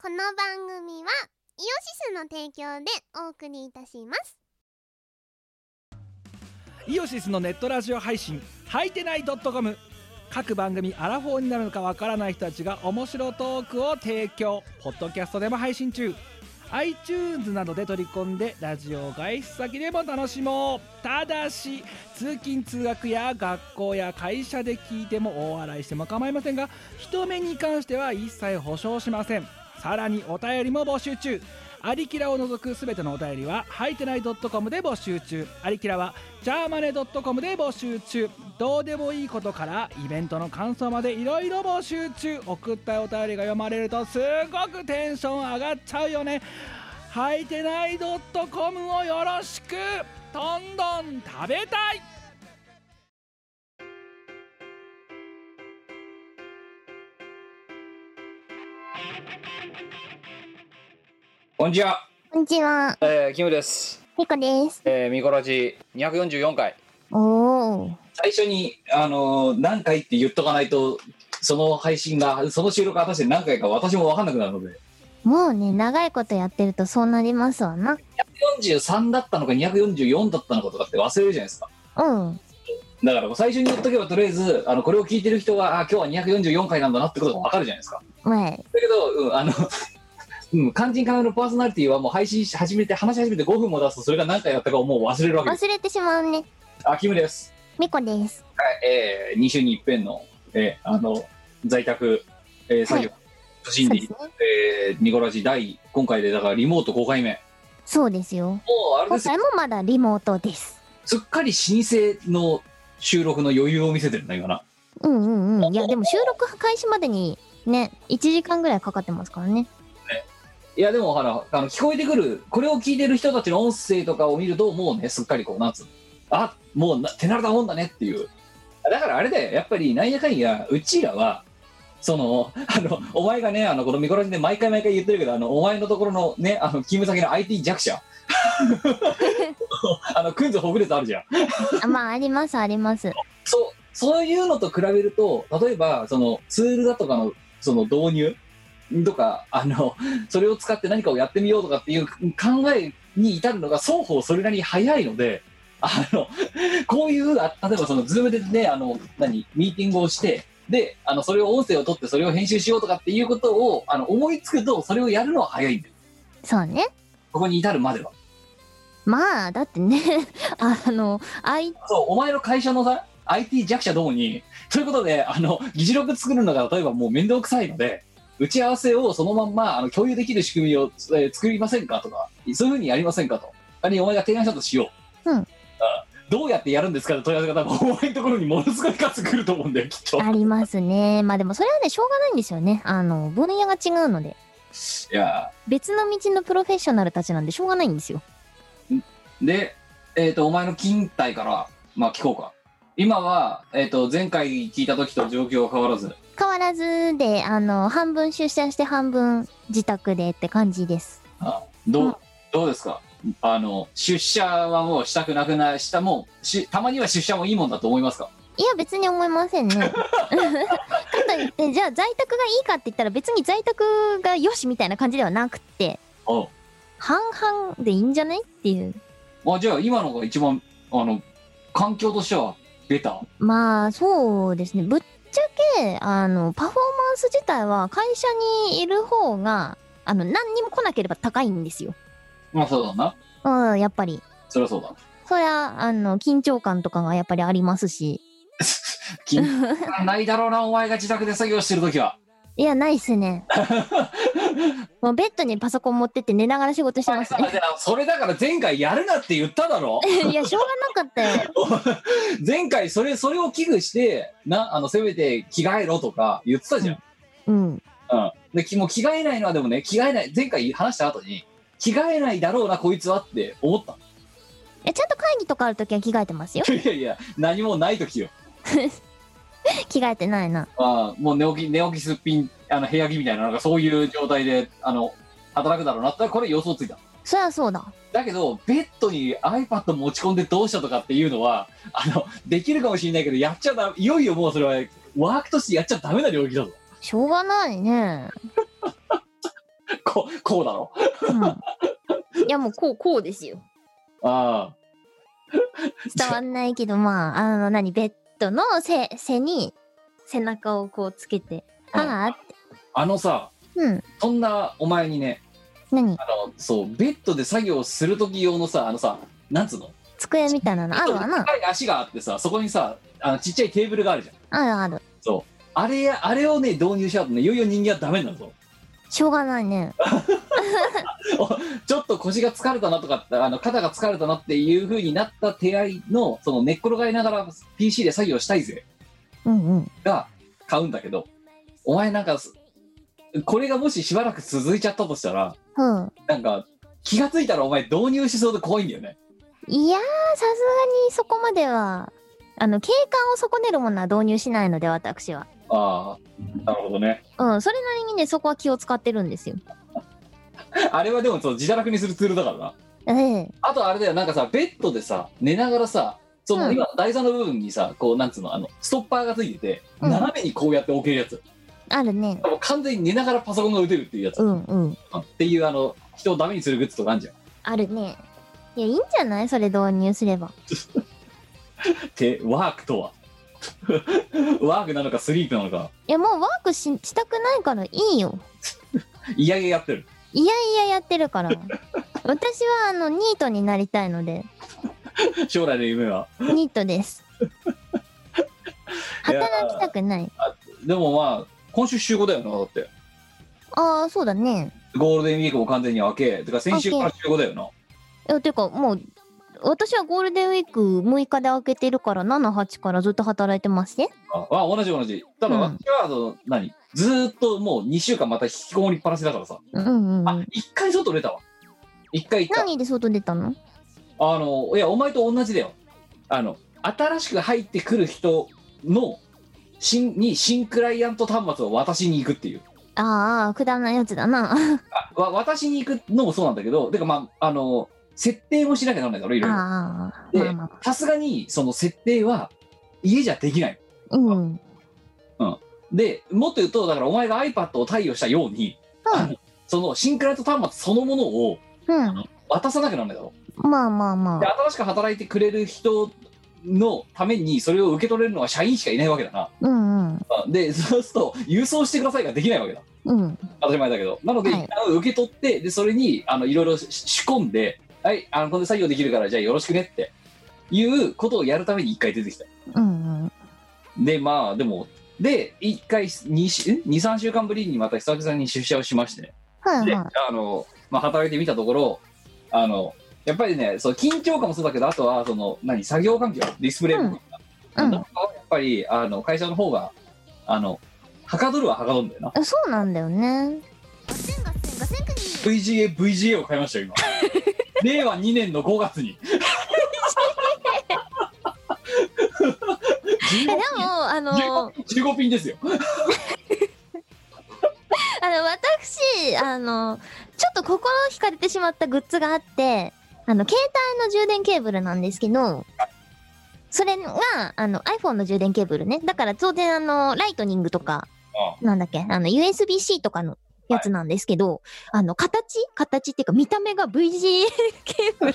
番組はイオシスの提供でお送りいたしますイオシスのネットラジオ配信「はいてない .com」各番組アラフォーになるのかわからない人たちが面白トークを提供ポッドキャストでも配信中 iTunes などで取り込んでラジオを外出先でも楽しもうただし通勤通学や学校や会社で聞いても大笑いしても構いませんが人目に関しては一切保証しませんさらにお便りも募集中アリキラを除くすべてのお便りは、はいてない .com で募集中。アリキラは、ジャーマネ .com で募集中。どうでもいいことから、イベントの感想までいろいろ募集中。送ったお便りが読まれると、すごくテンション上がっちゃうよね。はいてない .com をよろしくどんどん食べたいこんにちは、こんにちはえー、キムです。みこですえー、ミコラジ244回。おお最初に、あのー何回って言っとかないと、その配信が、その収録が果たして何回か私も分かんなくなるので、もうね長いことやってるとそうなりますわな43だったのか244だったのかとかって忘れるじゃないですか。うんだから最初に言っとけばとりあえず、あの、これを聞いてる人が、あ、今日は244回なんだなってことが分かるじゃないですか。はいだけど、うん、あの、 うん、肝心要のパーソナリティはもう配信し始めて、話し始めて5分も出すと、それが何回だったかをもう忘れるわけです。忘れてしまうねあ、キムです。みこですはい、えー、2週に一遍の、えー、あの、在宅、えー、作業、都心そうで、ですねえー、ニコラジ第、今回でだからリモート5回目。もそうですよう、あれで今すよ回もまだリモートですすっかり老舗の収録の余裕を見せてるんだ、今な。うんうんうんいやでも収録開始までにね1時間ぐらいかかってますからねいや、でも、あの、あの聞こえてくる、これを聞いてる人たちの音声とかを見ると、もうね、すっかりこう、なんつうのあ、もうな、手慣れたもんだねっていう。だからあれだよ、やっぱり、なんやかんや、うちらは、その、あの、お前がね、あの、このミコラジで毎回毎回言ってるけど、あの、お前のところのね、あの、勤務先の IT 弱者。 あの、クンズほぐれつあるじゃん。あまあありますありますそう、そういうのと比べると、例えば、そのツールだとかの、その導入とか、あの、それを使って何かをやってみようとかっていう考えに至るのが双方それなりに早いので、あの、こういう、あ例えばそのズームでね、あの、何、ミーティングをして、で、あの、それを音声を取って、それを編集しようとかっていうことを、あの、思いつくと、それをやるのは早いんだよ。そうねここに至るまでは。まあだってね あの I そう、お前の会社のさ、IT 弱者どもに、ということで、あの、議事録作るのが例えばもう面倒くさいので、打ち合わせをそのまんまあの共有できる仕組みを、えー作りませんかとか、そういうふうにやりませんかと。あれ、お前が提案したとしよう。うんあどうやってやるんですかって問い合わせが多分お前のところにものすごい数来ると思うんだよ、きっ と。ありますねまあでもそれはねしょうがないんですよねあの分野が違うのでいや別の道のプロフェッショナルたちなんでしょうがないんですよーで、えっ、と、お前の勤怠から、まあ聞こうか。今は、えっ、と、前回聞いた時と状況は変わらず、変わらずであの半分出社して半分自宅でって感じですあどう、うんどうですかあの出社はもうしたくなくなしたもうしたまには出社もいいもんだと思いますかいや別に思いませんねかといってじゃあ在宅がいいかって言ったら別に在宅がよしみたいな感じではなくってあ半々でいいんじゃないっていうあじゃあ今のが一番あの環境としてはベターまあそうですねぶっちゃけあのパフォーマンス自体は会社にいる方があの何にも来なければ高いんですよ。まあそうだなうん、やっぱり。そりゃそうだそりゃ、あの、緊張感とかがやっぱりありますし。緊張ないだろうな お前が自宅で作業してるときはいや、ないっすね。もうベッドにパソコン持ってって寝ながら仕事してますあね。 じゃあそれだから前回やるなって言っただろいや、しょうがなかったよ。前回それそれを危惧してなあのせめて着替えろとか言ってたじゃんうん。うん。で、きもう着替えないのはでもね、着替えない、前回話した後に、着替えないだろうな、こいつはって思ったえちゃんと会議とかあるときは着替えてますよ。 の。いやいや、何もない時よ。着替えてないな。ああもう寝起き、寝起きすっぴん、あの、部屋着みたいな、なんかそういう状態で、あの、働くだろうなって、これ予想ついた。そりゃそうだ。だけど、ベッドに iPad 持ち込んでどうしたとかっていうのは、あの、できるかもしれないけど、やっちゃだ、いよいよもうそれは、ワークとしてやっちゃダメな領域だぞ。しょうがないね。こうこうだろうんいやもうこうこうですよあ伝わんないけどまああの何ベッドの背背に背中をこうつけてあ、うんああってあのさうんそんなお前にね何あのそうベッドで作業する時用のさあのさなんつうの机みたいなのあるわな高い足があってさそこにさあのちっちゃいテーブルがあるじゃんあるあるあれやあれをね導入しちゃうとねいよいよ人間はダメなんだぞしょうがないねちょっと腰が疲れたなとかってあの肩が疲れたなっていう風になった手合いのその寝っ転がりながら PC で作業したいぜうんうんが買うんだけどお前なんかすこれがもししばらく続いちゃったとしたらうんなんか気がついたらお前導入しそうで怖いんだよねいやーさすがにそこまではあの景観を損ねるものは導入しないので私はああなるほどねうんそれなりにねそこは気を使ってるんですよあれはでもその自堕落にするツールだからなええあとあれだよなんかさベッドでさ寝ながらさそうのん今の台座の部分にさこうなんつうのあのストッパーがついててうん斜めにこうやって置けるやつ、あるねもう完全に寝ながらパソコンが打てるっていうやつ、うんうんっていうあの人をダメにするグッズとかあるじゃんあるねいやいいんじゃないそれ導入すればてワークとは ワークなのかスリープなのかいやもうワークししたくないからいいよ嫌々やってるいやいややってるから 私はあのニートになりたいので将来の夢はニートですいやー働きたくないでもまあ今週週5だよなだってああそうだねゴールデンウィークも完全に明けてか先週から週5だよなえてかもう私はゴールデンウィーク6日で開けてるから78からずっと働いてますねああ同じ同じただうん私はあの、何ずーっともう2週間また引きこもりっぱなしだからさうんうんうあん一回外出たわ一回行った何で外出たのあのいやお前と同じだよあの新しく入ってくる人の新に新クライアント端末を渡しに行くっていうああくだらないやつだなあわ渡しに行くのもそうなんだけどてかまああの設定もしなきゃならないだろいああろいろまあでまあさすがにその設定は家じゃできないうんでもっと言うとだからお前が iPad を貸与したように、あのその新クライアント端末そのものをうん渡さなきゃならないだろまあまあまであ新しく働いてくれる人のためにそれを受け取れるのは社員しかいないわけだなうんうんあでそうすると郵送してくださいができないわけだうん当たり前だけどなので、はい一旦受け取ってでそれにあのいろいろし仕込んではいあのこれで作業できるからじゃあよろしくねっていうことをやるために一回出てきたうんうんでまあでもで一回23週間ぶりにまた久々に出社をしましてはいではいあの、まあ、働いてみたところあのやっぱりねそう緊張感もそうだけどあとはその何作業環境ディスプレイうんも、うんやっぱりあの会社の方があのはかどるははかどるんだよなえそうなんだよね VGA、VGA を買いましたよ、 今。令和2年の5月に。えでもあの15ピン15ピンですよ。あの私あのちょっと心惹かれてしまったグッズがあってあの携帯の充電ケーブルなんですけどそれがあの iPhone の充電ケーブルねだから当然あのライトニングとかなんだっけあの USB-C とかのやつなんですけど、あの形形っていうか見た目が VGA ケーブル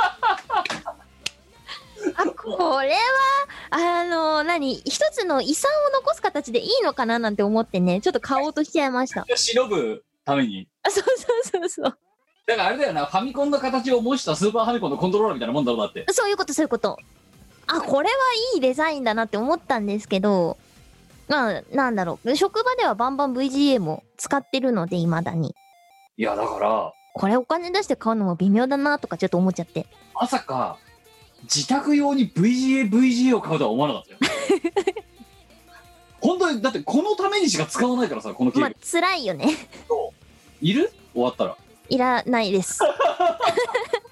あこれはあの何一つの遺産を残す形でいいのかななんて思ってねちょっと買おうとしちゃいましたしのぶために。 あそうそうそうそう。だからあれだよな、ファミコンの形を模したスーパーファミコンのコントローラーみたいなもんだろうだって。そういうこと、そういうこと。あ、これはいいデザインだなって思ったんですけど、まあ、なんだろう。職場ではバンバン VGA も使ってるので、未だに。いや、だから、これお金出して買うのも微妙だなとかちょっと思っちゃって。まさか、自宅用に VGA、VGA を買うとは思わなかったよ。 本当に、だってこのためにしか使わないからさ、このケーまブあル。、辛いよね。 いる終わったら。いらないです。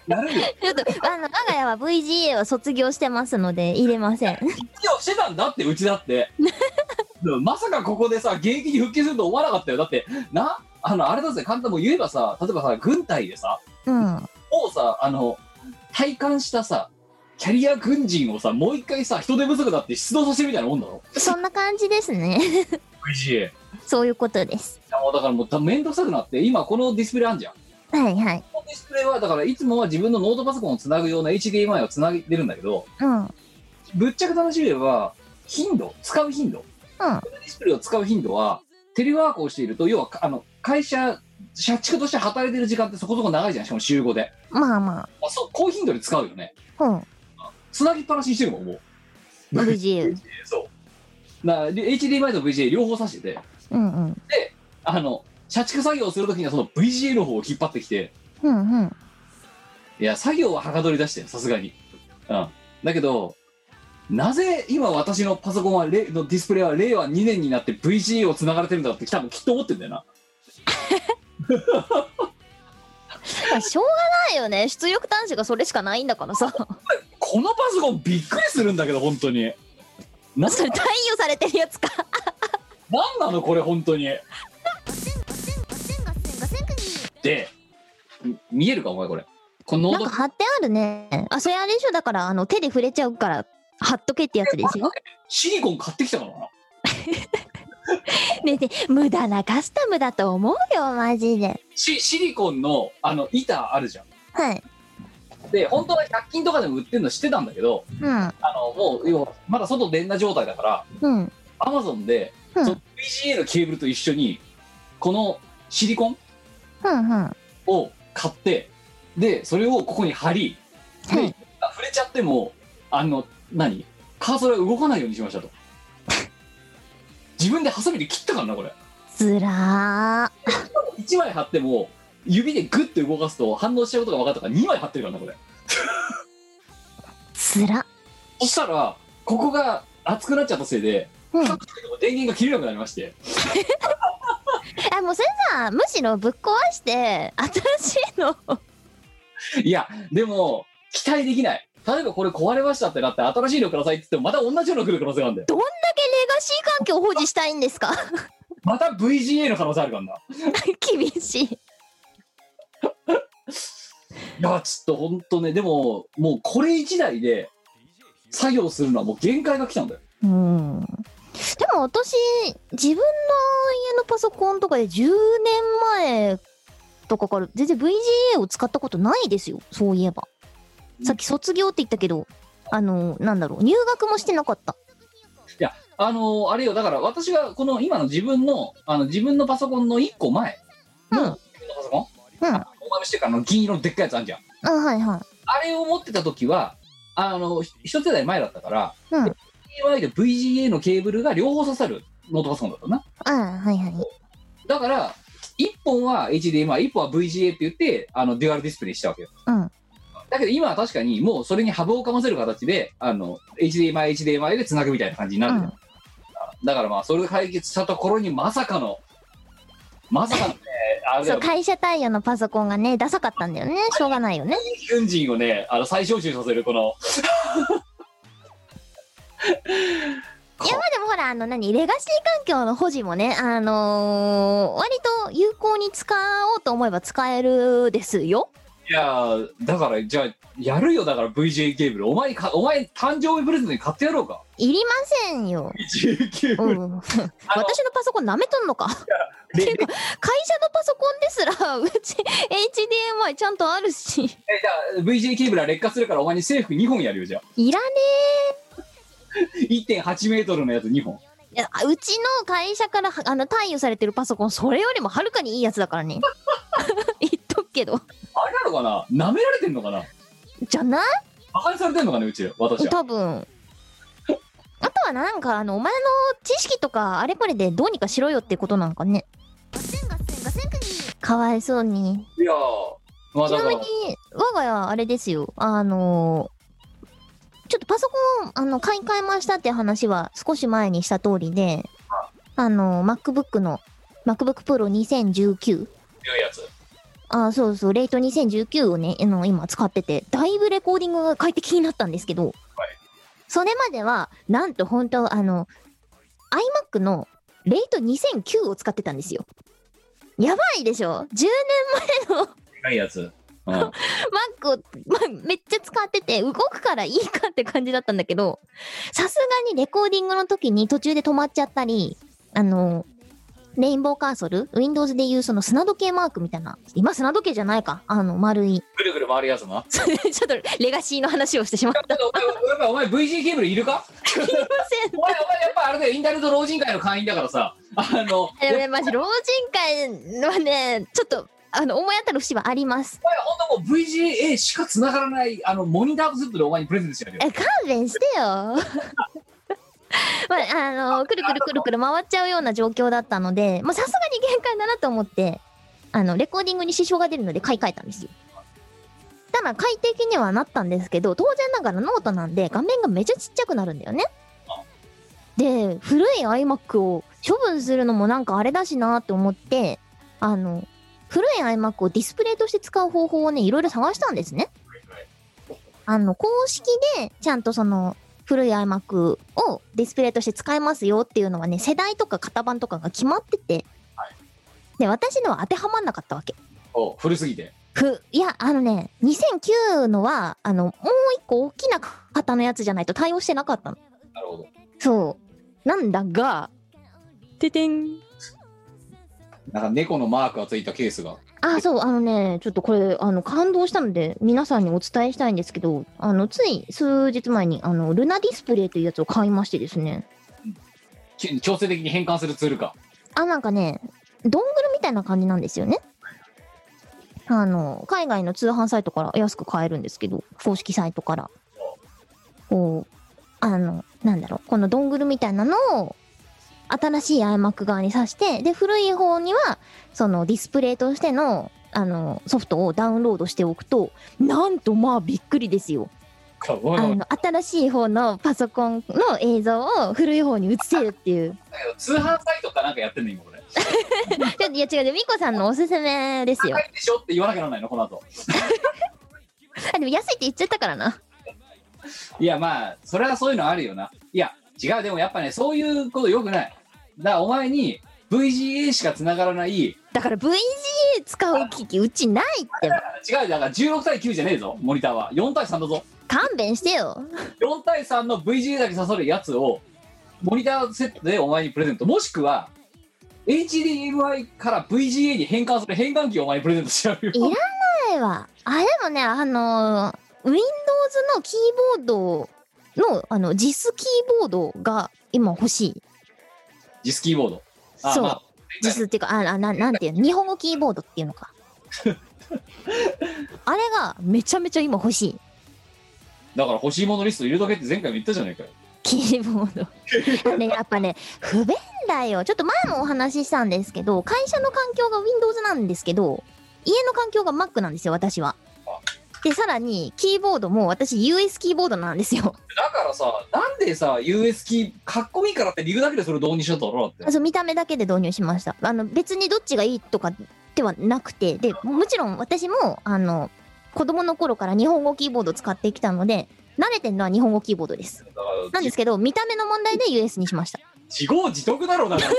やるよ。ちょっと、あの、我が家は VGA は卒業してますので、入れま せん。いやしてたんだってうちだって でもまさかここでさ現役に復帰すると思わなかったよだってなあのあれだぜ簡単もう言えばさ例えばさ軍隊でさうん。もうさあの体感したさキャリア軍人をさもう一回さ人手不足だって出動させるみたいなもんだろそんな感じですね。 VGA そういうことです。もうだからもうだ面倒くさくなって今このディスプレイあんじゃんはいはい。このディスプレイはだからいつもは自分のノートパソコンをつなぐような HDMI をつなげてるんだけどうん。うん。ぶっちゃけ楽しめれば頻度使う頻度ディスプレイを使う頻度はテレワークをしていると要はあの会社社畜として働いてる時間ってそこそこ長いじゃんしかも週5でまあまあそう高頻度で使うよねあ。うん。つなぎっぱなしにしてるもんもう VGU。そうな HDMI と VGA 両方さしててうんうん。あの社畜作業をするときにはその VGA の方を引っ張ってきてうんうん。いや作業ははかどり出してさすがにうんだけどなぜ今私のパソコンはれのディスプレイは令和2年になって VGA をつながれてるんだろうって多分きっと思ってんだよなしょうがないよね。出力端子がそれしかないんだからさ。 このパソコンびっくりするんだけど本当になそれ対応されてるやつか。なんなのこれ本当にでみ見えるかお前これこのなノーんトか貼ってあるね。あ、それあれでしょだから、あの、手で触れちゃうから、貼っとけってやつです よ。シリコン買ってきたからなねえねえ無駄なカスタムだと思うよ、マジで。シシリコンのあの板あるじゃんはい。で本当は100均とかでも売ってるの知ってたんだけどうん。あのもう要はまだ外出んな状態だからうん。アマゾンで、うんその VGA のケーブルと一緒にこのシリコンうん。うん。を買ってでそれをここに貼りではいあ触れちゃってもあの何カーソルが動かないようにしましたと 自分でハサミで切ったからなこれずら1枚貼っても指でグッて動かすと反応しちゃうことが分かったから2枚貼ってるからなこれー。ずら。そしたらここが熱くなっちゃったせいでうん。電源が切れなくなりましてあ、もうそれさ、むしろぶっ壊して、新しい の。 いやでも期待できない例えばこれ壊れましたってなって新しいのくださいって言ってもまた同じようなの来る可能性があるんだよどんだけレガシー環境を保持したいんですか また VGA の可能性あるからない厳しい。やちょっとほんとねでももうこれ1台で作業するのはもう限界が来たんだようん。でも私、自分の家のパソコンとかで10年前とかから全然 VGA を使ったことないですよ。そういえば。さっき卒業って言ったけど、あの、なんだろう、入学もしてなかった。あのあれよだから私がこの今の自分のあの自分のパソコンの1個前うん。のうん。自分のパソコンあ、お前のしてるからあの銀色のでっかいやつあんじゃんはいはい。あれを持ってた時はあのひ一世代前だったから、うん DIY で VGA のケーブルが両方刺さるノートパソコンだったなあはいはい。だから1本は HDMI1 本は VGA って言ってあのデュアルディスプレイにしたわけようん。だけど今は確かにもうそれに幅をかませる形であの HDMI、HDMI でつなぐみたいな感じになるんだよ、だからまあそれで解決したところにまさかのまさかのねあれだそよう、会社対応のパソコンがね、ダサかったんだよね。しょうがないよね。軍人をねあの再招集させるこのいやまあでもほらあの何レガシー環境の保持もねあのー、割と有効に使おうと思えば使えるですよいやーだからじゃあやるよだから VJ ケーブルお前にかお前誕生日プレゼントに買ってやろうかいりません よ、 VJ ケーうブルん、 私のパソコンなめとんのかっていうか会社のパソコンですらうち HDMI ちゃんとあるしえじゃあ VJ ケーブルは劣化するからお前に制服2本やるよじゃあいらね1.8メートルのやつ2本えいやうちの会社からあの貸与されてるパソコンそれよりもはるかにいいやつだからね 言っとくけどあれなのかな舐められてんのかなじゃない馬鹿にされてんのかねうち私は多分あとはなんかあのお前の知識とかあれこれでどうにかしろよってことなんかねかわいそうにいやーまあちだなかみらに我が家あれですよあのちょっとパソコンをあの買い替えましたって話は少し前にした通りであの MacBook の MacBookPro2019 強いやつあそうそうレイト2019をねあの今使っててだいぶレコーディングが快適になったんですけど、それまではなんと本当あの iMac のレイト2009を使ってたんですよやばいでしょ10強いやつう ん、うん、 Mac を、ま、めっちゃ使ってて動くからいいかって感じだったんだけどさすがにレコーディングの時に途中で止まっちゃったりあのレインボーカーソル ?Windows でいうその砂時計マークみたいな。今砂時計じゃないか。あの、丸い。 ぐるぐる回るやつな。ちょっとレガシーの話をしてしまった。だってお前お前お前 VG ケーブルいるか お前お前やっぱあれだよインターネット老人会の会員だからさあのいやマジ老人会はねちょっとあの思い当たる節はありますお前ほんともう VGA しか繋がらないあのモニターズップでお前にプレゼントしてやるよえ勘弁してよ まああのくるくるくるくる回っちゃうような状況だったのでまあさすがに限界だなと思ってあのレコーディングに支障が出るので買い替えたんですよただ快適にはなったんですけど当然ながらノートなんで画面がめちゃちっちゃくなるんだよねで古い iMac を処分するのもなんかあれだしなって思ってあの古い iMac をディスプレイとして使う方法をねいろいろ探したんですねあの公式でちゃんとその古い iMac をディスプレイとして使えますよっていうのはね世代とか型番とかが決まっててで私のは当てはまんなかったわけお古すぎてふいやあのね2009のはあのもう一個大きな型のやつじゃないと対応してなかったのなるほどそうなんだがててんなんか猫のマークがついたケースがあそうあのねちょっとこれあの感動したので皆さんにお伝えしたいんですけどあのつい数日前にあのルナディスプレイというやつを買いましてですねき強制的に変換するツールかあなんかねドングルみたいな感じなんですよねあの海外の通販サイトから安く買えるんですけど公式サイトからこうあのなんだろうこのドングルみたいなのを新しい iMac 側に挿してで古い方にはそのディスプレイとしてのあのソフトをダウンロードしておくとなんとまあびっくりですよかおあ前の新しい方のパソコンの映像を古い方に映せるっていう通販サイトかなんかやってんの今これちょいや違うでミコさんのおすすめですよ高いでしょって言わなきゃならないのこの後あでも安いって言っちゃったからないやまあそれはそういうのあるよないや違うでもやっぱねそういうことよくないだからお前に VGA しか繋がらないだから VGA 使う機器うちないって違うだから16対9じゃねえぞモニターは4対3だぞ勘弁してよ4対3の VGA だけ刺さるやつをモニターセットでお前にプレゼントもしくは HDMI から VGA に変換する変換器をお前にプレゼントしちゃうよいらないわあでもねあのー Windows のキーボードのあの JIS キーボードが今欲しいジスキーボードあそうまあ JIS っていうかああななんていうの日本語キーボードっていうの かあれがめちゃめちゃ今欲しいだから欲しいものリスト入れとけって前回も言ったじゃないかよキーボードあねやっぱね不便だよちょっと前もお話ししたんですけど会社の環境が Windows なんですけど家の環境が Mac なんですよ私はでさらにキーボードも私 US キーボードなんですよ だからさなんでさ US キーかっこいいからって理由だけでそれ導入しちゃったろだあってそう見た目だけで導入しましたあの別にどっちがいいとかではなくてでもちろん私もあの子供の頃から日本語キーボード使ってきたので慣れてるのは日本語キーボードですだからなんですけど見た目の問題で US にしました自業自得だろ うだからで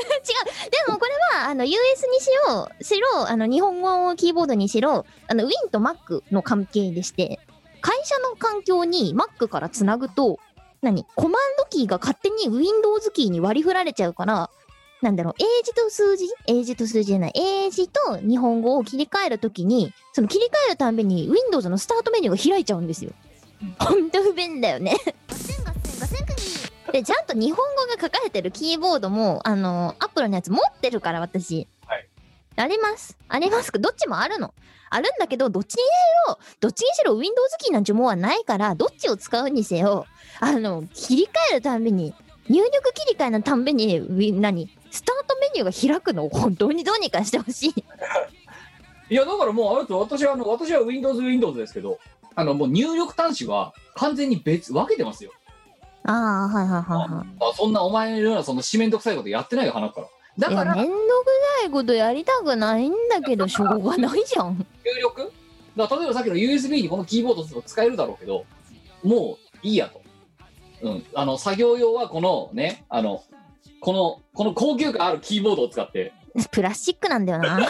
もこれはあの US にしろしろあの日本語キーボードにしろあの Win と Mac の関係でして会社の環境に Mac からつなぐと何コマンドキーが勝手に Windows キーに割り振られちゃうからなんだろう英字と数字英字と数字じゃない英字と日本語を切り替えるときにその切り替えるたんびに Windows のスタートメニューが開いちゃうんですよ。ほんと不便だよね。でちゃんと日本語が書かれてるキーボードもあのアップルのやつ持ってるから私、はいありますありますどっちもあるのあるんだけどどっちにしろどっちにしろ Windows キーなんてもうはないからどっちを使うにせよあの切り替えるたんびに入力切り替えのたんびにウィ何スタートメニューが開くのを 本当にどうにかしてほしいいやだからもうあれと私はあの私は WindowsWindows ですけどあのもう入力端子は完全に別分けてますよああはいはいはいはいあそんなお前のようなその紙面倒くさいことやってないよ花からだいかやらめんどくさいことやりたくないんだけ どしょうがないじゃん入力だから例えばさっきの USB にこのキーボードを使えるだろうけどもういいやと、うん、あの作業用はこのねあのこのこの高級感あるキーボードを使ってプラスチックなんだよ な。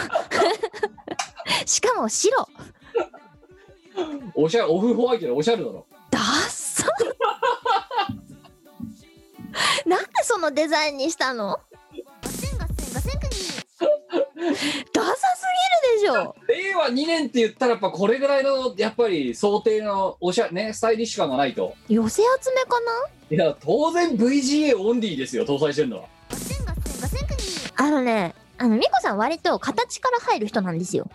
しかも白。おしゃれオフホワイトでおしゃれだろダッサ。 なんでそのデザインにしたの？ダサすぎるでしょ令和2年って言ったらやっぱこれぐらいのやっぱり想定のおしゃねスタイリッシュ感がないと寄せ集めかないや当然 VGA オンリーですよ搭載してるのはあのね、あの、ミコさん割と形から入る人なんですよ。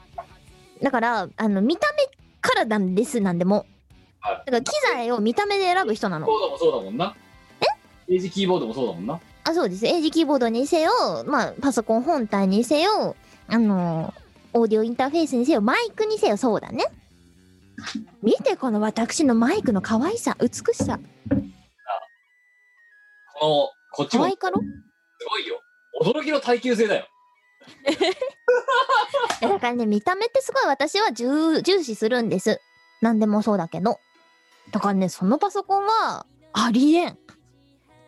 だから、あの、見た目からなんです、なんでも。はいだから機材を見た目で選ぶ人なのキー。ボードもそうだもんなえエイジキーボードもそうだもんなあ、そうです。エイジキーボードにせよ、まあ、パソコン本体にせよ、あの、オーディオインターフェースにせよ、マイクにせよ、そうだね。見て、この私のマイクの可愛さ、美しさ。このこっち可も愛すかろごいよ驚きの耐久性だよえだからね、見た目ってすごい私は重重視するんです。なんでもそうだけど。だからね、そのパソコンは、ありえん。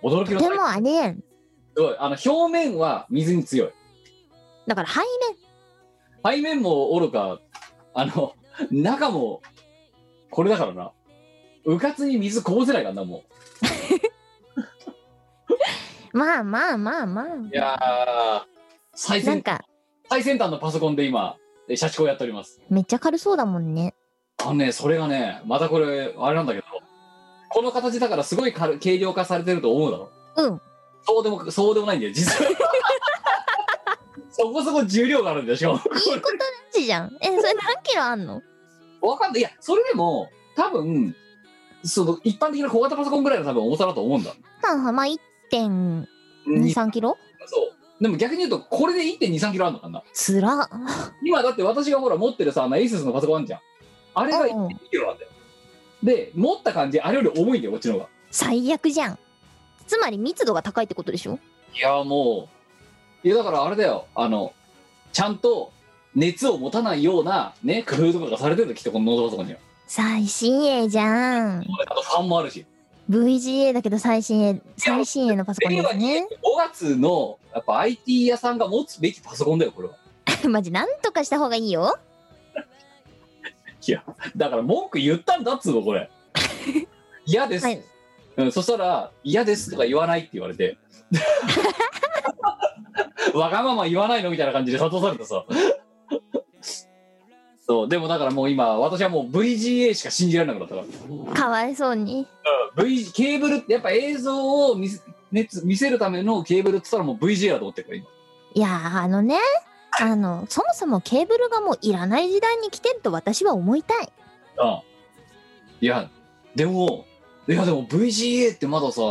驚ときのて耐久もありえん。すごいあの表面は水に強いだから背面背面も愚かあの中もこれだからなうかつに水こぼせないからなもまあまあまあまあういやー最な先んか最先端のパソコンで今え社畜をやっておりますめっちゃ軽そうだもんねあのねそれがねまたこれあれなんだけどこの形だからすごい軽軽量化されてると思うだろうんそうでもそうでもないんだよ 実はそこそこ重量があるんでしょいいことなしじゃんえそれ何キロあんのわかんないいやそれでも多分その一般的な小型パソコンぐらいの多分重さだと思うんだはんはんまあ1.23にキロそうでも逆に言うとこれで1 2 3キロあるのかなつら今だって私がほら持ってるさあの ASUS のパソコンあるじゃんあれが1うん2キロなんだよで持った感じあれより重いんだよこっちの方が最悪じゃんつまり密度が高いってことでしょいやもういやだからあれだよあのちゃんと熱を持たないようなね工夫とかがされてるときっとこのノートパソコンには最新鋭じゃんあとファンもあるし VGA だけど最新鋭最新鋭のパソコンですね5月のやっぱ IT 屋さんが持つべきパソコンだよこれはマジなんとかした方がいいよだから文句言ったんだっつうの これ嫌です、はいうん、そしたら「嫌です」とか言わないって言わ れてわがまま言わないのみたいな感じで諭されたさそうでもだからもう今私はもう VGA しか信じられなくなったからかわいそうに V ケーブルってやっぱ映像を見せ,、ね、つ見せるためのケーブルって言ったらもう VGA だと思ってるから今いやーあのねあのそもそもケーブルがもういらない時代に来てると私は思いたいああいやでもいやでも VGA ってまださ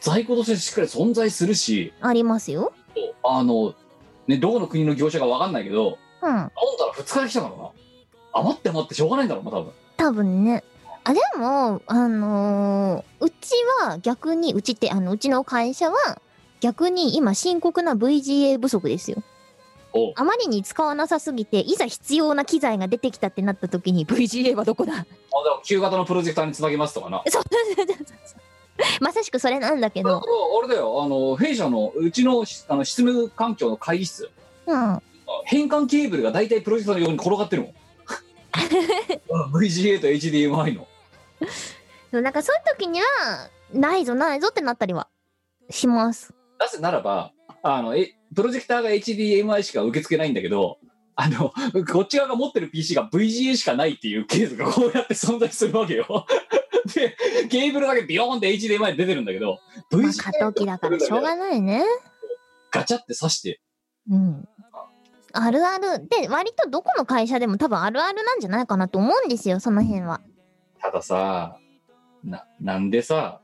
在庫としてしっかり存在するしありますよ。あのねどこの国の業者かわかんないけどうん。飲んだら2日で来たからな余って余ってしょうがないんだろうな多分多分ね。あ、でも、あのーうちは逆に、うちって、あの、うちの会社は、逆に今深刻な VGA 不足ですよ。おうあまりに使わなさすぎて、いざ必要な機材が出てきたってなった時に VGA はど こだあでも旧型のプロジェクターにつなげますとかなそうそうそうそうまさしくそれなんだけだからど。あれだよあの弊社のうちのあの執務環境の会議室うん。変換ケーブルが大体プロジェクターの横に転がっ てるもんうん VGA と HDMI のそうなんかそういう時には、ないぞないぞってなったりはします。なぜならばあのえプロジェクターが HDMI しか受け付けないんだけどあのこっち側が持ってる PC が VGA しかないっていうケースがこうやって存在するわけよ でケーブルだけビヨーンって HDMI 出てるんだけどまあ VGA 過渡期だからしょうがないね。ガチャって刺してうん。あるある。で、割とどこの会社でも多分あるあるなんじゃないかなと思うんですよ、その辺は。たださななんでさ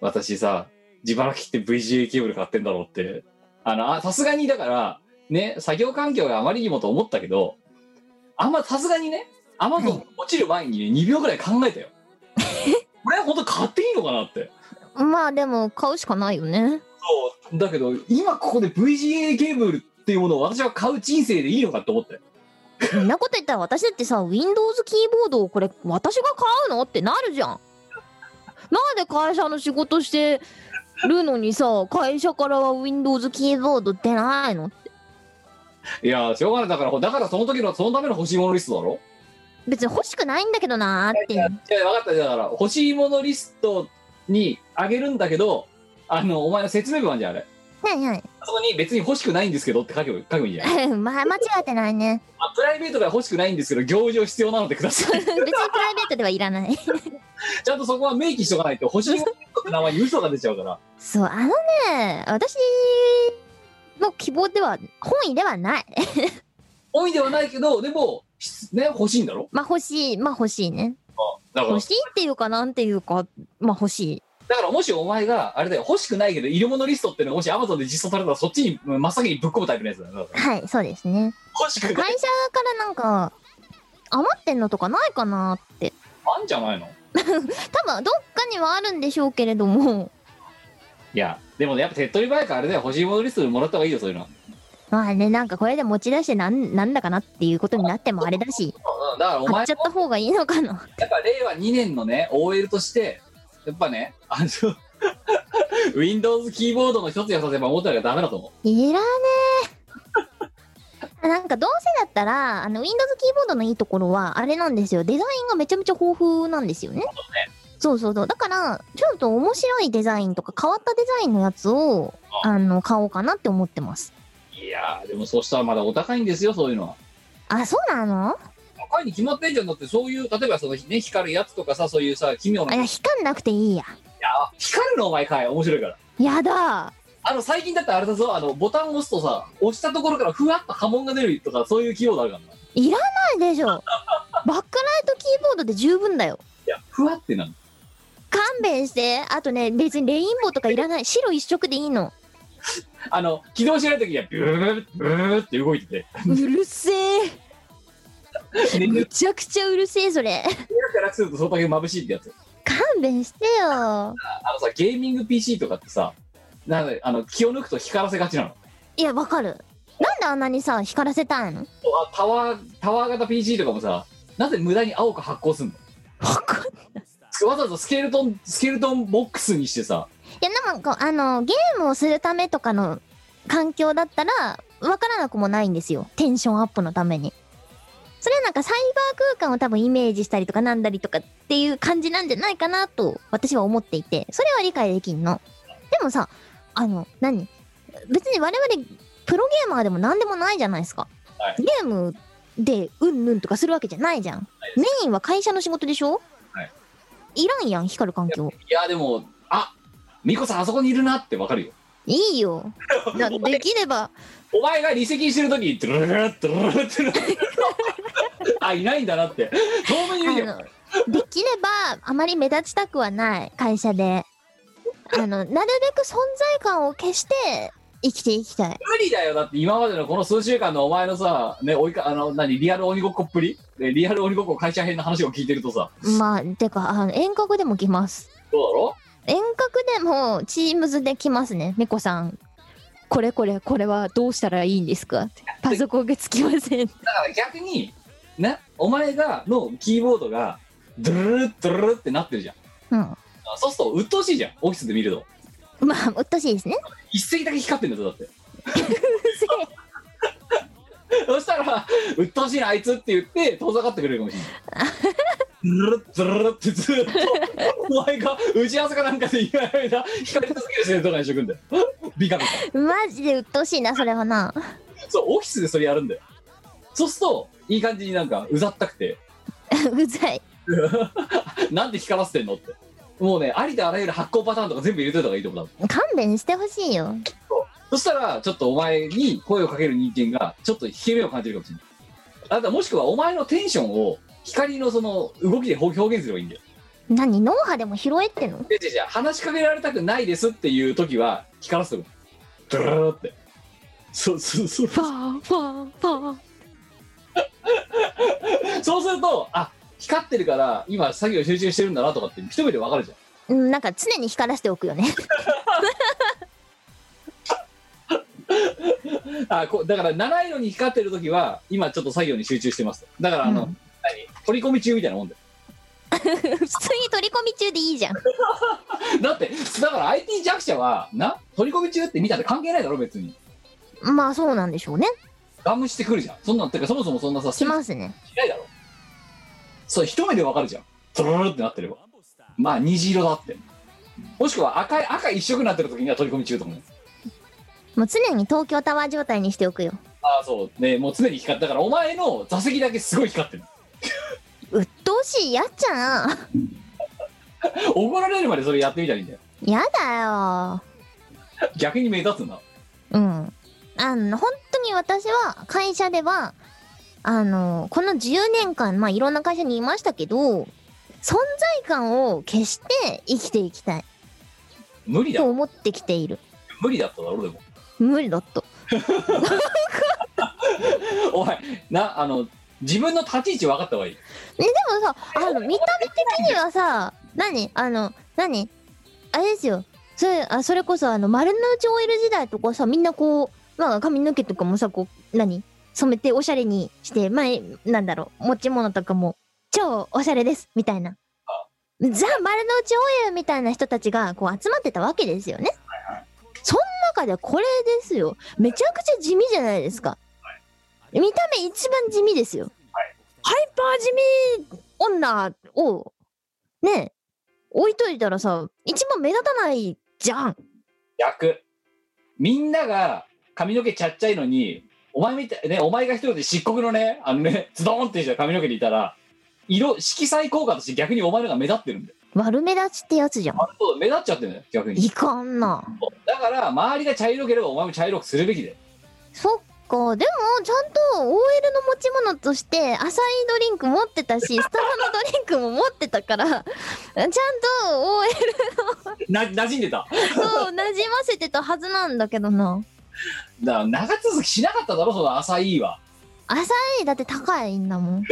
私さ自腹切って VGA ケーブル買ってんだろうってあのあさすがにだからね作業環境があまりにもと思ったけどあんまさすがにねアマゾはン落ちる前にね2秒ぐらい考えたよこれ本当買っていいのかなってまあでも、買うしかないよね。そうだけど今ここで VGA ケーブルっていうものを私は買う人生でいいのかって思ってそんなこと言ったら私だってさ、Windows キーボードをこれ、私が買うのってなるじゃん。なんで会社の仕事してるのにさ、会社からは Windows キーボード出ないのいやしょうがないだからだからその時のそのための欲しいものリストだろ別に欲しくないんだけどなーっていいや、う。いや分かった、だから、欲しいものリストにあげるんだけど、あの、お前の説明文あんじゃん、あれ。はいはい。 そこに別に欲しくないんですけどって書けば書けばいいんじゃないまあ、間違ってないね。あプライベートでは欲しくないんですけど行事を必要なのでください 別にプライベートではいらない。ちゃんとそこは明記しとかないと欲しいものって名前に嘘が出ちゃう からそう、あのね、私の希望では、本意ではない。多いではないけどでもしね欲しいんだろまあ、欲しい、まあ、欲しいね。だから欲しいっていうか、なんていうか、まあ、欲しい。だからもしお前があれだよ欲しくないけどいるものリストっていうのがもしアマゾンで実装されたらそっちにうん真っ先にぶっ込むタイプのやつだよだからはい、そうですね。欲しくない会社からなんか、余ってんのとかないかなって。あんじゃないの多分、どっかにはあるんでしょうけれども。 いやでもねやっぱ手っ取り早くあれだよ欲しいものリストもらった方がいいよそういうのまあね、なんかこれで持ち出してなんなんだかなっていうことになってもあれだし、だからお買前っちゃっもた方がいいのかな。やっぱ令和2年のね OL としてやっぱねあの Windows キーボードの一つやさせば思ったらダメだと思うい らねえ。なんかどうせだったら、あの Windows キーボードのいいところは、あれなんですよ。デザインがめちゃめちゃ豊富なんですよね。そうそうそう。だから、ちょっと面白いデザインとか変わったデザインのやつを、あの、買おうかなって思ってます。いやーでもそうしたらまだお高いんですよそういうのはあ、そうなの高いに決まってんじゃんだってそういう例えばそのね光るやつとかさそういうさ奇妙あ、ないいや、や光んなくていいや。光るのお前かい面白いからやだ。あの最近だってあれだぞあのボタンを押すとさ押したところからふわっと波紋が出るとかそういうキーボードあるからないいらないでし ょ。バックライトキーボードで十分だよ。やふわってなの勘弁して。あとね、別にレインボーとかいらない。白一色でいい の。あの起動しない時にはビュービューって動いて てうるせえ。寝てめるちゃくちゃうるせえ、それ。からするとそこだけ眩しいってやつ勘弁してよ。あのさゲーミング PC とかってさなんであの気を抜くと光らせがちなのいや、わかる。なんであんなにさ、光らせたいのあタワータワー型 PC とかもさなぜ無駄に青く発光すんのわかる。わざわざスケルトンスケルトンボックスにしてさいや、なんか、あの、ゲームをするためとかの環境だったら、わからなくもないんですよ。テンションアップのために。それはなんかサイバー空間を多分イメージしたりとかなんだりとかっていう感じなんじゃないかなと私は思っていて、それは理解できんの。でもさ、あの、何別に我々プロゲーマーでも何でもないじゃないですか。はいゲームでうんぬんとかするわけじゃないじゃん。メインは会社の仕事でしょはい。いらんやん、光る環境。いやでもあミコさんあそこにいるなってわかるよいい よ。だできれば、お前が離席してる時にドゥルルルッドゥルルルッドゥルルルッあいないんだなって遠目にいるよあのできればあまり目立ちたくはない会社であのなるべく存在感を消して生きていきたい無理だよだって今までのこの数週間のお前のさね追いかあの何リアル鬼ごっこっぷりでリアル鬼ごっこ会社編の話を聞いてるとさまあてかあの遠隔でも来ますどうだろう遠隔でもチームズで来ますね猫さんこれこれこれはどうしたらいいんですかってパソコンがつきませんだから逆にねお前がのキーボードがドゥルルルッドゥルルルってなってるじゃんうんあそうすると鬱陶しいじゃんオフィスで見るとまあうっとうしいですね 一席だけ光ってんだぞだってそしたら鬱陶しいなあいつって言って遠ざかってくれるかもしれないドゥルルルッドゥルルルってずっとお前が打ち合わせかなんかでいない間光り続ける生徒がにしとくんだよビカビカマジでうっとうしいなそれはなそうオフィスでそれやるんだよそうするといい感じになんかうざったくてうざいなんで光らせてんのってもうねありとあらゆる発光パターンとか全部入れといた方がいいと思う多分勘弁してほしいよそしたら、ちょっとお前に声をかける人間が、ちょっと引け目を感じるかもしれない。あともしくは、お前のテンションを、光のその動きで表現すればいいんだよ。何脳波でも拾えってので、じゃあ話しかけられたくないですっていう時は、光らせる。ドゥルルルって。そう、そう、そう。ファーファーファーそうすると、あ、光ってるから、今作業集中してるんだなとかって、一目でわかるじゃん。うん、なんか常に光らせてお くよね。あ、こだから、七色に光ってる時は、今ちょっと作業に集中してます。だから、あの、う何取り込み中みたいなもんだよ。普通に取り込み中でいいじゃん。だって、だから IT 弱者は、な、取り込み中って見たって関係ないだろ、別に。まあそうなんでしょうね。ガムしてくるじゃん。そんなん、てかそもそもそんなさ、しスますね。しないだろ。そう、一目でわかるじゃん。トロロロってなってれば。まあ、虹色だって。もしくは赤い、赤一色になってる時には取り込み中と思う。もう常に東京タワー状態にしておくよ。ああそうねもう常に光ってだからお前の座席だけすごい光ってる鬱陶しいやっちゃん。怒られるまでそれやってみたらいいんだよやだよ。逆に目立つんだうん。あの、本当に私は会社では、あの、この10年間、まあ、いろんな会社にいましたけど、存在感を消して生きていきたい無理だと思ってきている。無理だっただろでも無理だった。お前なあの自分の立ち位置分かった方がいいね、でもさ、あの、見た目的にはさ、何あの、何あれですよ。それ、あそれこそ、あの、丸の内 OL 時代とかさ、みんなこう、まあ、髪の毛とかもさ、こう、何染めておしゃれにして、前、なんだろう、持ち物とかも、超おしゃれです、みたいな。ザ・丸の内 OL みたいな人たちが、こう、集まってたわけですよね。その中でこれですよ。めちゃくちゃ地味じゃないですか。見た目一番地味ですよ。ハイパー地味女をね置いといたらさ一番目立たないじゃん逆みんなが髪の毛ちゃっちゃいのにお前みたいねお前が一人で漆黒のねあのねズドーンってした髪の毛でいたら色色彩効果として逆にお前のが目立ってるんだよ悪目立ちってやつじゃんあそう目立っちゃってるんだよ逆にいかんなだから周りが茶色ければお前も茶色くするべきでそっかでもちゃんと OL の持ち物としてアサイードリンク持ってたしスタバのドリンクも持ってたからちゃんと OL な馴染んでたと馴染ませてたはずなんだけどなだから長続きしなかっただろその浅いはアサイーだって高いんだもん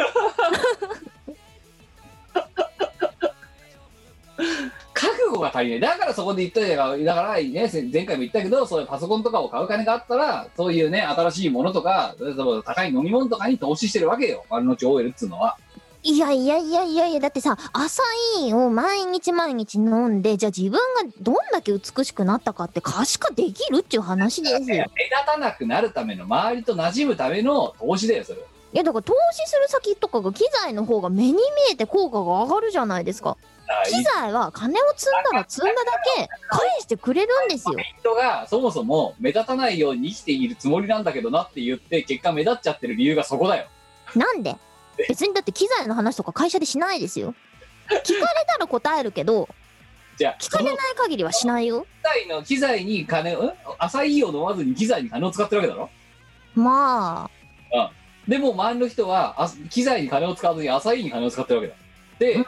覚悟が足りないだからそこで言ったじゃんだからねせ前回も言ったけどそういうパソコンとかを買う金があったらそういうね新しいものとか例えば高い飲み物とかに投資してるわけよ丸の内 OL っつうのはいやいやいやいやいや、だってさ、朝インを毎日毎日飲んで、じゃあ自分がどんだけ美しくなったかって可視化できるっていう話ですよ。い目立たなくなるための周りと馴染むための投資だよそれはや、だから投資する先とかが機材の方が目に見えて効果が上がるじゃないですか。だから機材は金を積んだら積んだだけ返してくれるんですよ。人がそもそも目立たないように生きているつもりなんだけどなって言って結果目立っちゃってる理由がそこだよなんで別にだって機材の話とか会社でしないですよ。聞かれたら答えるけど、じゃあ聞かれない限りはしないよ。機材の機材に金をん浅いを飲まずに機材に金を使ってるわけだろまあ、でも周りの人はあ機材に金を使わずに浅いに金を使ってるわけだで、うん。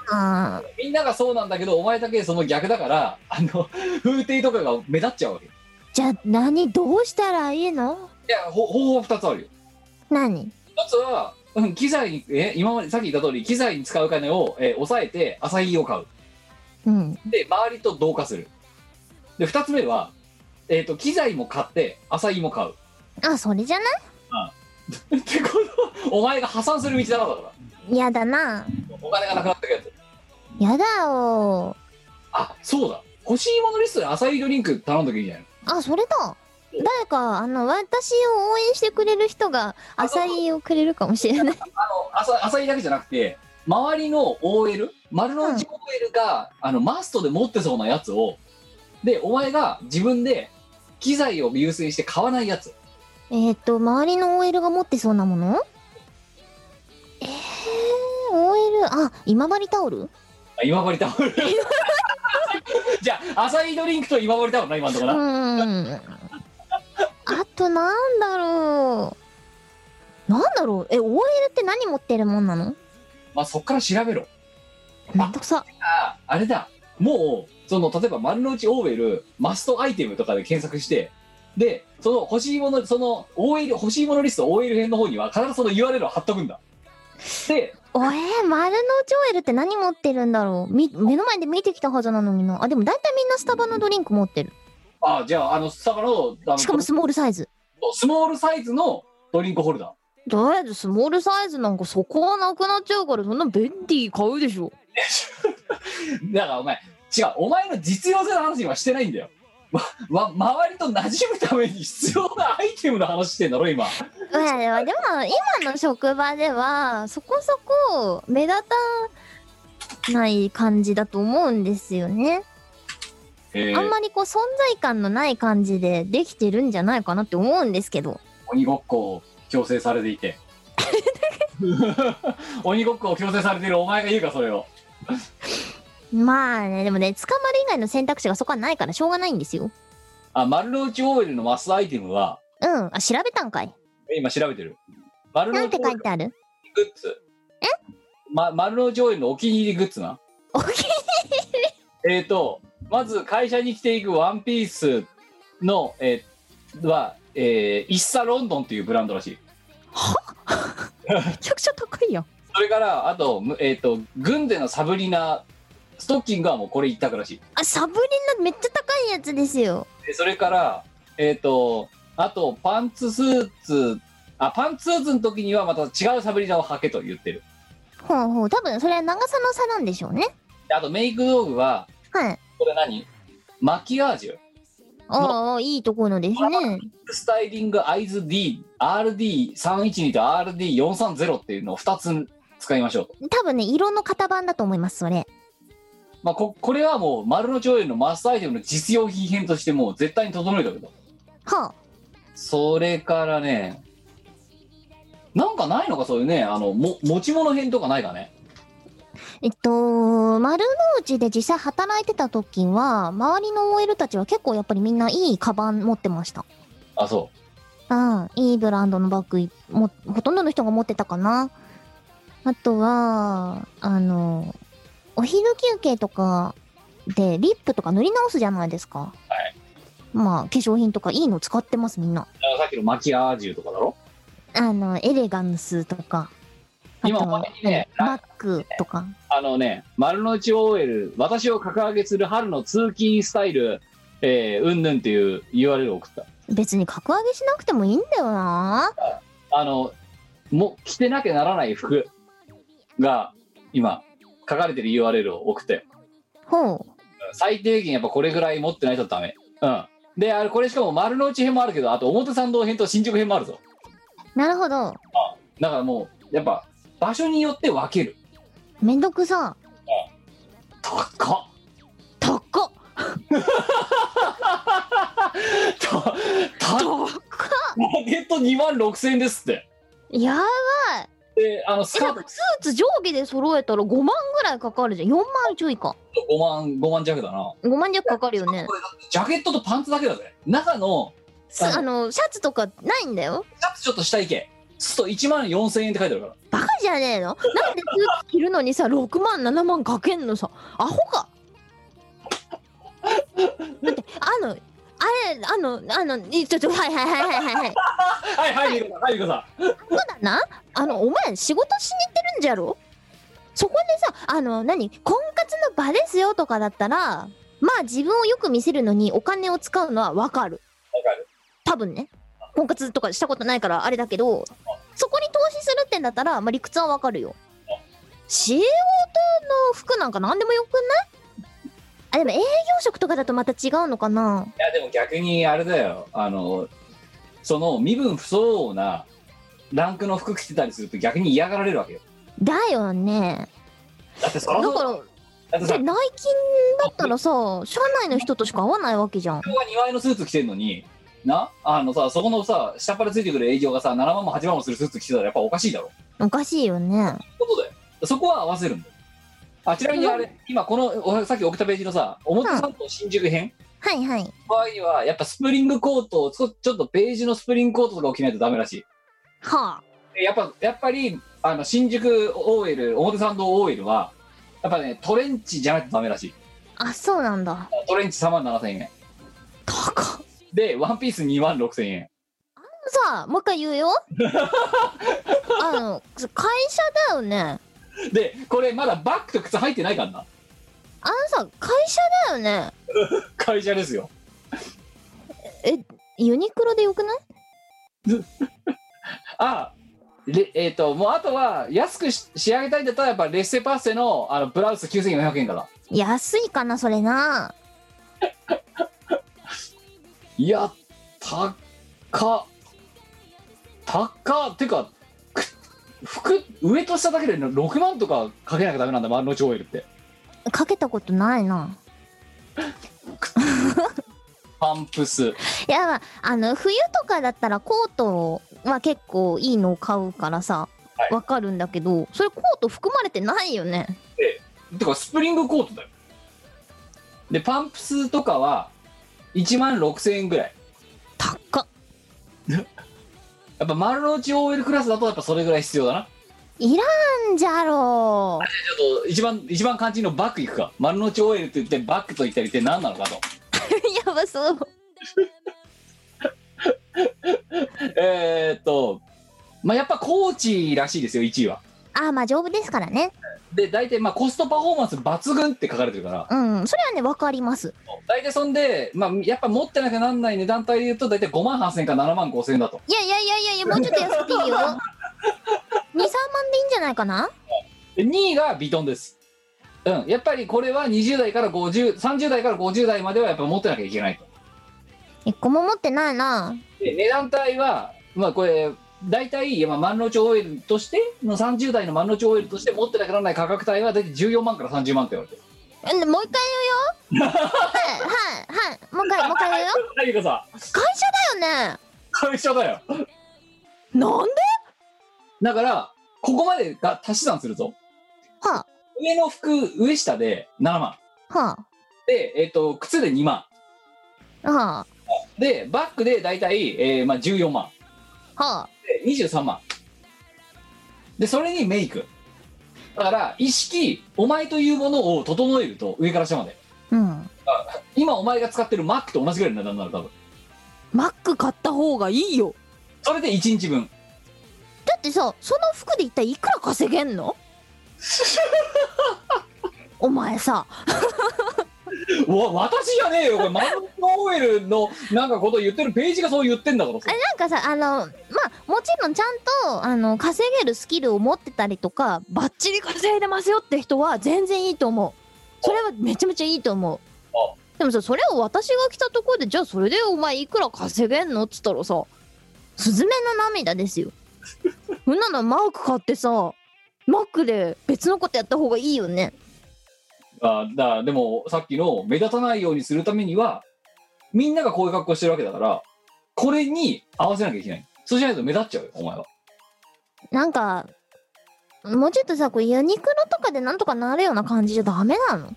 みんながそうなんだけどお前だけその逆だからあの風景とかが目立っちゃうわけいじゃあ何どうしたらいいのやほ方法2つあるよ何一つはうん機材にえ今までさっき言った通り機材に使う金を、えー抑えて浅いを買ううん。で周りと同化するで2つ目は、えー、と機材も買って浅いも買う あ、それじゃなってこのお前が破産する道だろだかいやだな。らお金がなくなってくやつやだよ。あそうだ欲しいものリストで浅いドリンク頼んどきゃいいんじゃないのあ、それだ。誰か、あの、私を応援してくれる人が、アサリをくれるかもしれ ない。浅浅いだけじゃなくて周りの OL 丸の内 OL が、あのマストで持ってそうなやつをでお前が自分で機材を優先して買わないやつえっと、周りの OL が持ってそうなものえー、OL、あ、今治タオルあ今治タ オルじゃあ浅いドリンクと今治タオルな今のとこうな、ん。あと、なんだろう。なんだろう。え、OL って何持ってるもんなのまあ、そっから調べろめんどくさ。ああれだもうその例えば丸の内オーベルマストアイテムとかで検索してでその欲しいものその OL 欲しいものリスト OL 編の方には必ずその URL を貼っとくんだでおえー、丸の内オイルって何持ってるんだろうみ目の前で見てきたはずなのにな。あ、でも大体みんなスタバのドリンク持ってる。あじゃああのスタバのあのしかもスモールサイズ。スモールサイズのドリンクホルダーとりあえずスモールサイズなんかそこはなくなっちゃうからそんな便利買うでしょ。だからお前違うお前の実用性の話はしてないんだよわわ周りと馴染むために必要なアイテムの話してんだろ今まあでもでも今の職場ではそこそこ目立たない感じだと思うんですよね。えーあんまりこう存在感のない感じでできてるんじゃないかなって思うんですけど。鬼ごっこを強制されて いて鬼ごっこを強制されているお前が言うかそれをまあね、でもね、捕まる以外の選択肢がそこはないからしょうがないんですよ。あ丸の内オイルのマスアイテムはうん。あ、調べたんかい。え今調べてる丸のなん内てオイ書ルいてあるグッズま、丸の内オイルのお気に入りグッズなお気にえー、とまず会社に着ていくワンピースの、えーは、えー、イッサロンドンというブランドらしいめちゃくちゃ高いよ。それからあと,む、えー、と軍でのサブリナストッキングはもうこれ一択らしいあ、サブリナめっちゃ高いやつですよ。でそれからえっ、とあとパンツスーツあパンツスーツの時にはまた違うサブリナを履けと言ってるほうほう。多分それは長さの差なんでしょうね。であとメイク道具ははい。これ何マキアージュああ、いいところですね。スタイリングアイズ DRD312 と RD430 っていうのを2つ使いましょうと、多分ね、色の型番だと思います、それ。まあ、ここれはもう丸の上流のマストアイテムの実用品編としてもう絶対に整えておくとはあ。それからねなんかないのかそういうねあのも持ち物編とかないかねえっと、丸の内で実際働いてた時は、周りの OL たちは結構やっぱりみんないいカバン持ってました。あそううん、いいブランドのバッグいも、ほとんどの人が持ってたかな。あとは、あの、お昼休憩とかでリップとか塗り直すじゃないですか。はい。まあ、化粧品とかいいの使ってます、みんな。だからさっきのマキアージュとかだろあの、エレガンスとか。あと今お前にねバッグとか。あのね丸の内 OL 私を格上げする春の通勤スタイル、えー、うんぬんっていう URL を送った別に格上げしなくてもいいんだよな。あの、もう着てなきゃならない服が今書かれてる URL を送って、ほう。最低限やっぱこれぐらい持ってないとダメ。うん。で、あれこれしかも丸の内編もあるけど、あと表参道編と新宿編もあるぞ。なるほど。だからもう、やっぱ場所によって分ける。めんどくさ。高っとっこ。たたとっこ。マーケット2万6000円ですって。やばい。で、あの、スえカだーかトらスーツ上下で揃えたら5万ぐらいかかるじゃん。4万ちょいか。 5万、5万弱だな。 5万弱かかるよね。ジャケットとパンツだけだぜ。中の、すあの、シャツとかないんだよ。シャツちょっと下行け。すと1万4000円って書いてあるから。バカじゃねえのなんでスーツ着るのにさ、6万、7万かけんのさ。アホか。だって、あの、あれ、あの、あの、いちょ、ちょ、はいはいはいはいはいはい。はいはい、リコさん、はい、リコさそうだな。あの、お前、仕事しに行ってるんじゃろそこでさ、あの、何、婚活の場ですよとかだったら、まあ自分をよく見せるのにお金を使うのはわかる。わかる。多分ね。婚活とかしたことないからあれだけど、そこに投資するってんだったら、まあ理屈はわかるよ。仕事の服なんか何でもよくないあ、でも営業職とかだとまた違うのかないや、でも逆にあれだよ。あの、その身分不相応なランクの服着てたりすると逆に嫌がられるわけよ。だよね。だってそだのから、だってでさ、内勤だったらさ社内の人としか会わないわけじゃん人が2枚のスーツ着てるのに、な、あのさ、そこのさ、下っ端でついてくる営業がさ、7万も8万もするスーツ着てたらやっぱおかしいだろ。おかしいよねことだよ。そこは合わせるんだよ。あちなみにあれ、今このおさっき送ったページのさ、表参道新宿編はいはい場合には、やっぱスプリングコートをちょちょっとベージュのスプリングコートとかを着ないとダメらしい。はあやっぱやっぱりあの新宿 OL 表参道 OL はやっぱねトレンチじゃないとダメらしいあそうなんだトレンチ3万7000円高っでワンピース2万6000円さあもう一回言う よあの会社だよねでこれまだバッグと靴入ってないからなあのさ会社だよね会社ですよユニクロでよくないあれえっ、ともうあとは安くし仕上げたいんだったらやっぱレッセパッセのあのブラウス9400円から安いかなそれないや高っ高ってかく服上と下だけで6万とかかけなきゃダメなんだ丸の内 OL ってかけたことないなパンプスいや、まあ、あの、冬とかだったらコートは結構いいのを買うからさは、いわかるんだけど、それコート含まれてないよね。てかスプリングコートだよでパンプスとかは1万6000円ぐらい高っ。やっぱ丸の内 OL クラスだとやっぱそれぐらい必要だないらんじ ゃろう。ちょっと一番一番肝心のバックいくか丸の内 OL って言ってバックと言ったりって何なのかとやばそう。えー、っとまあやっぱコーチらしいですよ1位はああ、まあ丈夫ですからね。で大体まあコストパフォーマンス抜群って書かれてるからうん。それはね、わかります。大体そんで、まあ、やっぱ持ってなきゃなんない値段帯で言うと大体5万8000円か7万5000円だといやいやいやいやい や、もうちょっと安くていいよ。2、3万でいいんじゃないかなで2位がビトンですうんやっぱりこれは20代から5030代から50代まではやっぱ持ってなきゃいけないと一個も持ってないな。で値段帯はまあこれ大体今万能町オイルとしての30代の万能町オイルとして持ってなきゃならない価格帯は大体14万から30万って言われてるうんもう一回言うよ。はい、はい、はい。もう一回、もう一回言うよ。はいゆかさん会社だよね。会社だよなんでだからここまでが足し算するとは上の服上下で7万あ、はで、えっと靴で2万あ、はあ、でバックで大体、えーまあ、14万はあ。で23万でそれにメイクだから意識お前というものを整えると上から下までうん。今お前が使ってるマックと同じぐらいの値段になる多分マック買った方がいいよそれで1日分だってさ、その服で一体いくら稼げ んのお前さ、うわ私じゃねえよこれマルノオイルのなんかこと言ってるページがそう言ってんだからさなんかさ、あの、まあ、もちろんちゃんと、あの、稼げるスキルを持ってたりとか、バッチリ稼いでますよって人は全然いいと思う。それはめちゃめちゃいいと思うあ。でもさ、それを私が来たところで、じゃあそれでお前いくら稼げんのっつったらさ、スズメの涙です よ。そんなのマーク買ってさ、マックで別のことやった方がいいよね。あだからでもさっきの目立たないようにするためにはみんながこういう格好してるわけだからこれに合わせなきゃいけないそうしないと目立っちゃうよお前はなんか、もうちょっとさ、こうユニクロとかでなんとかなるような感じじゃダメなの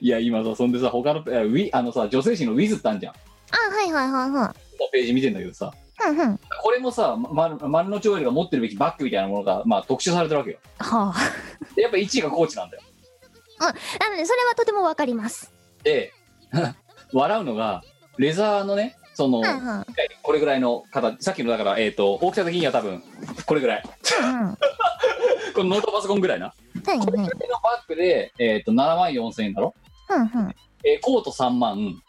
いや今さそんでさ他のいやウィあのさ女性誌の「ウィズってあんじゃんあ、はいはいはいはページ見てんだけどさい。うんうん。はこれもさまま丸の内オイルが持ってるべきバッグみたいなものが、まあ、特集されてるわけよあ。でやっぱ1位がコーチなんだよなので、それはとてもわかります。で 笑うのがレザーのねそのはいはこれぐらいの形さっきのだから、えー、と大きさ的には多分これぐらいい。うん。はこのノートパソコンぐらいなこいはい。れのバッグで、えー、と7万4000円だろ、うんうん。うん。えーコート3万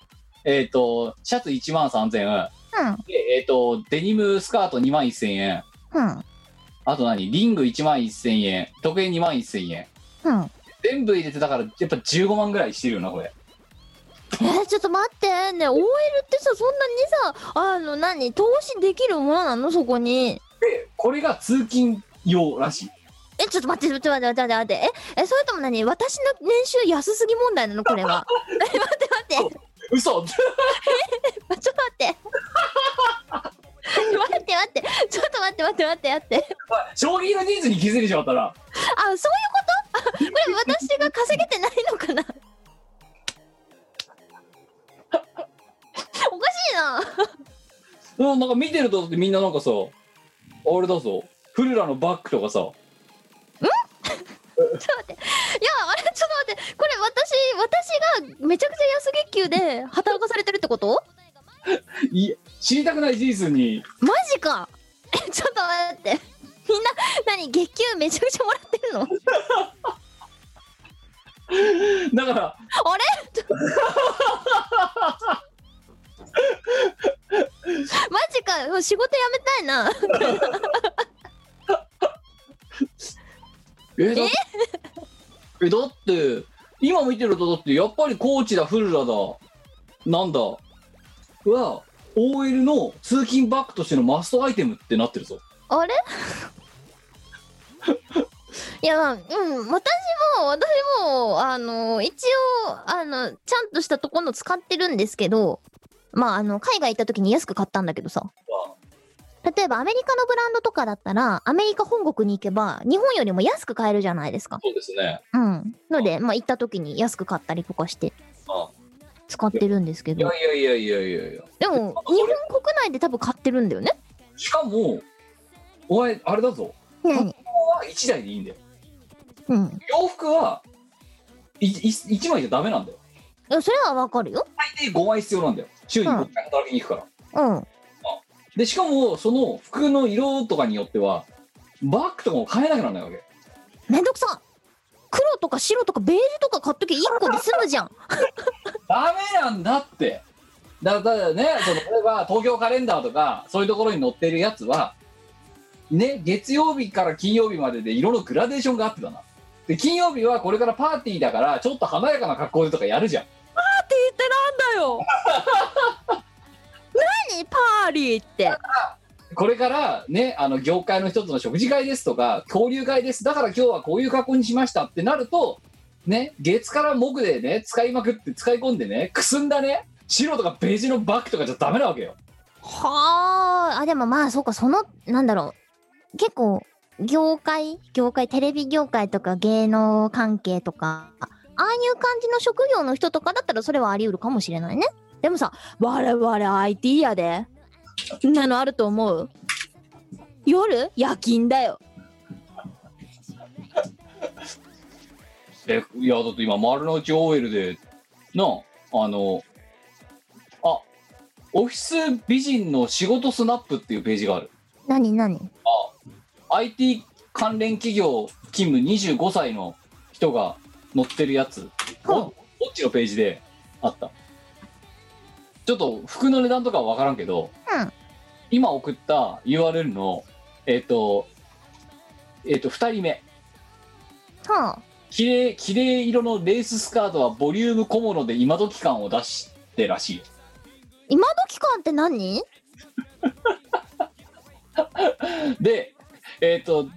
えっ、とシャツ1万3000円で、えー、とデニムスカート2万1000円うん。あと何リング1万1000円、時計2万1000円。うん。全部入れてだから、やっぱ15万ぐらいしてるよな、これ。えーちょっと待ってね OL ってさそんなにさあの何投資できるものなのそこにで、これが通勤用らしい。えちょっと待ってちょっと待って待って待って待ってええそれとも何私の年収安すぎ問題なのこれはえ待って待って嘘 あちょっと待って待って待ってちょっと待って待って待って待って将棋の人数に気づいてしまったら、あそういうことあこれ私が稼げてないのかな おかしいな うん、なんか見てるとみんななんかさ、あれだぞ、フルラのバッグとかさ、ちょっと待って。いや、あれ、ちょっと待って。これ、私、私がめちゃくちゃ安月給で働かされてるってことい知りたくない事実に、マジか。 え、ちょっと待って。みんな、何、月給めちゃくちゃもらってるの だから、あれ ちょマジか。もう仕事辞めたいな。えだ えだって今見てるとだってやっぱりコーチだフルラだなんだは OL の通勤バッグとしてのマストアイテムってなってるぞ あれいや、まあうん、私も私も、あの、一応、あの、ちゃんとしたところの使ってるんですけど、まあ、あの、海外行った時に安く買ったんだけどさ。例えばアメリカのブランドとかだったら、アメリカ本国に行けば、日本よりも安く買えるじゃないですか。そうですね。うん。ので、まあ、行った時に安く買ったりとかしてあ使ってるんですけいやど。いやいやいやいやいや。でも、日本国内で多分買ってるんだよね。しかも、お前、あれだぞ。何ここは1台でいいんだよ。うん。洋服は 1, 一枚じゃダメなんだよ。いやそれはわかるよ。最低5枚必要なんだよ。週に5回働きに行くから。うん。で、しかも、その服の色とかによっては、バッグとかも買えなくならないわけ。めんどくさ黒とか白とかベージュとか買っときゃ1個で済むじゃん。ダメなんだってだだからねその例えば東京カレンダーとかそういうところに載ってるやつはね月曜日から金曜日までで色のグラデーションがあってたなで金曜日はこれからパーティーだからちょっと華やかな格好でとかやるじゃんって言ってなんだ よ何パーリーってこれからねあの業界の一つの食事会ですとか交流会ですだから今日はこういう格好にしましたってなるとね月から木でね使いまくって使い込んでねくすんだね白とかベージュのバッグとかじゃダメなわけよはあ。あ、でもまあそうか、その、なんだろう。結構、業界業界、テレビ業界とか芸能関係とか、あああいう感じの職業の人とかだったらそれはあり得るかもしれないね。でもさ我々 IT やでそんなのあると思う夜夜勤だよえいやだって今丸の内 OL でなああのあオフィス美人の仕事スナップっていうページがあるなになに IT 関連企業勤務25歳の人が載ってるやつほうどっちのページであったちょっと服の値段とかは分からんけど、うん今送った URL のえっ、とえっ、と2人目はあ。綺麗綺麗色のレーススカートはボリューム小物で今時感を出してらしいよ今時間って何でえっ、と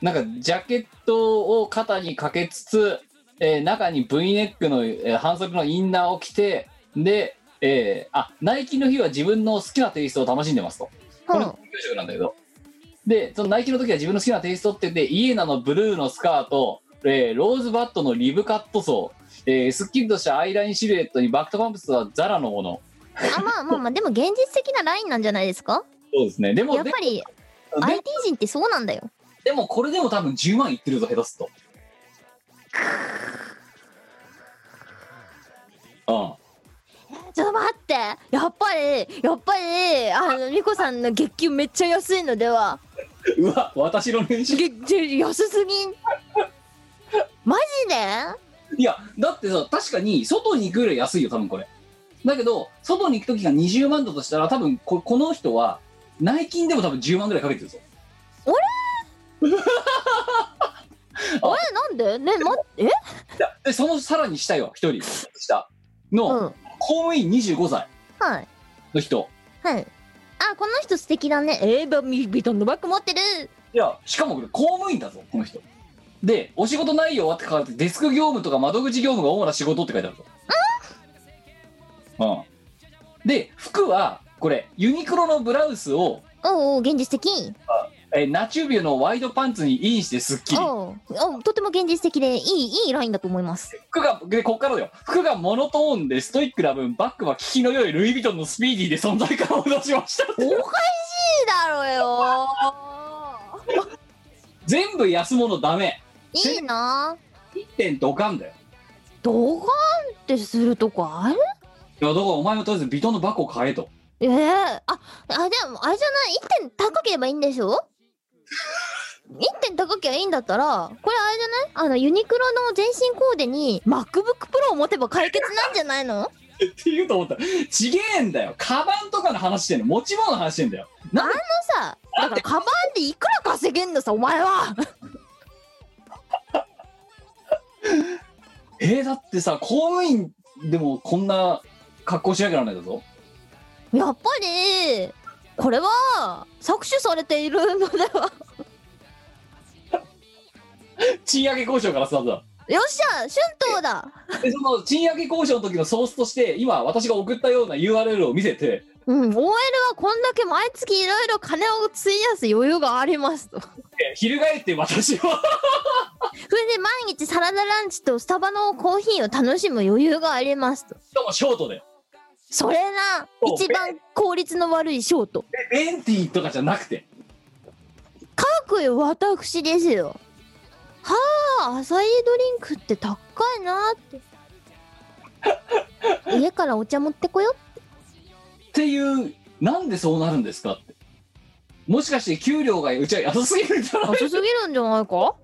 なんかジャケットを肩にかけつつ、えー中に V ネックの、えー半袖のインナーを着てで、えーあナイキの日は自分の好きなテイストを楽しんでますとこれは給食なんだけどでそのナイキの時は自分の好きなテイストって言ってイエナのブルーのスカート、えーローズバットのリブカットソー、えーすっきりとしたアイラインシルエットにバックトパンプスはザラのものあ。あ、まあまあまあ、でも現実的なラインなんじゃないですかそうですねでもやっぱり、で IT 人ってそうなんだよ。でもこれでも多分10万いってるぞ下手すっとちょっと待ってやっぱりやっぱりあの美子さんの月給めっちゃ安いのではうんうわ私の年収げげ安すぎんマジでいやだってさ確かに外に行くより安いよ多分これだけど外に行く時が20万だとしたら多分ここの人は内勤でも多分10万ぐらいかけてるぞえなんでねまえでそのさらに下よ一人下のうん。公務員25歳はい。の人はい。あ、この人素敵だね。え、えー、バミビトンのバッグ持ってる。いやしかもこれ公務員だぞこの人でお仕事内容はって書かれてデスク業務とか窓口業務が主な仕事って書いてあるぞうんで服はこれユニクロのブラウスをおうおう、現実的。えーナチュビュのワイドパンツにインしてすっきりおうおう、とても現実的で、いい、いいラインだと思います。服がでこっからだよ服がモノトーンでストイックな分バッグは効きの良いルイ・ヴィトンのスピーディーで存在感を出しましたおかしいだろうよ全部安物ダメいいな1点ドカンだよドガンってするとこあるいやだからお前もとりあえずビトンのバッグを買えとええあ、あ、でも、あれじゃない一点高ければいいんでしょ一点高ければいいんだったら、これあれじゃないあの、ユニクロの全身コーデに MacBook Pro を持てば解決なんじゃないのって言うと思ったちげえんだよカバンとかの話してんの持ち物の話してんだよなんでさ、だからカバンでいくら稼げんのさお前はえーだってさ公務員でもこんな格好しなきゃならないんだぞやっぱりこれは搾取されているのでは賃上げ交渉からスタートだよっしゃ春闘だでその賃上げ交渉の時のソースとして今私が送ったような URL を見せてうん、OL はこんだけ毎月いろいろ金を費やす余裕がありますと。そえ翻って私はれで毎日サラダランチとスタバのコーヒーを楽しむ余裕がありますと。しかもショートでそれなそう一番効率の悪いショート。ベンティーとかじゃなくて各よ私ですよ。はあ、アサイードリンクって高いなって。家からお茶持ってこよ。っていうなんでそうなるんですかってもしかして給料がうちは安すぎるんじゃない遅すぎるんじゃないか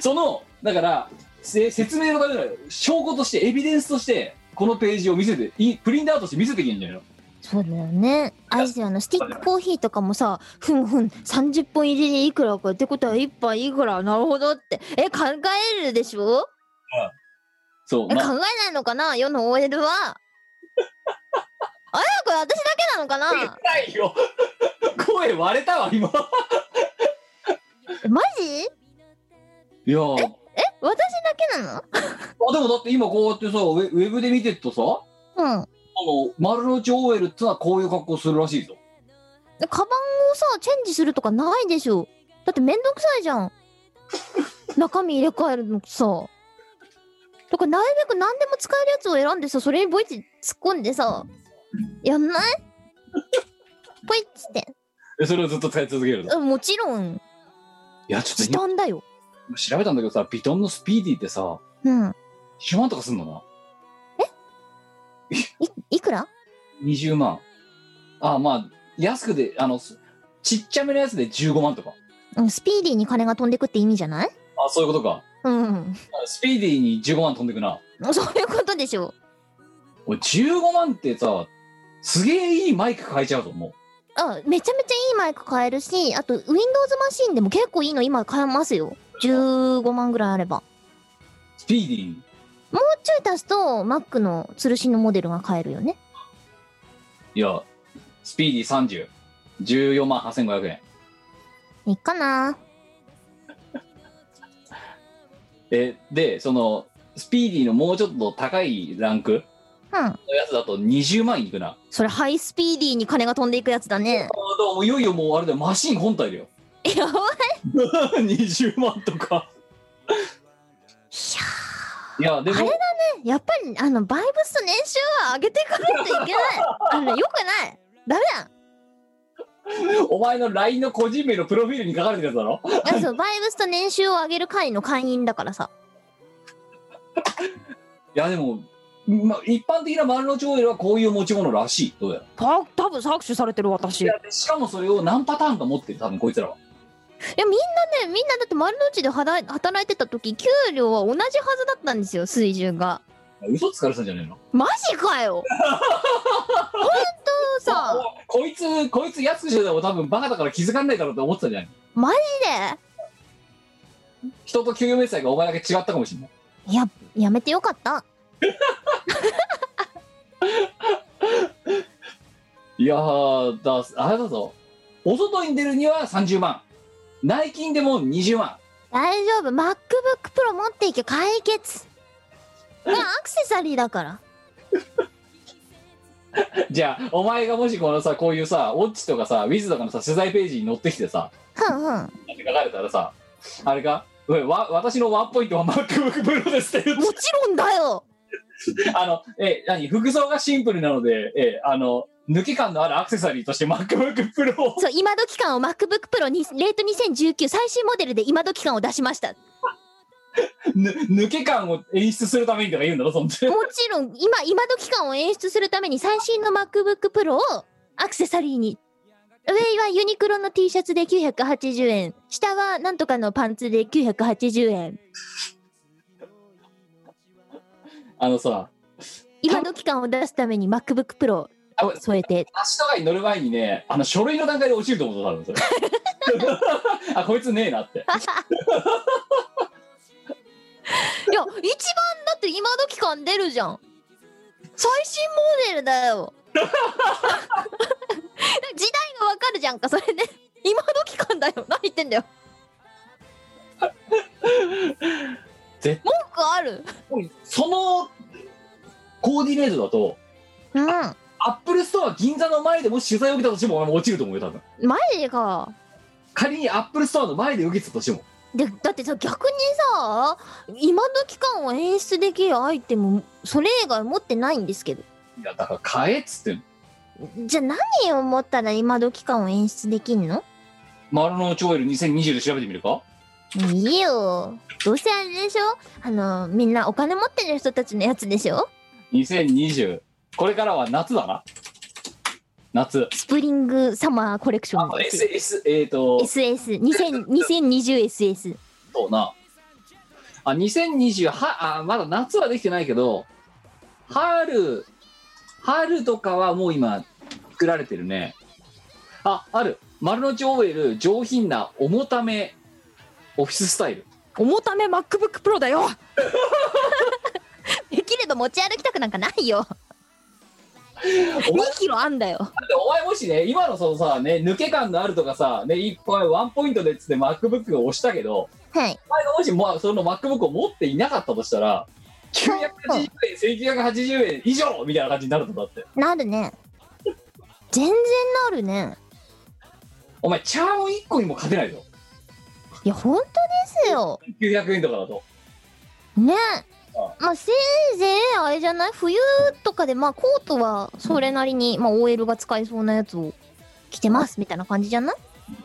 そのだからせ説明のための証拠としてエビデンスとしてこのページを見せていプリントアウトして見せてきんじゃないのそうだよね。あれですよ、あの、スティックコーヒーとかもさ、ふんふん、30本入りでいくらかってことは1杯いくら、なるほどって。え、考えるでしょそう、え、考まあ、えないのかな世の OL は。あれこれ私だけなのか なないよ声割れたわ今えマジいやー私だけなあでもだって今こうやってさウェウェブで見てるとさあのうん。の丸の内 OL ってのはこういう格好するらしいぞでカバンをさ、チェンジするとかないでしょ。だってめんどくさいじゃん。中身入れ替えるのさ。だからなるべく何でも使えるやつを選んでさ、それにボイチ突っ込んでさ、やんないポイッつって。えそれをずっと使い続けるのいうんもちろん、やちょっ時と短だよ。今調べたんだけどさビトンのスピーディーってさうん。、1万とかすんのないいくら20万ああまあ安くであのすちっちゃめのやつで15万とかうん、スピーディーに金が飛んでくって意味じゃないあそういうことかうん。スピーディーに15万飛んでくなそういうことでしょ。おい15万ってさすげえいいマイク変えちゃうと思うあ、めちゃめちゃいいマイク買えるし、あと Windows マシンでも結構いいの今買えますよ。15万ぐらいあれば。スピーディーにもうちょい足すと、Mac の吊るしのモデルが買えるよね。いやスピーディー3014万8500円いいかなえでそのスピーディーのもうちょっと高いランクうん。のやつだと20万いくなそれハイスピーディーに金が飛んでいくやつだね。あでもいよいよもうあれだよマシン本体だ よやばい。 20万とかいやでもあれやっぱり、あの、バイブスと年収は上げていかないとい けない。あの、よくない。ダメお前の LINE の個人名のプロフィールに書かれてるやつだろだ。あそう、バイブスと年収を上げる会の会員だからさ。いやでも、まあ、一般的な丸の内オイルはこういう持ち物らしいどうやらた、多分搾取されてる私。いや、しかもそれを何パターンか持ってる多分こいつらはみんなね、みんなだって丸の内で働い働いてた時、給料は同じはずだったんですよ、水準が。嘘つかれてたんじゃねえのマジか よほんと さ。こいつこいつ安くしてでも多分バカだから気づかんないだろうって思ってたんじゃないので人と給与明細がお前だけ違ったかもしれないいややめてよかったいやーだあれだぞお外に出るには30万内勤でも20万大丈夫 MacBookPro 持っていけ解決これアクセサリーだからじゃあお前がもしこのさこういうさオッチとかさウィズとかのさ取材ページに載ってきてさふんふんなんて書かれたらさあれかおいわ私のワンポイントは MacBookPro ですって言ってもちろんだよあの、え、何、服装がシンプルなので、え、あの、抜け感のあるアクセサリーとして MacBook Pro をそう今時間を MacBookPro にレート2019最新モデルで今時間を出しましたぬ抜け感を演出するためにとか言うんだろ、そんで。もちろん今今時間を演出するために最新の MacBookPro をアクセサリーに上はユニクロの T シャツで980円下はなんとかのパンツで980円あのさ、今時間を出すために MacBookPro あ添えて足とかに乗る前にね、あの、書類の段階で落ちると思うぞ、多分それ。 あ、こいつねえな って。いや一番だって今時感出るじゃん最新モデルだよ 時代がわかるじゃんかそれで今時感だよ何言ってんだよ絶文句ある対そのコーディネートだとうんアップルストア銀座の前でもし取材を受けたとしても俺も落ちると思うよ多分マジか仮にアップルストアの前で受けてたとしてもでだってさ逆にさ今の期間を演出できるアイテムそれ以外持ってないんですけどいやだから買えっつってんのじゃあ何を持ったら今の期間を演出できんの丸の内オイル2020で調べてみるかいいよどうせあれでしょあのみんなお金持ってる人たちのやつでしょ2020これからは夏だな夏スプリングサマーコレクショあンの SS えーと SS2020SS そうなあ2020はあまだ夏はできてないけど春春とかはもう今作られてるねあある丸の内 OL 上品な重ためオフィススタイル重ため MacBookPro だよ できれば持ち歩きたくなんかないよお前2キロあんだよだってお前もしね今のそのさね抜け感のあるとかさね一個ワンポイントでっつって MacBook を押したけどはいお前がもしもその MacBook を持っていなかったとしたら980円1980円以上みたいな感じになるとだってなるね全然なるねお前チャーム1個にも勝てないぞいや本当ですよ900円とかだとねあまあせいぜいあれじゃない冬とかでまあコートはそれなりに、まあ OL が使えそうなやつを着てますみたいな感じじゃない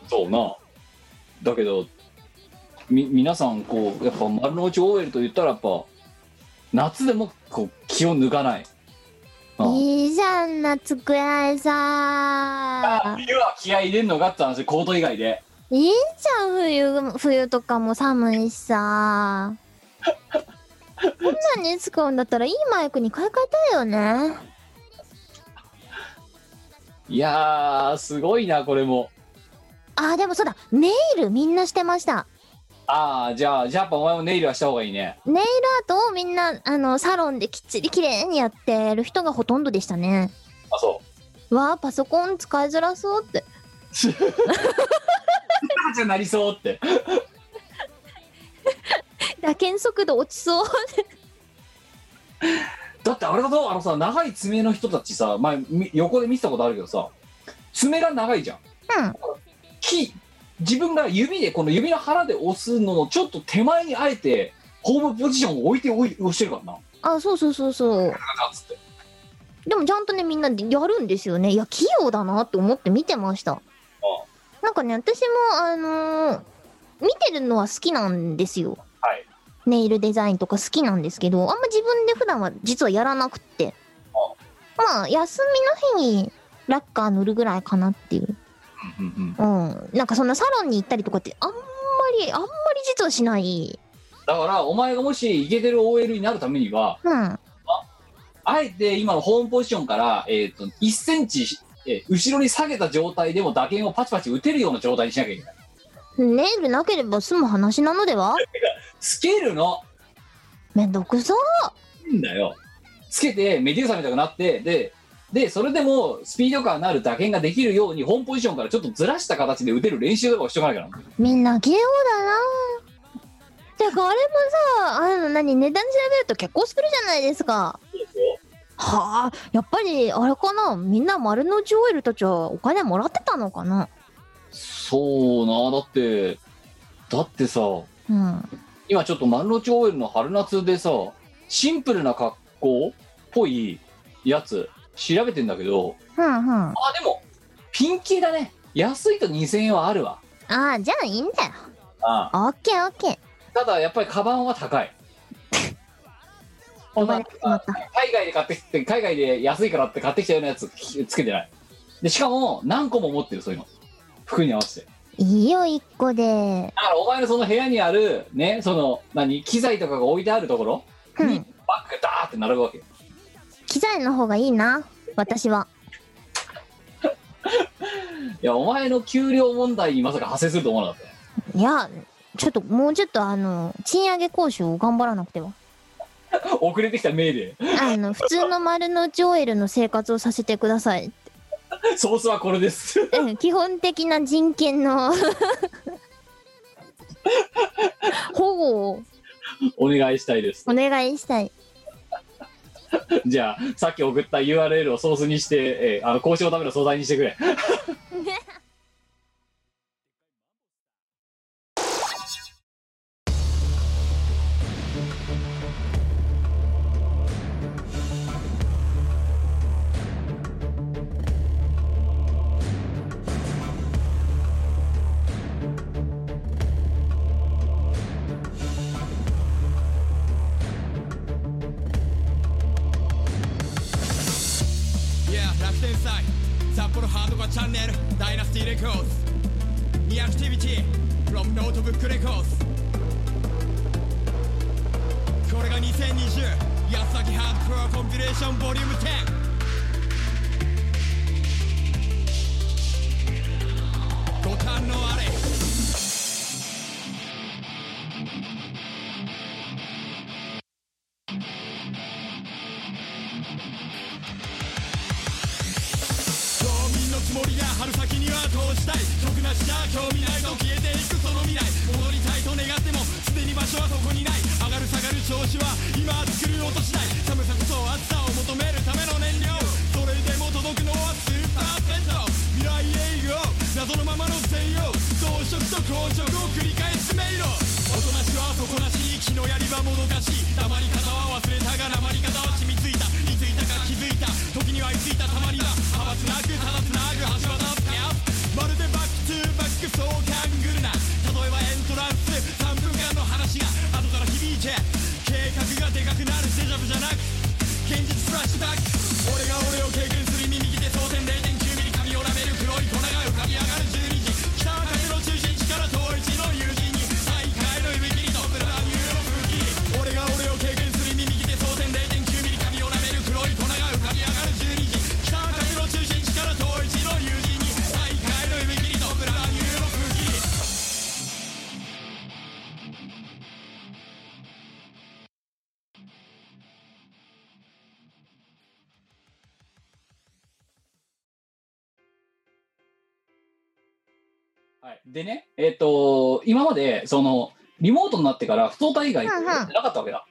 そうなだけどみ皆さんこうやっぱ丸の内 OL と言ったらやっぱ夏でもこう気を抜かないああいいじゃん夏くらいさ冬は気合い入れんのかって話コート以外でいいじゃん冬冬とかも寒いしさこんなに使うんだったらいいマイクに買い替えたいよねいやーすごいなこれもあでもそうだネイルみんなしてましたああじゃあじゃあやっぱお前もネイルはした方がいいねネイルアートをみんなあのサロンできっちり綺麗にやってる人がほとんどでしたねあそう わあパソコン使いづらそうってじゃなりそうって打鍵速度落ちそうだってあれだとあのさ長い爪の人たちさ前み横で見てたことあるけどさ爪が長いじゃん、うんき自分が指でこの指の腹で押すののちょっと手前にあえてホームポジションを置いておい押してるからなあそうそうそうそうガタガタっつってでもちゃんとねみんなやるんですよねいや器用だなって思って見てましたなんかね私もあのー見てるのは好きなんですよはいネイルデザインとか好きなんですけどあんま自分で普段は実はやらなくってまあ休みの日にラッカー塗るぐらいかなっていううんうんうんうんなんかそのサロンに行ったりとかってあんまりあんまり実はしないだからお前がもしイケてる OL になるためにはうんあえて今のホームポジションから、えー、と1センチ、えー後ろに下げた状態でも打鍵をパチパチ打てるような状態にしなきゃいけないネイルなければ済む話なのではつけるのめんどくそいいんだよつけてメデューサみたくなってででそれでもスピード感のある打鍵ができるようにホームポジションからちょっとずらした形で打てる練習とかをしとかなきゃなみんな器用だなてかあれもさあの何値段調べると結構するじゃないですかはあやっぱりあれかなみんな丸の内オイルたちはお金もらってたのかなそうなだってだってさうん今ちょっと丸の内オイルの春夏でさシンプルな格好っぽいやつ調べてんだけどうんうんああでもピンキーだね安いと2000円はあるわあじゃあいいんだよあオッケーオッケーただやっぱりカバンは 高いお呼ば前れてしまった海外で買ってきて海外で安いからって買ってきたようなやつひつけてないでしかも何個も持ってるそういうの服に合わせていいよ一個でだからお前のその部屋にあるねその何機材とかが置いてあるところうんにバッグダーって並ぶわけよ機材の方がいいな私はいやお前の給料問題にまさか発生すると思わなかったよいやちょっともうちょっとあの賃上げ交渉を頑張らなくては遅れてきた命令あの普通の丸の内オイルの生活をさせてくださいソースはこれです うん基本的な 人権の保護をお願いしたいですお願いしたい。じゃあさっき送った URL をソースにして、えーあの交渉のための素材にしてくれいや楽天祭札幌ハードコアチャンネルダイナスティレコーズニアクティビティ from ノートブックレコーズこれが2020安崎ハードコアコンピレーションボリューム10ご堪能あれ町民のつもりが春先にはこうしたい得なしじゃ興味ないと消えていくその未来戻りたいと願ってもすでに場所はそこにない上がる下がる調子は今作る音次第寒さこそ暑さを求めるための燃料それでも届くのはスーパーセント未来営業謎のままの全容増殖と硬直を繰り返す迷路おとなしは底なしに気のやりはもどかしい黙り方は忘れたが黙り方は染みついたいついたか気づいた時にはいついたたまには派閥なくただつなぐ橋渡ってまるでバックトゥーバックそうキャングルな例えばエントランス3分間の話が後から響いて計画がでかくなるデジャブじゃなく現実フラッシュバック俺が俺を経験する耳切て当然0 9ミリ髪をなめる黒い粉が浮かび上がる12時北は風の中心地から遠い地の友人に再会の指切りとブランニューの武器俺が俺を経験する耳切て当然0 9ミリ髪をなめる黒い粉が浮かび上がる12時北は風の中心地から遠い地の友人に再会の指切りとブランニューの武器はい、でね、えっ、と今までそのリモートになってから不登体以外ってやってなかったわけだ。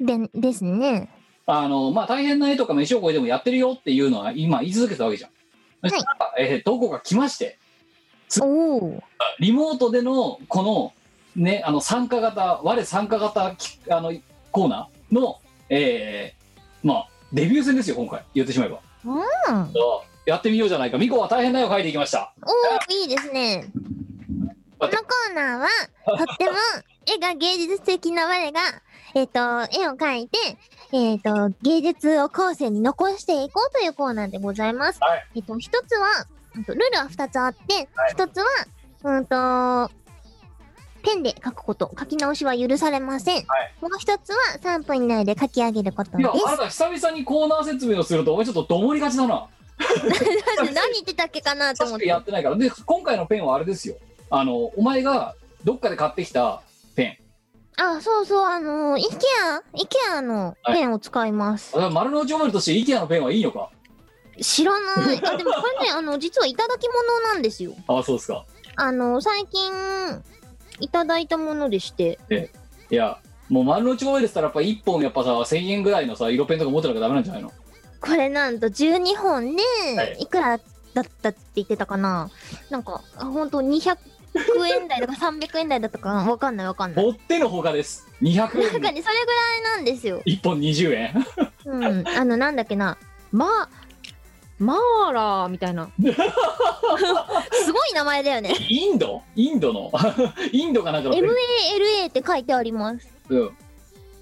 で、ですね。あのまあ、大変な絵とか飯を超えてもやってるよっていうのは今言い続けたわけじゃん。そしたら、えーどこか来ましておお。リモートでのこの,、ね、あの参加型我参加型きあのコーナーの、えーまあ、デビュー戦ですよ今回言ってしまえば。うんやってみようじゃないかミコは大変な絵を描いていきました。おお、いいですね。このコーナーは、とっても、絵が芸術的な我が、えっ、と、絵を描いて、えっ、と、芸術を後世に残していこうというコーナーでございます。はいえっ、と、一つは、うんとルールは二つあって、一つは、うんと、ペンで描くこと、描き直しは許されません。はいもう一つは、3分以内で描き上げることいでやあなす。た久々にコーナー説明をするとお前ちょっとどもりがちだな。 何言ってたっけかなと思っ確かて。やってないからで今回のペンはあれですよあのお前がどっかで買ってきたペあ、そうそう、あのー、イケア、イケアのペンを使います。ンあ丸の内オムレとして IKEA のペンはいいのか知ら ない。あ、でもこれね、あの、実はいただき物なんですよ。あそうですかあの、最近、いただいたものでして。いやもう丸の内オムレでしたらやっぱ1本やっぱさ1000円ぐらいのさ色ペンとか持ってなきゃダメなんじゃないのこれなんと12本ではい、いくらだったって言ってたかな。なんか、あほんと200円台とか300円台だったかな。わかんないわかんない。持ってのほかです200なん円かね、それぐらいなんですよ。 1本20円うん。あの、なんだっけな。ま、マーラーみたい な。すごい名前だよね。インドインドの インドかなんかのペン、 MALA って書いてあります。うん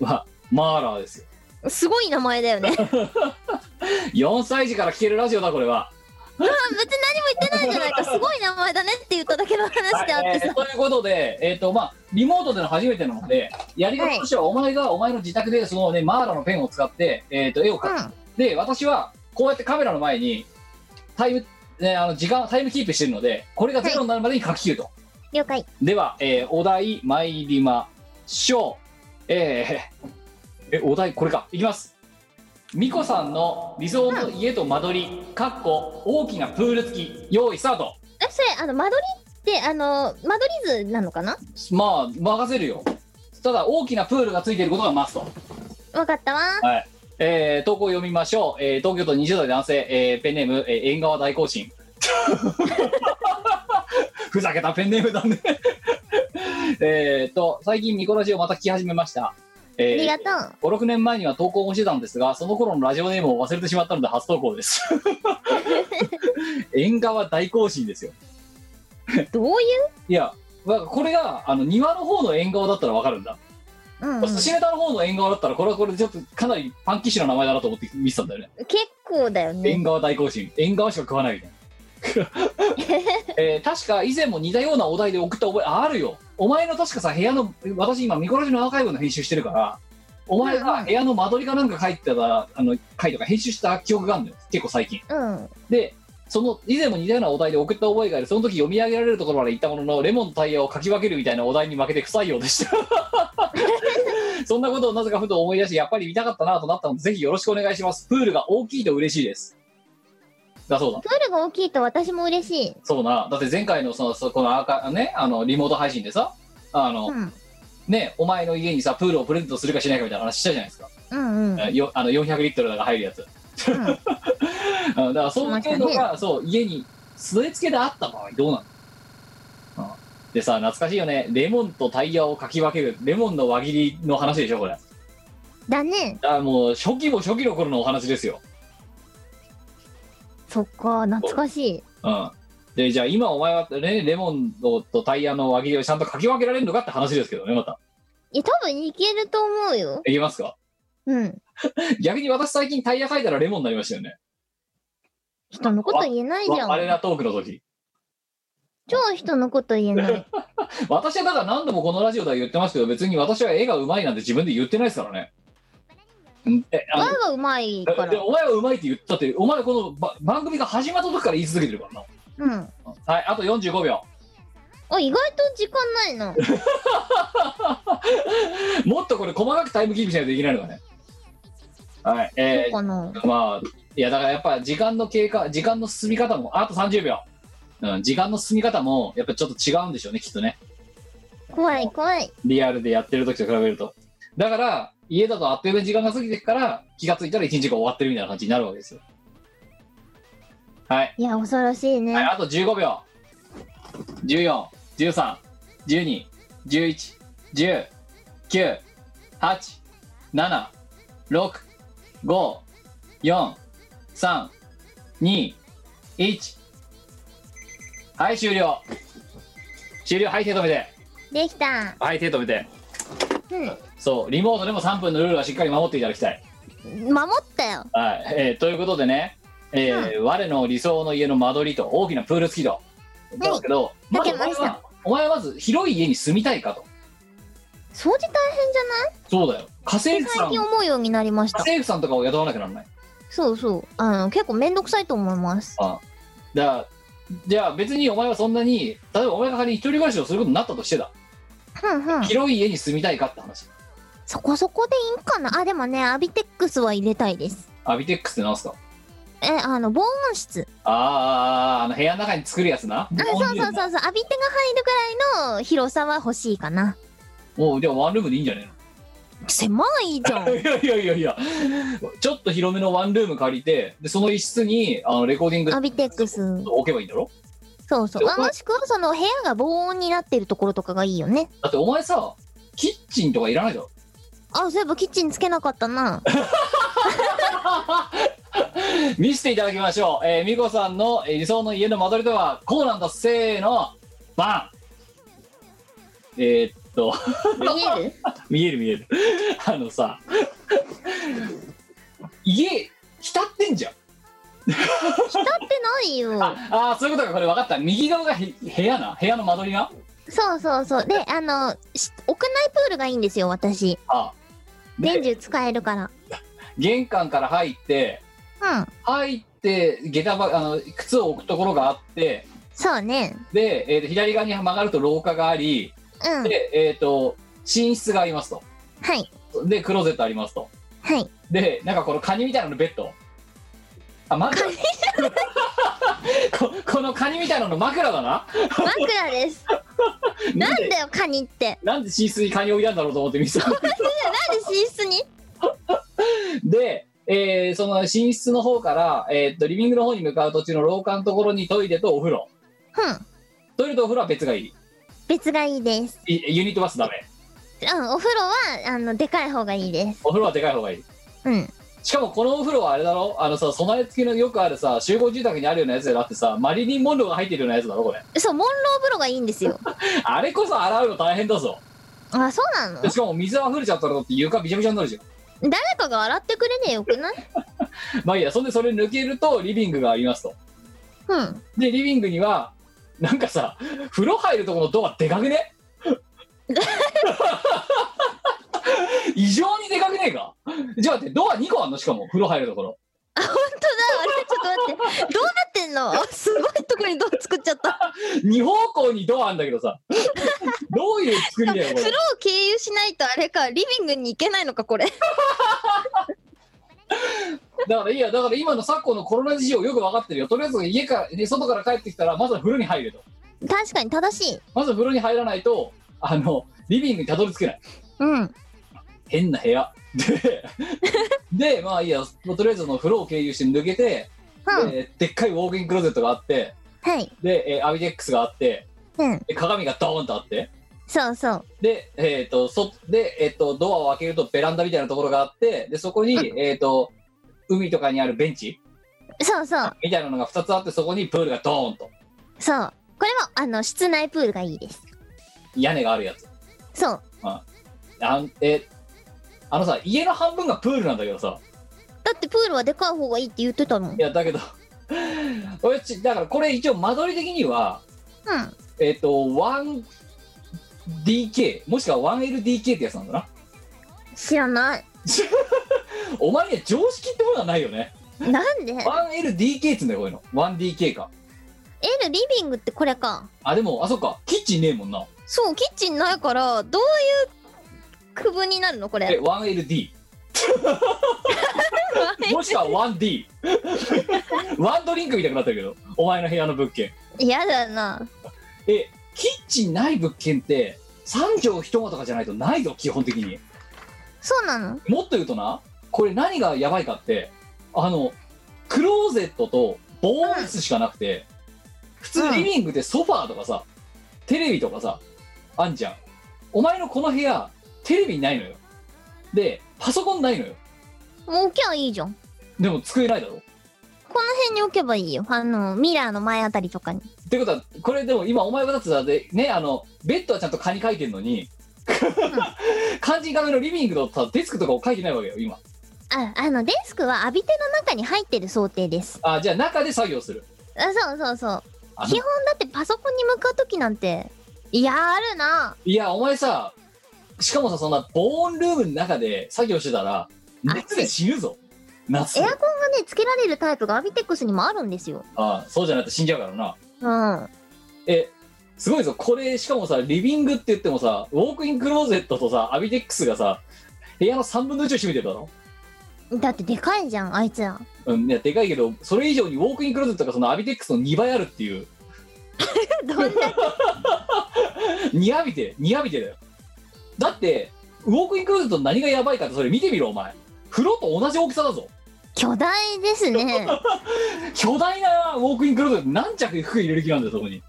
まあマーラーですよすごい名前だ よね。別に4歳児から聴けるラジオだこれは何も言ってないじゃないか。すごい名前だねって言っただけの話であってえさー。ということで、えーとまあ、リモートでの初めてなのでやり方としてはお前がお前の自宅でその、ね、マーラのペンを使って、えー、と絵を描く、で私はこうやってカメラの前にタイム、ね、あの時間タイムキープしてるのでこれがゼロになるまでに書き切ると、了解。では、えーお題参りましょうえーえお題これかいきますミコさんの理想の家と間取り、かっこ大きなプール付き用意スタートえ、それ、あの、間取りって、あの、間取り図なのかなまあ任せるよただ大きなプールがついていることがマストわかったわ。はい。えー、投稿読みましょう。えー、東京都20代男性、えー、ペンネーム、えー、縁側大行進。 ふざけたペンネームだね。 えーと、最近ミコラジをまた聞き始めました。あえりーがと5、6年前には投稿もしてたんですが、その頃のラジオネームを忘れてしまったので初投稿です。 縁側大行進ですよ。う。どういういや、まあこれがあの庭の方の縁側だったらわかるんだ。うん、寿結司ネタの方の縁側だったら、これはこれでちょっとかなりパンキッシュな名前だなと思って見てたんだよね。構だよね。縁側大行進縁側しか食わないみたいな、 えー確か以前も似たようなお題で送った覚えああるよお前の確かさ部屋の私今ミコラジのアーカイブの編集してるからお前が部屋の間取りかなんか書いてたあの回とか編集した記憶があるのよ結構最近うん。でその以前も似たようなお題で送った覚えがあるその時読み上げられるところまで行ったもののレモンのタイヤをかき分けるみたいなお題に負けて不採用でした そんなことをなぜかふと思い出してやっぱり見たかったなとなったのでぜひよろしくお願いしますプールが大きいと嬉しいですだそうだプールが大きいと私も嬉しい。そうなだって前回のそのそこのアーカねあのリモート配信でさあの、うん。ねお前の家にさプールをプレゼントするかしないかみたいな話したじゃないですか、うんうん。よあの400リットルだから入るやつ、 あのだからそういうのが、そう家に据え付けであった場合どうなの、うんでさ懐かしいよねレモンとタイヤをかき分けるレモンの輪切りの話でしょこれだね。あもう初期も初期の頃のお話ですよ、そっか、懐かしい。うん、でじゃあ今お前は、ね、レモンとタイヤの輪切りをちゃんとかき分けられるのかって話ですけどねまたいや、多分いけると思うよ。いけますか うん。逆に私最近タイヤ書いたらレモンになりましたよね。人のこと言えないじゃあれん。なトークの時。超人のこと言え ない。私はだから何度もこのラジオでは言ってますけど、別に私は絵がうまいなんて自分で言ってないですからね。んえあ前のがうまいかでら。お前はうまいって言ったって、お前はこのば番組が始まった時から言い続けてるからうん。な。はい、あと45秒。 あ、意外と時間ないな。もっとこれ細かくタイムキープしないといけないのかね。はい、そえうかな。ー、まあ、いやだからやっぱ時間の経過、時間の進み方も、あと30秒。うん、時間の進み方も、やっぱちょっと違うんでしょうね、きっとね。怖い怖い。リアルでやってる時と比べると。だから、家だとあっという間に時間が過ぎてくから、気がついたら1日が終わってるみたいな感じになるわけですよ。はい。いや、恐ろしいはい、ね。あと15秒。14、13、12、11、10、9、8、7、6、5、4、3、2、1。はい、終了。終了。はい、手止めて。できた。はい、手止めて。うそう、リモートでも3分のルールはしっかり守っていただきたい。ん。守ったよ。はい、えーということでね、えー我の理想の家の間取りと大きなプール付きと。だけど、かけおま前したは、お前はまず広い家に住みたいかと。掃除大変じゃないそうだよ。家政婦さ最ん、近家思うようになりました。政婦さんとかを雇わなきゃならない。そうそう。あの、結構めんどくさいと思います。だから、じゃあ別にお前はそんなに、例えばお前が仮に一人暮らしをすることになったとしてだ。うんうん。広い家に住みたいかって話。そこそこでいいんかなあ、でもね、アビテックスは入れたいです。アビテックスってなんすかえ、あの、防音室。あーあの部屋の中に作るやつな。あ、そうそうそうそう。アビテが入るぐらいの広さは欲しいかな。もう、じゃあワンルームでいいんじゃねえの狭いじゃ ん。いやいやいやいや、ちょっと広めのワンルーム借りて、でその一室にあのレコーディングアビテックス。置けばいいんだろそうそう。あもしくは、その部屋が防音になってるところとかがいいよね。だってお前さ、キッチンとかいらないだろ あ、そういえばキッチンつけなかったな。見せていただきましょう。えー、美子さんのえー理想の家の間取りとはこうなんだ、せーの、バンえーっと、 見える見える見える。 あのさ、家、浸ってんじゃん。浸ってないよ。ああー、そういうことか、これ分かった。右側がへ部屋な、部屋の間取りな。そうそうそう。で、あの、し屋内プールがいいんですよ、私。あで年中使えるから。玄関から入って、うん。入って下駄ばあの靴を置くところがあってそうね。で、えーと左側に曲がると廊下がありうん。で、えー、と寝室がありますとはい。でクローゼットありますとはい。でなんかこのカニみたいなのベッドあ枕ここのカニみたいなの枕だな枕です。なんだよカニってなんで寝室にカニ置いたんだろうと思って見てたなんで寝室にで、えーその寝室の方から、えーっとリビングの方に向かう途中の廊下のところにトイレとお風呂うんトイレとお風呂は別がいい別がいいですいユニットバスダメうんお風呂はあのでかい方がいいですお風呂はでかい方がいいうんしかもこのお風呂はあれだろあのさ備え付きのよくあるさ集合住宅にあるようなやつだってさマリリン・モンローが入ってるようなやつだろこれそうモンロー風呂がいいんですよあれこそ洗うの大変だぞあそうなのでしかも水あふれちゃったらだって床びちゃびちゃになるじゃん誰かが洗ってくれねえよくないまあいいやそんでそれ抜けるとリビングがありますとうんでリビングにはなんかさ風呂入るとこのドアでかくね異常にでかくねえかじゃあ待ってドア2個あんのしかも風呂入るところ本当だあれちょっと待ってどうなってんの すごいとこにドア作っちゃった2方向にドアあんだけどさどういう作りだよこ風れ呂を経由しないとあれかリビングに行けないのかこれだからいいやだから今の昨今のコロナ事情よく分かってるよとりあえず家から、ね、外から帰ってきたらまずは風呂に入ると確かに正しいまずは風呂に入らないとあのリビングにたどり着けないうん変な部屋ででまあいいやもうとりあえずその風呂を経由して抜けて、うんででっかいウォークインクローゼットがあってはいで、えーアビデックスがあってうんで鏡がドーンとあってそうそうで,、えー、とそでえー、とドアを開けるとベランダみたいなところがあってでそこに、えー、と海とかにあるベンチそうそうみたいなのが2つあってそこにプールがドーンとそうこれもあの室内プールがいいです屋根があるやつそうあんえあのさ家の半分がプールなんだけどさだってプールはでかい方がいいって言ってたもんうんいやだけど 俺ちだからこれ一応間取り的にはえっ、と、1DK、もしくは 1LDK ってやつなんだな。知らないお前には常識ってものはないよね。なんで 1LDK ってうんだよ、こういうの。1DK か。 L リビングってこれかあ、でも、あ、そっか、キッチンねえもんな。そうキッチンないからどういう区分になるのこえ、れ 1LD。もしくは 1D。ワンドリンクみたいになってるけど、お前の部屋の物件。嫌だなえ、キッチンない物件って、3畳一間とかじゃないとないぞ、基本的に。そうなのもっと言うとなこれ何がやばいかってあのクローゼットと防音室しかなくて、普通リビングでソファーとかさテレビとかさあんじゃんお前のこの部屋テレビないのよでパソコンないのよもう置きゃいいじゃんでも机ないだろこの辺に置けばいいよあのミラーの前あたりとかにってことはこれでも今お前がだってさでねあのベッドはちゃんとカニ書いてんのに 肝心画面のリビングのさデスクとかを書いてないわけよ今ああのデスクは浴び手の中に入ってる想定ですあじゃあ中で作業するあそうそうそうあの基本だってパソコンに向かう時なんていやあるないや、お前さ、しかもさ、そんな防音ルームの中で作業してたら、熱で死ぬぞ。夏エアコンがねつけられるタイプがアビテックスにもあるんですよああそうじゃないと死んじゃうからな。うんえ、すごいぞ。これ、しかもさ、リビングって言ってもさ、ウォークインクローゼットとさ、アビデックスがさ、部屋の3分の1を占めてるだろ。だってでかいじゃんあいつらうん、いや、でかいけど、それ以上にウォークインクローゼットがそのアビデックスの2倍あるっていう。 どんな2アビテ、2アビテだよ。だって、ウォークインクローゼットの何がやばいかって、それ見てみろ、お前。風呂と同じ大きさだぞ。巨大ですね巨大なウォークインクローゼット何着服入れる気なんだよそこに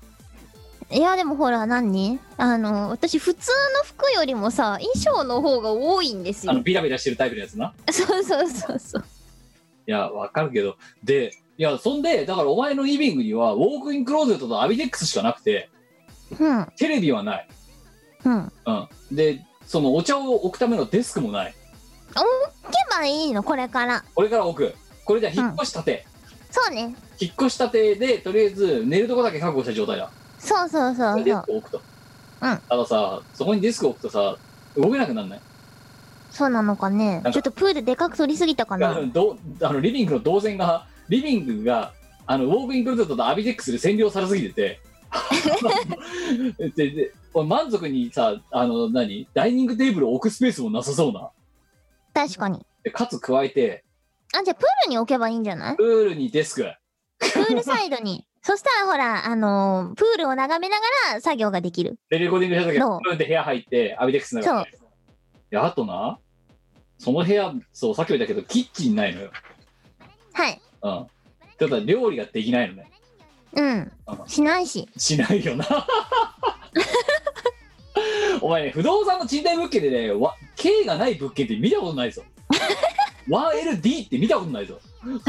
いやでもほら何あの私普通の服よりもさ衣装の方が多いんですあのよビラビラしてるタイプのやつな そうそうそうそういやわかるけどでいやそんでだからお前のリビングにはウォークインクローゼットとアビデックスしかなくてうんテレビはない、うんうん、でそのお茶を置くためのデスクもない置けばいいのこれからこれから置くこれじゃ引っ越したて、そうね引っ越したてでとりあえず寝るとこだけ確保した状態だそうそうそうデそスうク置くと、うんたださそこにデスク置くとさ動けなくなんないそうなのかねなんかちょっとプールでかく取りすぎたかがなどあのリビングの動線がリビングがあのウォークインクローゼットとアビデックスで占領されすぎて てでで俺満足にさあの何ダイニングテーブルを置くスペースもなさそうな確かにでかつ加えてあじゃあプールに置けばいいんじゃないプールにデスク プールサイドにそしたらほら、あのープールを眺めながら作業ができる。で、レコーディングした時そはう、ブーンって部屋入って、アビデックスの中で。いや、あとな、その部屋、そう、さっきも言ったけど、キッチンないのよ。はい。うん。ただ、料理ができないのね。うん。しないし。しないよな。 お前ね、不動産の賃貸物件でね、わ K がない物件って見たことないぞ。1LD って見たことないぞ。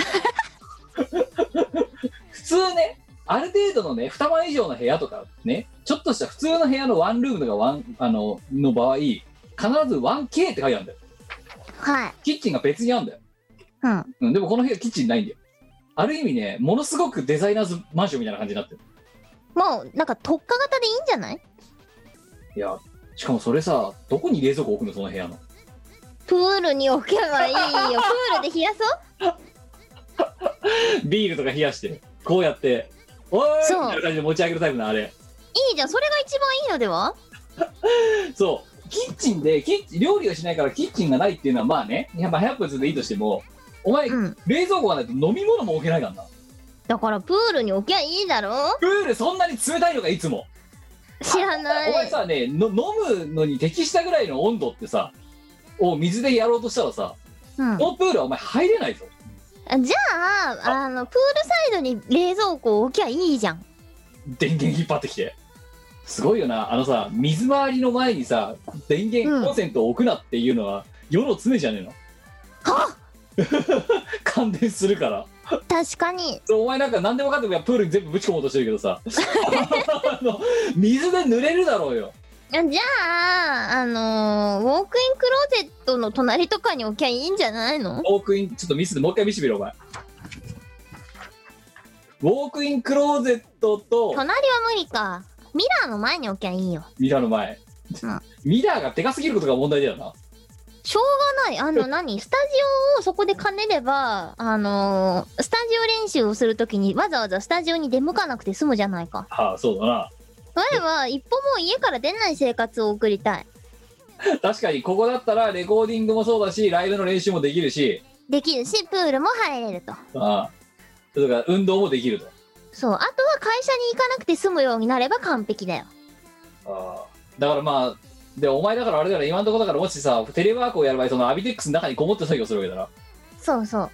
普通ね、ある程度のね、2万以上の部屋とかね、ちょっとした普通の部屋のワンルームとかワンあのの場合、必ず 1K って書いてあるんだよ。はい。キッチンが別にあるんだよ。うん。うん、でもこの部屋キッチンないんだよ。ある意味ね、ものすごくデザイナーズマンションみたいな感じになってる。もう、なんか特化型でいいんじゃないいや、しかもそれさ、どこに冷蔵庫置くの、その部屋の。 プールに置けばいいよ。プールで冷やそう。ビールとか冷やして、こうやって、おーいみそうたいな感じで持ち上げるタイプのあれ。いいじゃん。それが一番いいのではそう、キッチンで、キッチン料理をしないからキッチンがないっていうのは、まあね、やっぱ早くずでいいとしても、お前、うん。冷蔵庫がないと飲み物も置けないからな。だからプールに置きゃいいだろプールそんなに冷たいのか、いつも。知らなお前い。さ、ねの、飲むのに適したぐらいの温度ってさ、を水でやろうとしたらさ、うん。このプールはお前入れないぞ。あじゃあ、あの、プールサイドに冷蔵庫を置きゃいいじゃん。電源引っ張ってきてすごいよなあのさ水回りの前にさ電う源んコンセントを置くなっていうのは世の常じゃねえのは 感電するから確かに。そうお前なんか何でもかんでもプールに全部ぶち込もうとしてるけどさあの水で濡れるだろうよあじゃあ、あのーウォークインクローゼットの隣とかに置きゃいいんじゃないのウォークインちょっとミスでもう一回見せてみろお前ウォークインクローゼットと隣は無理か。ミラーの前に置きゃいいよ。ミラーの前、うんミラーがでかすぎることが問題だよなしょうがない。あの、何スタジオをそこで兼ねれば、あのースタジオ練習をするときにわざわざスタジオに出向かなくて済むじゃないか。ああそうだな我は一歩も家から出ない生活を送りたい。確かにここだったらレコーディングもそうだしライブの練習もできるしできるし、プールも入れると。ああそれから運動もできるとそう。あとは会社に行かなくて済むようになれば完璧だよ。ああだからまあでお前だからあれだろ今のところだからもしさテレワークをやる場合そのアビテックスの中にこもって作業するわけだなそうそう。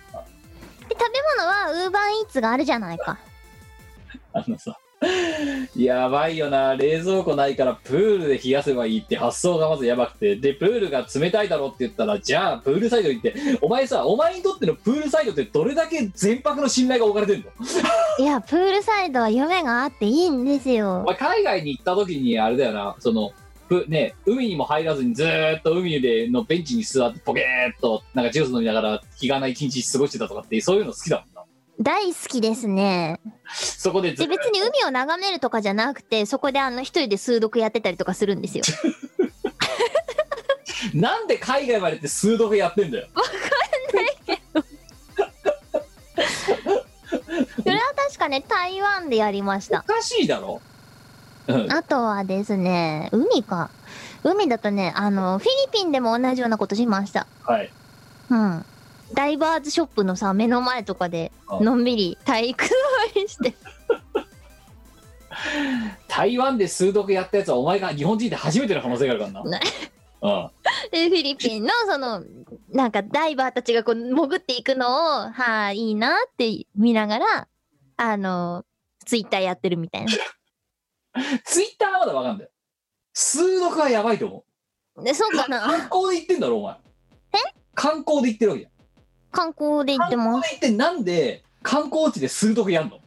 で、食べ物はウーバーイーツがあるじゃないか。あのさ やばいよな冷蔵庫ないからプールで冷やせばいいって発想がまずやばくてでプールが冷たいだろって言ったらじゃあプールサイド行ってお前さお前にとってのプールサイドってどれだけ全泊の信頼が置かれてんのいや、プールサイドは夢があっていいんですよお。前海外に行った時にあれだよなそのふね海にも入らずにずーっと海でのベンチに座ってポケーっとなんかジュース飲みながら日がない一日過ごしてたとかってそういうの好きだもんな大好きですね。そこでずで、ーっ別に海を眺めるとかじゃなくて、そこであの、一人で数読やってたりとかするんですよ。となんで海外までって数読やってんだよそれは確かね、台湾でやりましおた。かしいだろ、うん、あとはですね、海か。海だとね、あの、フィリピンでも同じようなことしました。はいうん。ダイバーズショップのさ、目の前とかで、うんのんびり体育座りして。台湾で数読やったやつはお前が日本人で初めての可能性があるから な、ねうん、でフィリピンのそのなんかダイバーたちがこう潜っていくのをはあいいなって見ながらあのツイッターやってるみたいな。ツイッターはまだわかんない数読はやばいと思うでそうか観な光で行ってんだろお前え観光で行ってるわけじゃん観光で行って観も光で行ってなんで観光地で数読やんの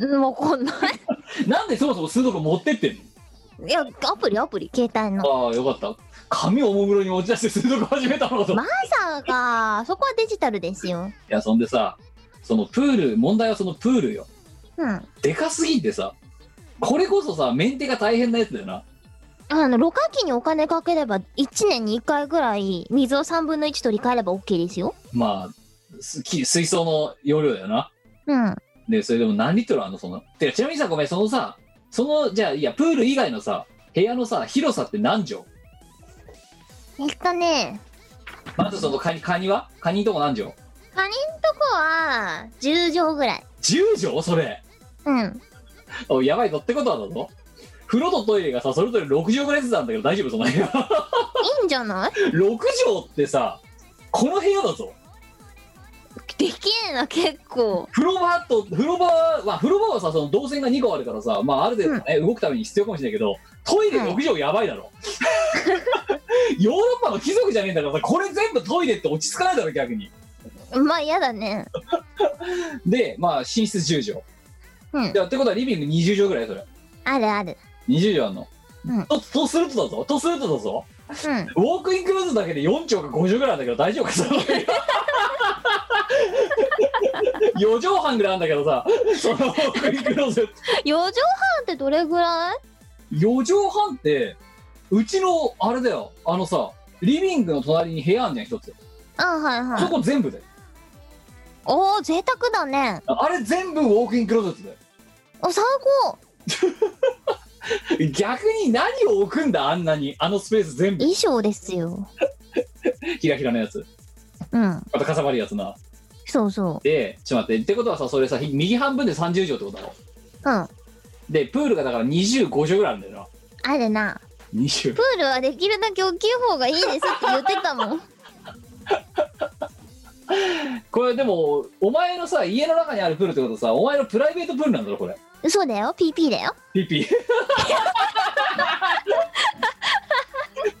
うんわかんない。なんでそもそも数読持ってってんのいやアプリアプリ携帯の。ああよかった紙をおもむろに持ち出して数読始めたのかと、まさかそこはデジタルですよ。いやそんでさそのプール問題はそのプールようん。でかすぎてさこれこそさメンテが大変なやつだよなあのろ過器にお金かければ1年に1回ぐらい水を3分の1取り替えれば OK ですよ。まあすき水槽の容量だよなうん。でそれでも何リットルあんのそのてかちなみにさごめんそのさそのじゃあいやプール以外のさ部屋のさ広さって何畳えっとねまずそのカニカニはカニのとこ何畳カニんとこは10畳ぐらい。 10畳それううん。おいやばいぞってことはだぞ風呂とトイレがさそれぞれ6畳ぐらいずつなんだけど大丈夫その部屋 いいんじゃない6畳ってさこの部屋だぞできえな、結構。風呂場と風呂場は、まあ、風呂場はさその動線が2個あるからさ、まあ、ある程度ね、動くために必要かもしれないけどトイレはい6畳やばいだろ、 ヨーロッパの貴族じゃねえんだからさこれ全部トイレって落ち着かないだろ逆にまあ、嫌だね。でまあ寝室10う畳、んでってことはリビング20畳ぐらいそれあるある。 20畳あんの、うんととするとだぞとするとだぞうん。ウォークインクルーズだけで4畳か5畳ぐらいなんだけど大丈夫かその4畳半ぐらいあんだけどさそのウォークインクルーズ4畳半ってどれぐらい4畳半ってうちのあれだよあのさリビングの隣に部屋あんじゃん一つあはいはそい。こ全部でおお、贅沢だね。あれ全部ウォークインクローゼットだお、最高。よ逆に何を置くんだあんなにあのスペース全部衣装ですよ。ひらひらのやつうん。またかさばるやつなそうそでちょっと待ってってことはさそれさひ右半分で30畳ってことだろう。うん。でプールがだから25畳ぐらいあるんだよなあるな。 20プールはできるだけ大きい方がいいですって言ってた もん。これでもお前のさ家の中にあるプールってことさお前のプライベートプールなんだろこれそうだよ。PP だよ。ピピ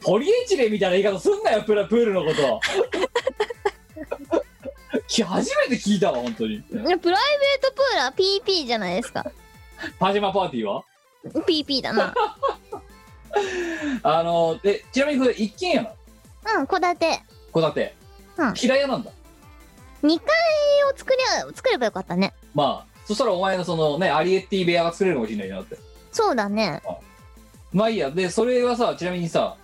ポリエチレンみたいな言い方すんなよプラプールのことき初めて聞いたわ本当にプライベートプールは PP じゃないですか。パジャマパーティーは PP だな。あのえちなみにこれ一軒家なのうん、戸建て。戸建て、うん平屋なんだ2階を作りゃ、作ればよかったね。まあそしたらお前のそのねアリエッティ部屋が作れるかもしれないなってそうだね。まあいいやでそれはさちなみにさ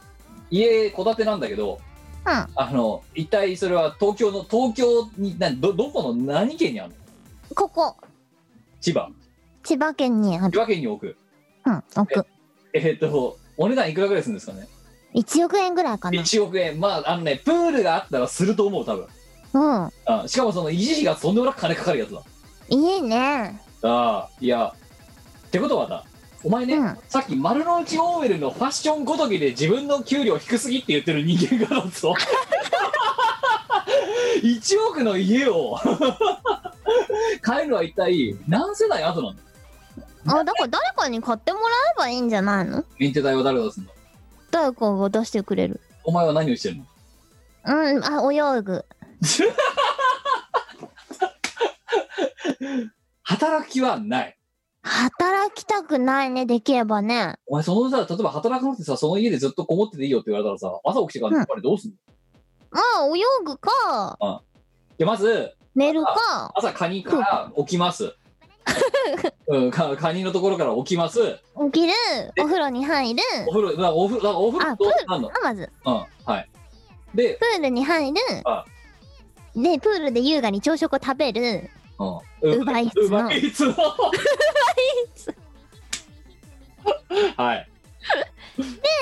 家戸建てなんだけど、うんあの一体それは東京の東京になどどこの何県にあるのここ、千葉千葉県にある。千葉県に置くうん、奥。えーっとお値段いくらぐらいするんですかね1億円ぐらいかな。 1億円まああのねプールがあったらすると思う多分うん。あしかもその維持費がとんでもなく金かかるやつだいいね。ああいやってことはだお前ね、うんさっき丸の内オーウェルのファッションごときで自分の給料低すぎって言ってる人間がだぞ 1億の家を買えるのは一体何世代後なのあ、だから誰かに買ってもらえばいいんじゃないのメンテ代は誰が出すの誰かが出してくれる。お前は何をしてるのうん、あ、泳ぐ。働きはない働きたくないね、できればね。お前そのさ、例えば働かなくてさ、その家でずっとこもってていいよって言われたらさ、朝起きてかうらんやっぱりどうすんの、まあ、泳ぐか、でまず、寝るか。朝カニから起きます。うん、かカニのところから起きます。起きるお風呂に入るお風呂、なお風呂、なお風呂あどうなんのまあまずうん、はい。で、プールに入るあでプールで優雅に朝食を食べるうん。ウーバーイーツのうまいつの。 はい。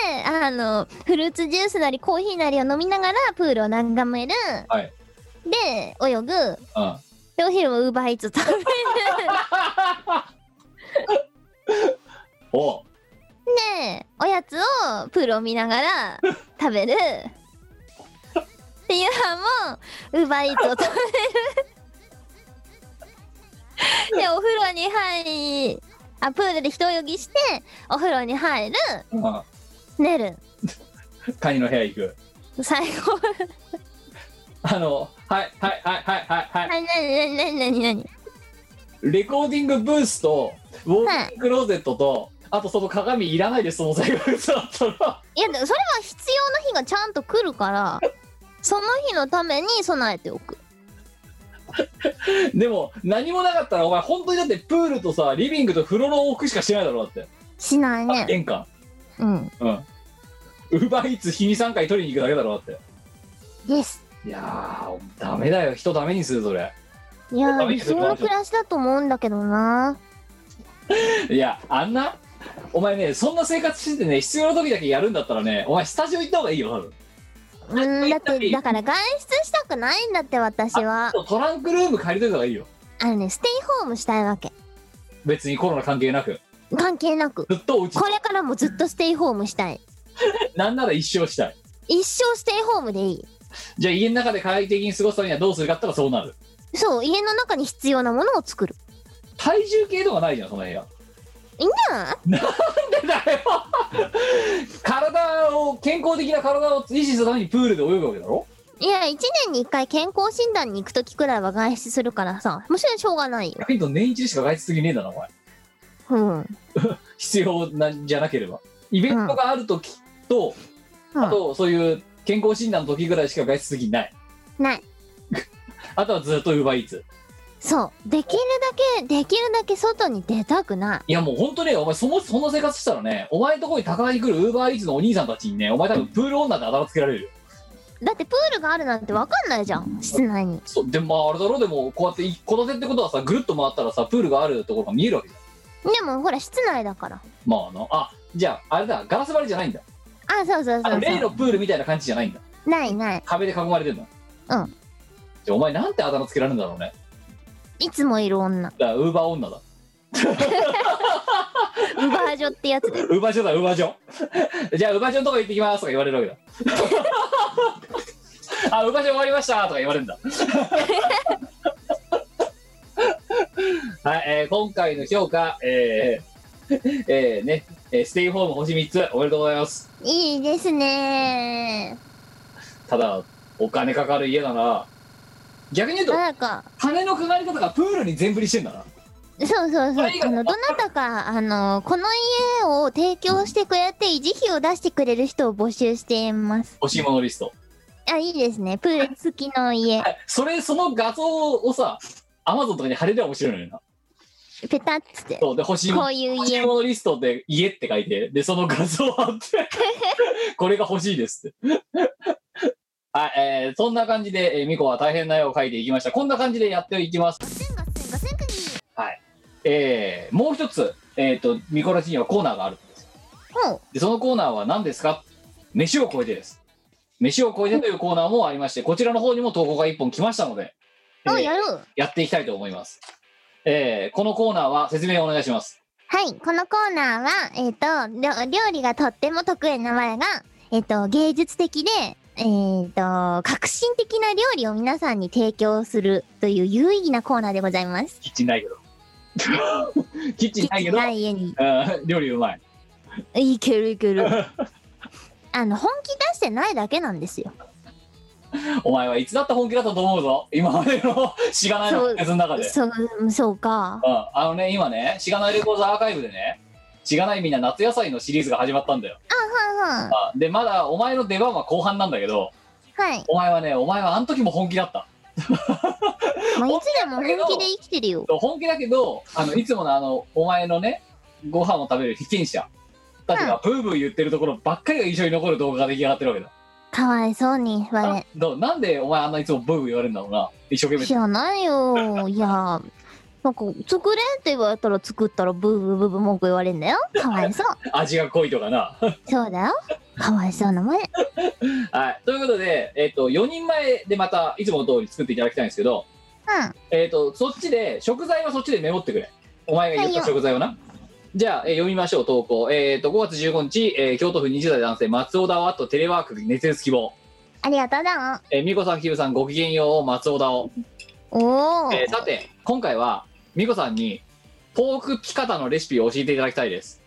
であのフルーツジュースなりコーヒーなりを飲みながらプールを眺める、はいで泳ぐうん。でお昼もウーバーイーツ食べるおうでおやつをプールを見ながら食べるで夕飯もウーバーイーツを食べるでお風呂に入りあプールで一泳ぎしてお風呂に入るう寝るん。カニの部屋行く。最高あの、はい、はい、はい、はい、はい、はい。はい何何何何何レコーディングブースとウォークインクローゼットと、あとその鏡いらないですその最後だったらいやでもそれは必要な日がちゃんと来るからその日のために備えておく でも何もなかったらお前本当にだってプールとさリビングと風呂の奥しかしてないだろだって、しないあね玄関うんうんウバイツ日に3回取りに行くだけだろだってイエスいやーダメだよ人ダメにするそれいやダーメ理想の暮らしだと思うんだけどないやあんなお前ねそんな生活しててね必要な時だけやるんだったらねお前スタジオ行った方がいいよ多分うんだってだから外出したくないんだって私はトランクルーム借りといた方がいいよあのねステイホームしたいわけ別にコロナ関係なく関係なくずっとうちこれからもずっとステイホームしたいなんなら一生したい一生ステイホームでいいじゃあ家の中で快適に過ごすためにはどうするかって言ったらそうなるそう家の中に必要なものを作る体重計とかないじゃんその部屋いいんじゃん なんでだよ体を健康的な体を維持するためにプールで泳ぐわけだろいや1年に1回健康診断に行く時くらいは外出するからさもちろんしょうがないよライト年一でしか外出すぎねえだなお前うん必要なんじゃなければイベントがある時と、うんあとそういう健康診断の時ぐらいしか外出すぎないないあとはずっと UberEats そうできるだけできるだけ外に出たくないいやもう本当ねお前そのその生活したらねお前のとこに高台に来る UberEats のお兄さんたちにねお前多分プール女であだ名つけられるよだってプールがあるなんてわかんないじゃん室内にそうでもまああれだろでもこうやって一戸建てってことはさぐるっと回ったらさプールがあるところが見えるわけじゃんでもほら室内だからまああのあじゃああれだガラス張りじゃないんだあそうそうそあのう例そのプールみたいな感じじゃないんだうないない壁で囲まれてんだうんじゃあお前なんてあだ名つけられるんだろうねいつもいる女だからウーバー女だウバージョってやつ でウーバージョだウーバージョじゃあウーバージョのとこ行ってきますとか言われるわけだ あウーバージョ終わりましたとか言われるんだ はい、えー今回の評価えーえーね、えーステイホーム星3つおめでとうございますいいですねただお金かかる家だな逆に言うとなんか金のかかり方がプールに全振りしてんだなそうそうそうあいいかあなのどなたかあのこの家を提供してくれて維持費を出してくれる人を募集しています欲しいものリストあいいですねプール付きの家それその画像をさアマゾンとかに貼れれば面白いのよなペタッつってそうで欲しいものこういう欲しい家ものリストで家って書いて、で、その画像を貼 って、これが欲しいですって。 はい、えーそんな感じで、えー、ミコは大変な絵を描いていきました。こんな感じでやっていきます。えーもう一つ、えっ、と、ミコラチにはコーナーがあるんです。ほうで、そのコーナーは何ですか飯を超えてです。飯を超えてというコーナーもありまして、こちらの方にも投稿が一本来ましたので、えーをやるやっていきたいと思います。えーこのコーナーは説明をお願いします。はい、このコーナーは、えっ、とりょ、料理がとっても得意な我が、えっ、と、芸術的で、えっ、と、革新的な料理を皆さんに提供するという有意義なコーナーでございます。キッチンないけど。 キッチンないけど、ない家に。 うん料理うまい。いけるいけ る。あの、本気出してないだけなんですよ。お前はいつだって本気だったと思うぞ。今までのしがないのそう説の中で。うん、そう、そうか。あのね、今ね、しがないレコーズアーカイブでね、しがないみんな夏野菜のシリーズが始まったんだよ。はんあで、まだお前の出番は後半なんだけど、はい。お前はね、お前はあの時も本気だった。もういつでも 本気で生きてるよ。本気だけど、あのいつものあの、お前のね、ご飯を食べる被験者たちがブーブー言ってるところばっかりが印象に残る動画が出来上がってるわけだ。かわいそうに、我。などうなんでお前あんないつもブーブー言われるんだろうな。一生懸命知らないよ。いや、なんか、作れって言われたら作ったらブーブーブーブー文句言われんだよ。かわいそう。味が濃いとかな。そうだよ。かわいそうなもん。はい、ということで、えっと4人前でまたいつもの通り作っていただきたいんですけど、うんえっとそっちで食材はそっちでメモってくれお前が言った食材をな、じゃあ、えー読みましょう投稿、えっと5月15日、えー京都府20代男性松尾田あとテレワーク熱烈希望、ありがとうだえー、美子さんひぶさんごきげんよう松尾田を、おおー、えーさて今回は美子さんにポークピカタのレシピを教えていただきたいです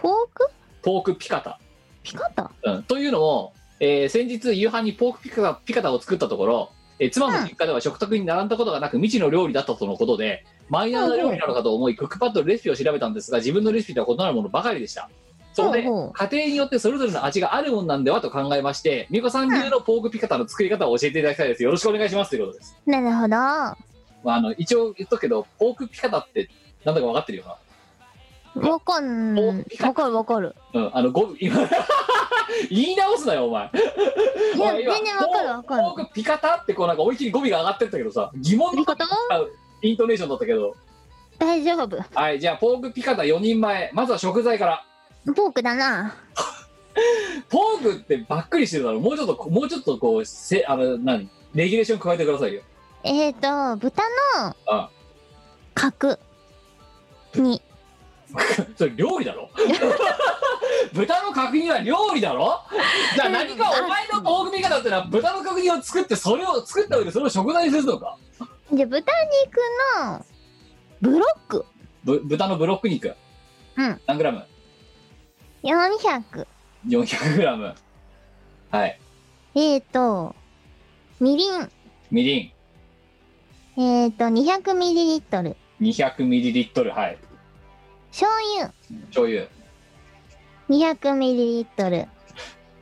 ポークポークピカタピカタうん、というのも、えー先日夕飯にポークピカタピカタを作ったところ、えー妻の実家では食卓に並んだことがなく未知の料理だったとのことでマイナーな料理なのかと思いクックパッドのレシピを調べたんですが自分のレシピとは異なるものばかりでしたそこでほうほう家庭によってそれぞれの味があるもんなんではと考えまして美子さん流のポークピカタの作り方を教えていただきたいですよろしくお願いしますということです、なるほど。まあ、あの一応言っとくけどポークピカタってなんだか分かってるよわかんポークピカタわかるわかる。なうんあのご今 言い直すなよお前いおや、前今全然わかるわかる。フォークピカタってこうなんか思いっきり語尾が上がってったけどさ疑問ピのカタイントネーションだったけど大丈夫。はいじゃあポークピカタ4人前まずは食材からポークだな。ポークってばっくりしてるだろもうちょっともうちょっとこうせあの何レギュレーション加えてくださいよえーと、豚のあ角。に それ料理だろ 豚の角煮は料理だろじゃあ何かお前の大組方ってのは豚の角煮を作ってそれを作った上でそれを食材にするのかじゃあ豚肉のブロックぶ豚のブロック肉うん何グラム400 400グラムはいえーとみりんみりえーと 200ml ん200ミリリットルはい醤油醤油 200ml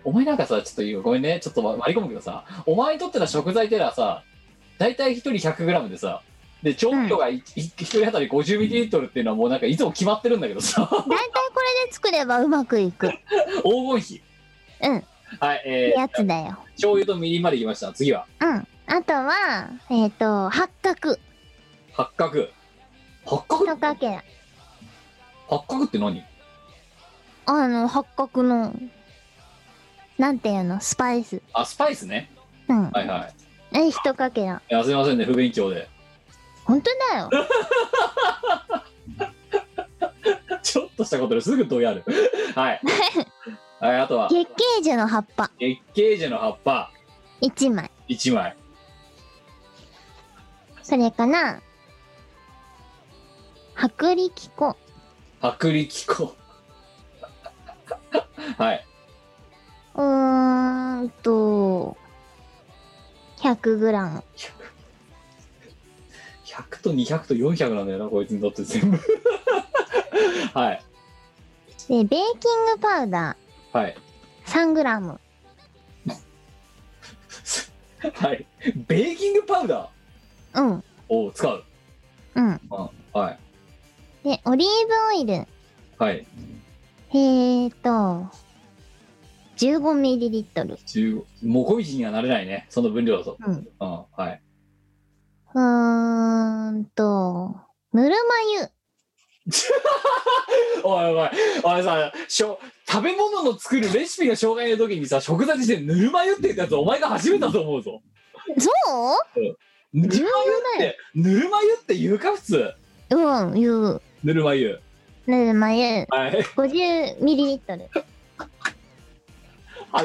お前なんかさちょっと言うごめんねちょっと割り込むけどさお前にとっての食材ってのはさ大体一人100グラムでさで調味料がい一一人当たり50ミリリットルっていうのはもうなんかいつも決まってるんだけど大さ 体これで作ればうまくいく黄金比うんはいえーやつだよ醤油とみりんまでいきました次はうんあとはえーと八角八角八角のかけら八角って何あの八角のなんていうのスパイスあスパイスねうんはいはいえ一かけらいやすいませんね不勉強で 本当だよちょっとしたことですぐどうやる はい、はい、あとは月桂樹の葉っぱ月桂樹の葉っぱ1枚1枚それから薄力粉薄力粉 はいうーんと 100g 100と200と400なんだよなこいつにとって全部 はいでベーキングパウダはいー 3g はいベーキングパウダうんーを使ううんあはいでオリーブオイルえはいーと 15ml 15もこみじにはなれないねその分量だとうんうんはいうーんとぬるま湯おいおいおいおいさしょ食べ物の作るレシピの紹介の時にさ食材としてぬるま湯って言ったやつお前が初めてだと思うぞそうぬるま湯っ重要だてぬるま湯って言うか普通うん、言う。ぬるま湯ぬるま湯、はい50ミリリットル。あ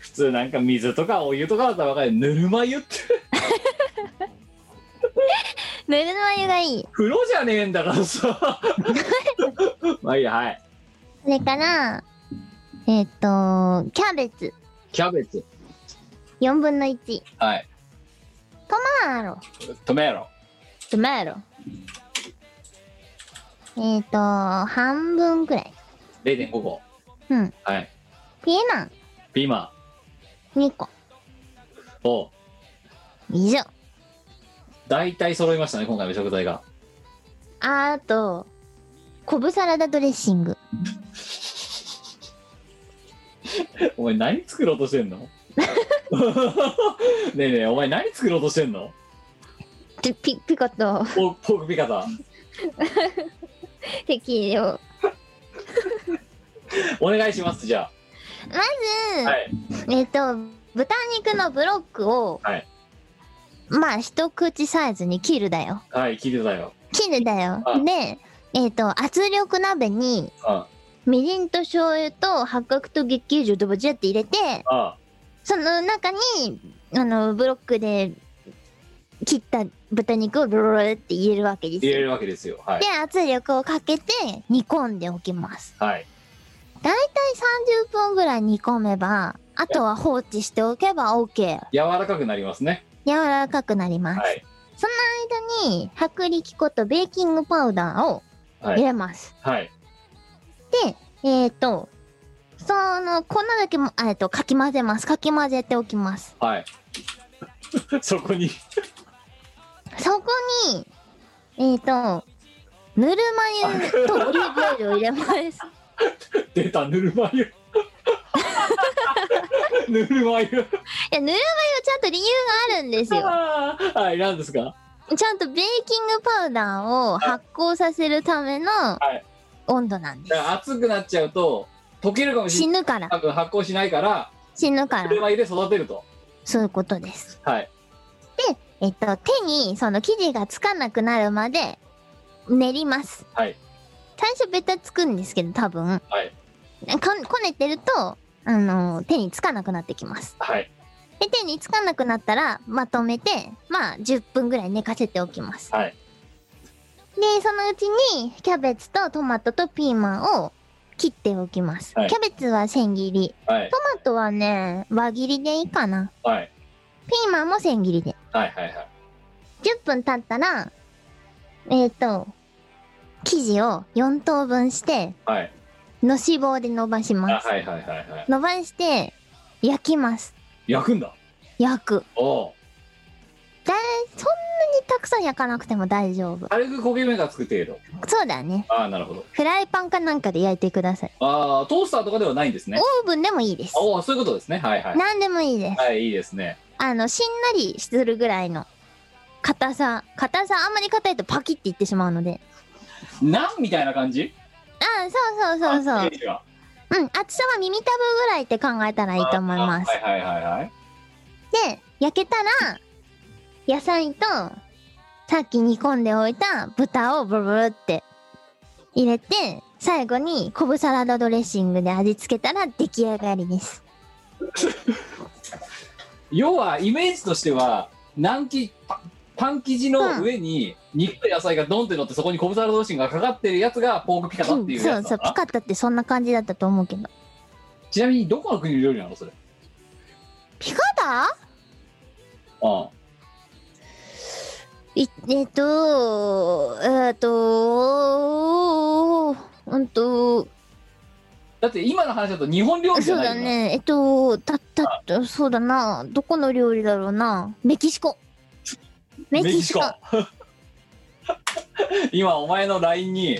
普通なんか水とかお湯とかだったら分かるぬるま湯ってぬるま湯がいい。風呂じゃねえんだから さまあいいやはいそれから、えっ、と、キャベツ、キャベツ4分の1。はいトマロ、トメロトマロ。えっ、と、半分くらい。 0.5個うんはいピーマン、ピーマ2個。ンを以上。大体揃いましたね今回の食材があと、コブサラダドレッシング。お前何作ろうとしてん のねえねえお前何作ろうとしてんのでピピコとポポークピカタ適量。お願いしますじゃあまはいず、えっ、と、豚肉のブロックを、はいまあ、一口サイズに切るだよ。はい聞いてたよ切るだよあ。で、えっ、と、圧力鍋に、あみりんと醤油と八角と月桂樹とぶちゃって入れて、あその中に、あの、ブロックで切った豚肉をロロロって入れるわけです言えよ。るわけですよはいで、圧力をかけて煮込んでおきます。はいだいたい30分ぐらい煮込めば、あとは放置しておけば OK。柔らかくなりますね柔らかくなります。はい間に、薄力粉とベーキングパウダーをは入いれます。はいえーと、その、粉だけも、あえっと、かき混ぜます。かき混ぜておきます。はい そこにそこに、えーと、ぬるま湯とオリーブオイルを入れます。出たぬるま湯 ぬるま湯いや、ぬるま湯はちゃんと理由があるんですよ。あーはい何ですかちゃんとベーキングパウダーを発酵させるためのい温度なんです。だから熱くなっちゃうと溶けるかもし死れないぬから、多分発酵しないから死ぬかぬらる、ま湯で育てるとそういうことです。はいえっと、手にその生地がつかなくなるまで練ります。はい。最初ベタつくんですけど、多分。はいかんこねてると、あの、手につかなくなってきます。はいで、手につかなくなったら、まとめて、まあ、10分ぐらい寝かせておきます。はいで、そのうちに、キャベツとトマトとピーマンを切っておきます。はいキャベツは千切り。はいトマトはね、輪切りでいいかな。はいピーマンも千切りで。はいはいはい10分経ったら、えっ、と、生地を4等分して、はいのし棒で伸ばしあます。はいはいはいはい伸ばして、焼きます。焼くんだ焼く。おおたくさん焼かなくても大丈夫。軽く焦げ目がつく程度そうだね。ああなるほどフライパンかなんかで焼いてください。ああトースターとかではないんですねオーブンでもいいです。おおそういうことですねはいはいなんでもいいです。はいいいですねあの、しんなりするぐらいの硬さ。硬さ、あんまり硬いとパキっていってしまうので。ナンみたいな感じあそうそうそうそうイ。メージはうん、厚さは耳たぶぐらいって考えたらいいと思います。あはいはいはいはいで、焼けたら、野菜と、さっき煮込んでおいた豚をブルブルって入れて、最後に昆布サラダドレッシングで味付けたら出来上がりです。要はイメージとしては南紀パパン生地の上に肉と野菜がドンって乗ってそこに小豚の同士がかかってるやつがポークピカタっていうそやうつそだう、なピカタってそんな感じだったと思うけど。ちなみにどこの国の料理なのそれピカタうんいえっと、えっと、うんと、だって今の話だと日本料理じそゃうないよだね、えっと、たったと、そうだな、どこの料理だろうな、メキシコ。メキシコ。今お前の LINE に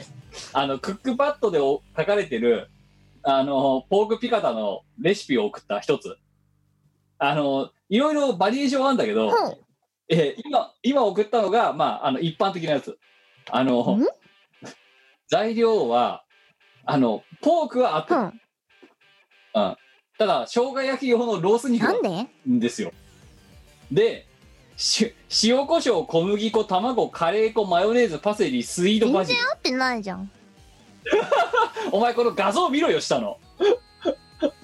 あのクックパッドでお書かれてるあのポークピカタのレシピを送った一つあのいろいろバリエーションあるんだけど、ほうえー今今送ったのが、まあ、あの一般的なやつあのん材料はあのポークはあった、うんうん、ただ生姜焼き用のロース肉だなっんでんですよでし塩コショウ小麦粉卵カレー粉マヨネーズパセリスイートバジル合ってないじゃんお前この画像見ろよしたの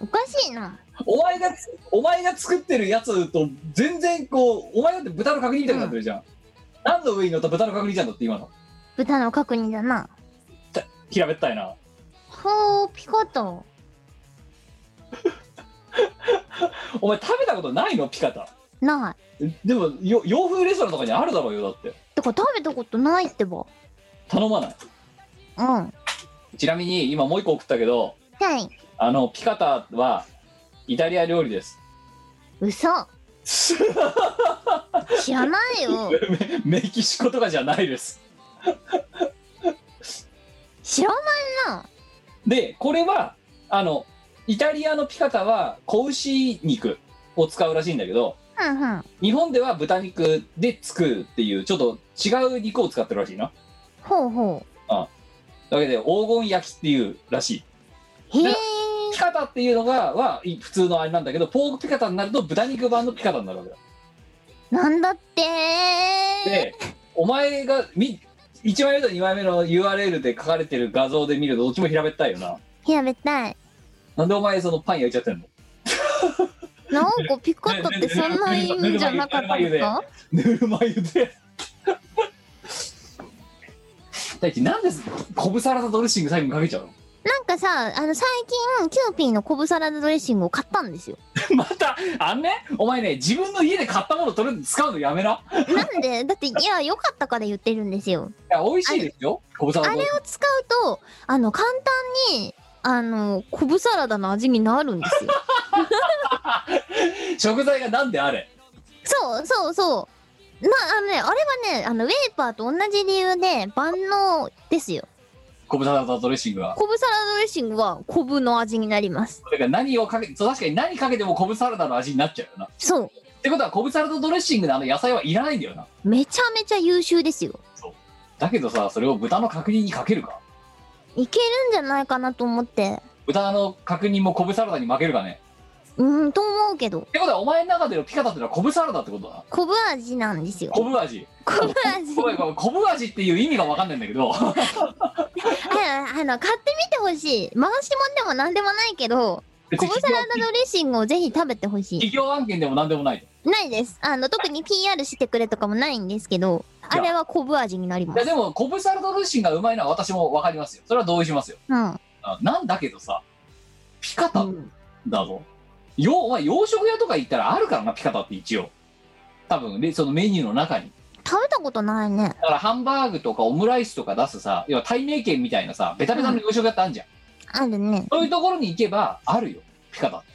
おかしいなお前がお前が作ってるやつと全然こうお前だって豚の角煮みたいになってるじゃん、何の上に乗った豚の角煮じゃんだって今の豚の角煮だな平べったいなほうピカタお前食べたことないのピカタないでもよ洋風レストランとかにあるだろうよだっててか食べたことないってば頼まないうんはちなみに今もう一個送ったけどいあのピカタはイタリア料理です嘘 知らないよメキシコとかじゃないです知らないでこれはあのイタリアのピカタは子牛肉を使うらしいんだけどうんうん日本では豚肉で作るっていうちょっと違う肉を使ってるらしいなほうほだけで黄金焼きっていうらしいうへえピカタっていうのがはい普通のあれなんだけどポークピカタになると豚肉版のピカタになるわけだなんだってで、お前がみ1枚目と2枚目の URL で書かれてる画像で見るとどっちも平べったいよな。平べったいなんでお前そのパン焼いちゃってんのなんかピカタってそんな意味じゃなかったのかぬるま湯で。大輝なんでコブサラダドレッシング最後にかけちゃうのなんかさあの最近キューピーの昆布サラダドレッシングを買ったんですよまたあんねお前ね自分の家で買ったもの取れ使うのやめななんでだっていや良かったから言ってるんですよいや美味しいですよコブサラあダドれレッシを使うと、あの、簡単に、あの、昆布サラダの味になるんですよ。ング食材がなんであれそうそうそう。な、あのね、あれはね、あの、ウェーパーと同じ理由で万能ですよ。コブサラダドレッシングは昆布サラダドレッシングは昆布の味になります。それが何をかけそう確かに何かけてもコブサラダの味になっちゃうよなそってことはコブサラダドレッシングのあの野菜はいらないんだよなう。めちゃめちゃ優秀ですよ。だけどさそれを豚の角煮にかけるかいけるんじゃないかなと思って。豚の角煮もコブサラダに負けるかねうん、と思うけど。てことはお前の中でのピカタってのは昆布サラダってことだ昆布味なんですよ。昆布味昆布味。ごめんごめん昆布味っていう意味が分かんないんだけどああの、買ってみてほしい。回しもんでもなんでもないけど、別コにブサラダドレッシングをぜひ食べてほしい。企業案件でも何でもないないです。あの、特に PR してくれとかもないんですけど、あれはコブ味になりまいやす。でも昆布サラダドレッシングがうまいのは私も分かりますよそれは同意しますようん。あなんだけどさピカタうんだぞ、ようお前洋食屋とか行ったらあるからなピカタって一応多分でそのメニューの中に食べたことないね。だからハンバーグとかオムライスとか出すさ要は対名券みたいなさベタベタの洋食屋ってあるじゃん、あるね。そういうところに行けばあるよピカタって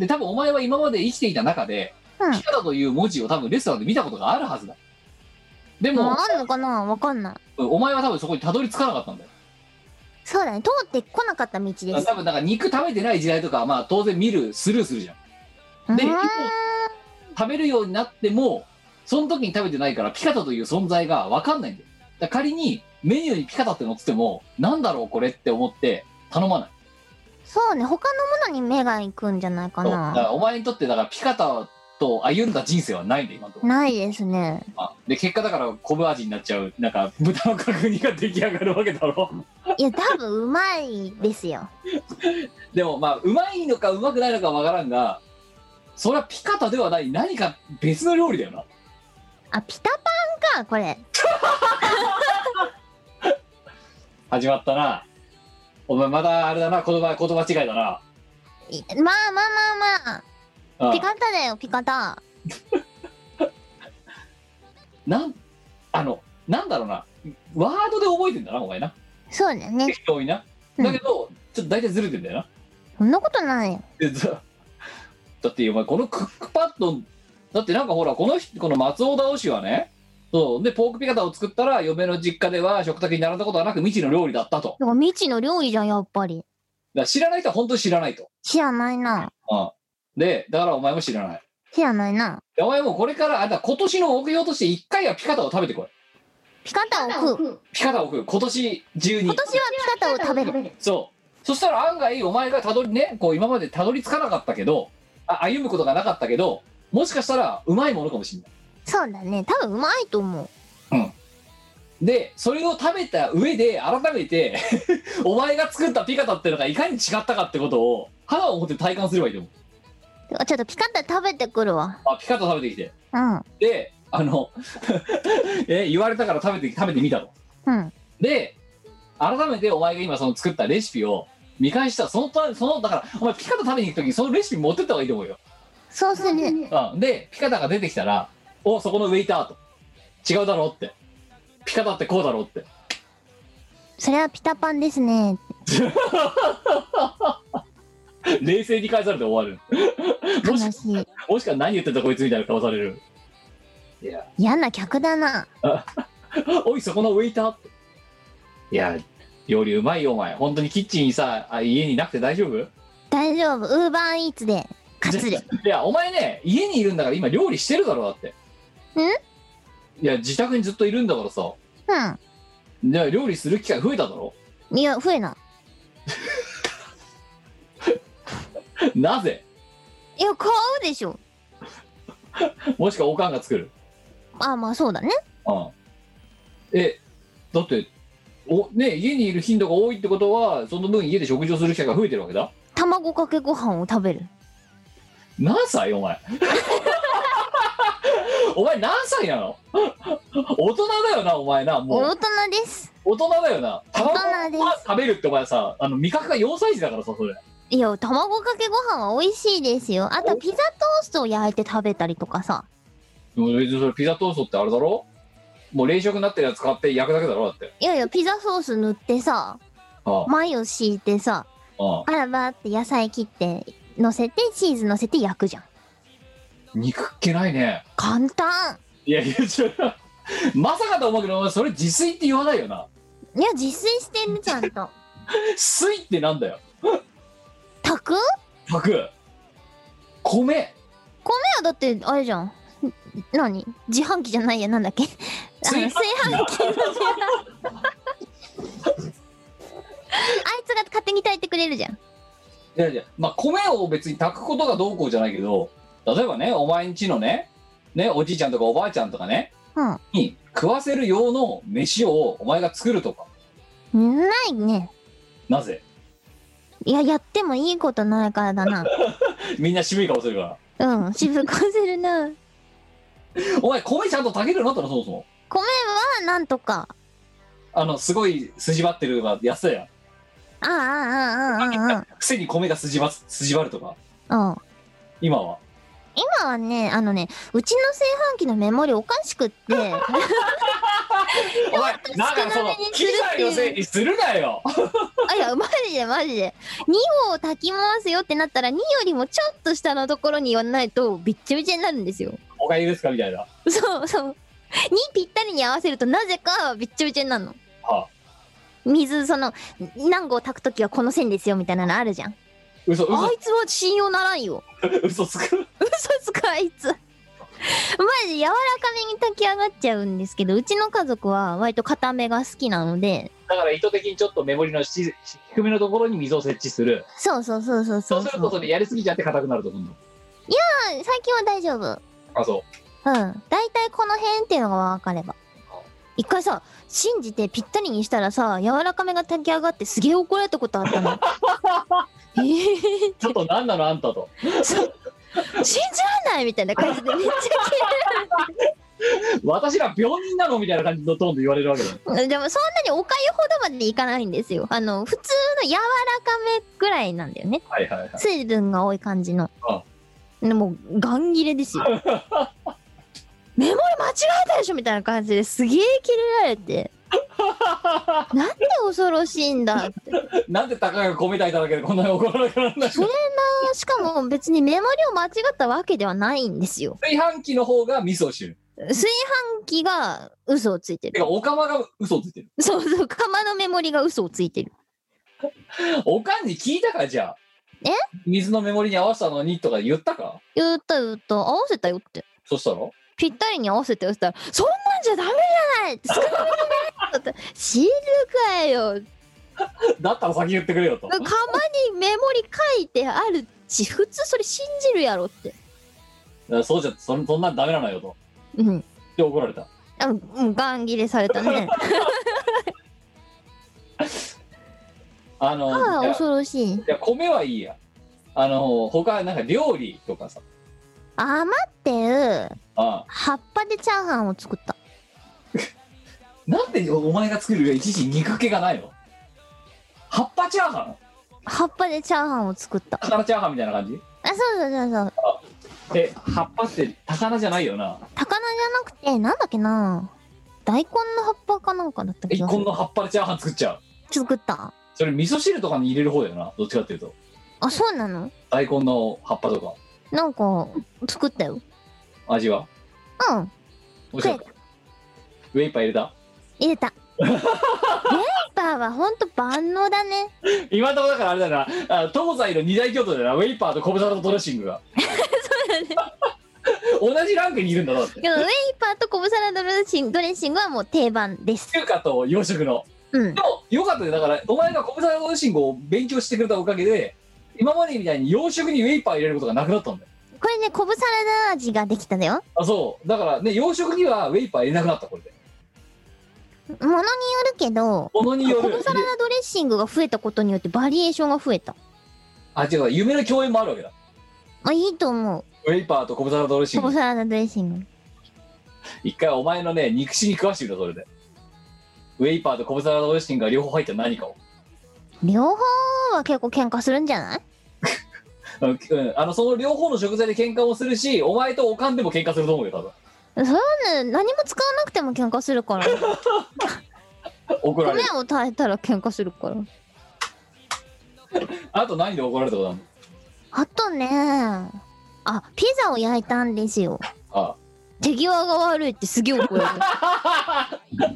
で多分お前は今まで生きていた中で、うんピカタという文字を多分レストランで見たことがあるはずだでもうも、あんのかなわかんない。お前は多分そこにたどり着かなかったんだよそうだね。通ってこなかった道です。う多分なんか肉食べてない時代とかはまあ当然見るスルーするじゃんーんで一方食べるようになってもその時に食べてないからピカタという存在が分かんないんだよだから仮にメニューにピカタって載っててもなんだろうこれって思って頼まないそうね。他のものに目が行くんじゃないかそうだかな。らお前にとってだからピカタと歩んだ人生はないんだよ今のところないですね。あで結果だから昆布味になっちゃうなんか豚の角煮が出来上がるわけだろいや、多分うまいですよ。でもまあうまいのかうまくないのかわからんがそれはピカタではない何か別の料理だよなあ、ピタパンか、これ。始まったなお前まだあれだな言葉言葉違いだないまあまあまあまあ。うんピカタだよ、ピカタ。なんあのなんだろうなワードで覚えてんだなお前なそうだよね。適当になだけど、ちょっと大体ずれてんだよなそんなことないよ。でだ だってお前このクックパッドだってなんかほらこの人この松尾直氏はねそうでポークピカタを作ったら嫁の実家では食卓に並んだことはなく未知の料理だったとだかだから未知の料理じゃん、やっぱり。ら知らない人は本当に知らないと、知らないな。うん、でだからお前も知らない知らないな。でお前もこれからあだ今年の目標として1回はピカタを食べてこいピカタを食う。ピカタを食う今年中に今年はピカタを食べる。そうそしたら案外お前がたどりねこう今までたどり着かなかったけどあ歩むことがなかったけどもしかしたらうまいものかもしれないそうだね。多分うまいと思う。でそれを食べた上で改めて お前が作ったピカタってのがいかに違ったかってことを肌を持って体感すればいいと思てかちょっとピカタ食べてくるわ。うあピカタ食べてきてうん。であの え言われたから食べて食べてみたとうん。で改めてお前が今その作ったレシピを見返したそのたそのだからお前ピカタ食べに行く時にそのレシピ持ってった方がいいと思うよそうする。うん、でピカタが出てきたら「おそこのウェイター」と「違うだろ」って「ピカタってこうだろ」ってそれはピタパンですね。冷静に返されて終わるも悲ししい。もしか何言ってんだこいつみたいな顔される嫌な客だな。 「おいそこのウェイター」っていや料理うまいよお前本当にキッチンにさあ家になくて大丈夫大丈夫。ウーバーイーツで勝ついる。やお前ね家にいるんだから今料理してるだろだっていや自宅にずっといるんだからさじゃあ料理する機会増えただろうん。いや、増えななぜい。いや、買うでしょ。もしくはおかんが作るあ、まあそうだね。うんえだっておね家にいる頻度が多いってことはその分家で食事をする機会が増えてるわけだ卵かけご飯を食べる。何歳お前 お前何歳なの大人だよなお前なも大う人です。大人だよな卵大人ですご飯食べるってお前さあの味覚が4歳児だからさそれいや、卵かけご飯は美味しいですよ。あと、ピザトーストを焼いて食べたりとかさ。でも別にそれピザトーストってあれだろもう冷食になってるやつ買って焼くだけだろだっていやいや、ピザソース塗ってさ、あマヨ敷いてさ、ああああらばーって野菜切って、乗せて、チーズ乗せて焼くじゃん。肉っけないね簡単いやいやちょまさかと思うけどお前それ自炊って言わないよないや、自炊してるちゃんと。水ってなんだよ炊くパク米いやだってあれじゃんん何自販機じゃないやなんだっけあの炊飯炊飯器のあいつが勝手に炊いてくれるじゃんいやいや、まあ、米を別に炊くことがどうこうじゃないけど、例えばね、お前んちのね、ね、おじいちゃんとかおばあちゃんとかね、うんに食わせる用の飯をお前が作るとか、ないね。なぜいや、やってもいいことないからだな。みんな渋い顔するから。うん、渋かせるな。お前、米ちゃんと炊けるようになったのそもそも。米はなんとか。あの、すごい筋張ってるのが安さや。ああ、ああ、ああ、ああ、くせに米が筋張筋張るとか、ああ。今は。今はね、あのね、うちの炊飯器のメモリおかしくって、お前、なんかそ少なのめ、にす機るってい材うのせいにするなよ。 あ、いや、マジでマジで。2を炊き回すよってなったら、2よりもちょっと下のところに言わないと、びっちゃびちゃになるんですよ。おかゆですかみたいな。そうそう。2ぴったりに合わせると、なぜかびっちゃびちゃになるの。はあ、水、その、何合炊くときはこの線ですよみたいなのあるじゃん。嘘、あ嘘、いつは信用ならんよ。 嘘つく。嘘つくあいつマジ柔らかめに炊き上がっちゃうんですけどうちの家族は割と固めが好きなのでだから意図的にちょっとメモリのし低めのところに溝を設置する。そうそうそうそうそそううすそるとうそれやりすぎちゃって硬くなると思ううん最近は大丈夫あ、そうん大体この辺っていうのが分かれば一回さ信じてぴったりにしたらさ柔らかめが炊き上がってすげえ怒られたことあったのえーう。ちょっと何なのあんた と。信じらんないみたいな感じでめっちゃ私ら病人なのみたいな感じのトーンで言われるわけだよ。うんでもそんなにおかゆほどまでいかないんですよ。あの、普通の柔らかめぐらいなんだよね。はいはいはい。水分が多い感じの。あでも、ガン切れですよ。メモリ間違えたでしょみたいな感じですげえキレられて。なんで恐ろしいんだって。なんで高が米炊いただけでこんなに怒らなくなるんだそれな、しかも別にメモリを間違ったわけではないんですよ。炊飯器の方がミスをしてる。炊飯器が嘘をついててるか、。おかまが嘘をついてる。そうそう、釜のメモリが嘘をついてる。おかんに聞いたか、じゃあ。え水のメモリに合わせたのにとか言ったか言った言った、合わせたよって。そしたらぴったりに合わせて押したら「そんなんじゃダメじゃない!」って「少なめだね!」って 「知るかよ!」だったら先言ってくれよと。釜にメモリ書いてあるし普通それ信じるやろってそうじゃ、そんそんなんダメなのよと。うんで怒られた。あうんガン切れされた ねあの、ああじゃあ恐ろしいいや米はいいやあの他なんか料理とかさ余ってるああ葉っぱでチャーハンを作ったなんでお前が作るよいちいち肉気がないの葉っぱチャーハン葉っぱでチャーハンを作ったあ高菜チャーハンみたいな感じそうそうそうそうえ葉っぱって高菜じゃないよな高菜じゃなくてなんだっけな大根の葉っぱかなんかだったけえどこんな葉っぱでチャーハン作っちゃう作ったそれ味噌汁とかに入れる方だよなどっちかっていうとあそうなの大根の葉っぱとかなんか作ったよ味はうん美味しかったウェイパー入れた入 れたウェイパーはほんと万能だね今のところだからあれだなあ東西の二大京都だよなウェイパーとコブサラとドレッシングがそうだね 同じランクにいるんだろだってけどウェイパーとコブサラドレッシングドレッシングはもう定番です中華と洋食のうんでもよかったよだからお前が国際通信号を勉強してくれたおかげで今までみたいに洋食にウェイパー入れることがなくなったんだよこれねコブサラダ味ができたんだよあそうだからね洋食にはウェイパー入れなくなったこれでものによるけどものによコるブサラダドレッシングが増えたことによってバリエーションが増えたあ違う夢の共演もあるわけだまあいいと思うウェイパーとコブサラドレッシンコブグサラダドレッシング一回お前のね肉親に食わしてみたそれでウェイパーとコブサラドレッシングが両方入った何かを両方は結構喧嘩するんじゃないうんうんあのその両方の食材で喧嘩もするしお前とおかんでも喧嘩すると思うよ多分それはね何も使わなくても喧嘩するから怒られ米るを炊いたら喧嘩するからあと何で怒られたことあるのあとねあピザを焼いたんですよああ手際が悪いってすげえ怒られた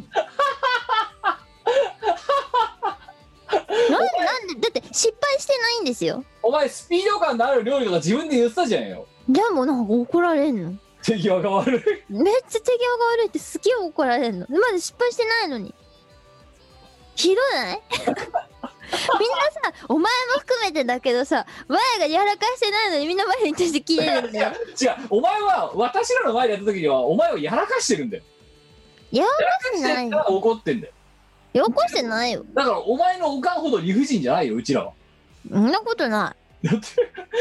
なんでなんでだって失敗してないんですよお前スピード感のある料理とか自分で言ってたじゃんよでもなんか怒られんの手際が 悪いめっちゃ手際が悪いってす げえ怒られんのまだ失敗してないのにひどないなさ、お前も含めてだけどさ、前がやらかしてないのにみんな前に対してキレるんだよ。違うお前は私らの前でやった時にはお前をやらかしてるんだよやらかして ないるから怒ってんだよよこしてないよ。だからお前のおかんほど理不尽じゃないようちらはそんなことない。だって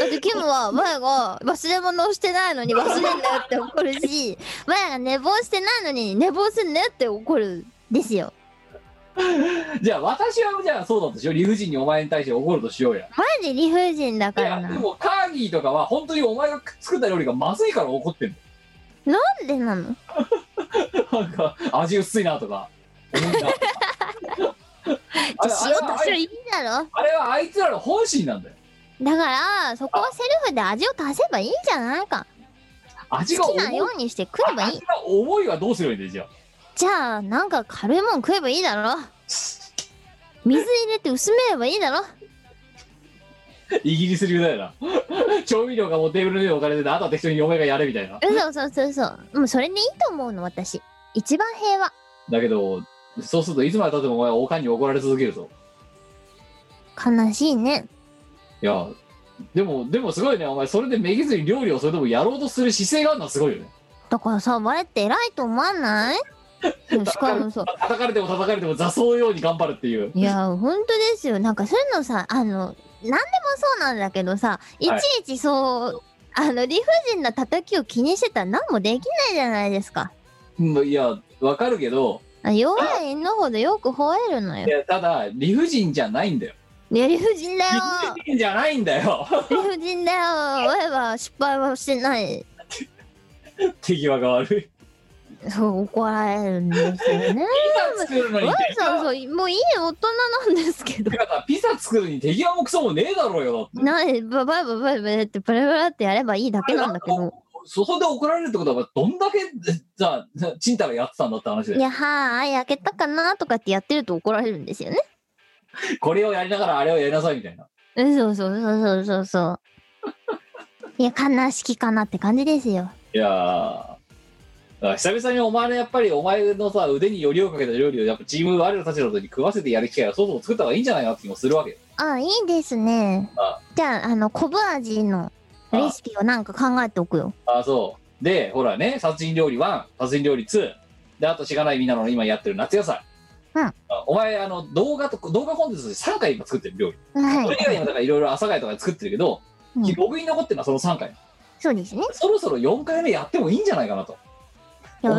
だってキムは前が忘れ物をしてないのに忘れんなよって怒るし 前が寝坊してないのに寝坊すんなよって怒るですよじゃあ私はじゃあそうだとしよう理不尽にお前に対して怒るとしようやマジ理不尽だいからやなでなもカーギーとかは本当にお前が作った料理がまずいから怒ってんんでなののなんか味薄いなとか 思うんだあれ塩あれは足しゃいいだろあれはあいつらの本心なんだよだからそこはセルフで味を足せばいいんじゃないか味が好き重いなようにして食えばいい味が重いはどうすればいいんだよじゃあじゃあなんか軽いもん食えばいいだろ水入れて薄めればいいだろイギリス流だよな 調味料がもうテーブルの上に置かれててあとは適当に嫁がやれみたいなそうそうそうそうもうそれでいいと思うの私一番平和だけどそうするといつまでたってもお前はおかんに怒られ続けると悲しいねいやでもでもすごいねお前それでめげずに料理をそれでもやろうとする姿勢があるのはすごいよねだからさ、我って偉いと思わないしかもさ、叩かれても叩かれても雑草のように頑張るっていういや、本当ですよ。なんかそういうのさ、あの、何でもそうなんだけどさ、いちいちそう、あの、理不尽な叩きを気にしてたら何もできないじゃないですか。うんいやわかるけどあ弱い犬ほどよく吠えるのいよ。やただ理不尽じゃないんだよいや、理不尽だよ 理不尽じゃないんだよ 理不尽だよ我は失敗はしてない。手際が悪いピそう、怒られるんですよね。ザ作るのに我手際さん、そう、もういい大人なんですけどだ。からピザ作るに手際もクソもねえだろうよだってない、ばばばばばってバラバラってやればいいだけなんだけど。そこで怒られるってことは、どんだけ、じゃあ、ちんたらやってたんだって話いで、や、はーい、焼けたかなとかってやってると怒られるんですよね。これをやりながらあれをやりなさいみたいな。うんそうそうそうそうそうそう。いや、悲しきかなって感じですよ。いやー、だから久々にお前のやっぱり、お前のさ、腕によりをかけた料理を、やっぱチーム我らたちのことに食わせてやる機会をそもそも作った方がいいんじゃないかって気もするわけよ。あ、いいですねあ。じゃあ、あの、昆布味のレシピをなんか考えておくよ。ああ、そう。で、ほらね、殺人料理1、殺人料理2、で、あと、しがないみんなの今やってる夏野菜。うんあお前、あの、動画と、動画コンテンツで3回今作ってる料理。そはれ以い。外にも、だからいろいろ朝会とかで作ってるけど、うんログに残ってるのはその3回。そうですね。そろそろ4回目やってもいいんじゃないかなと。いや、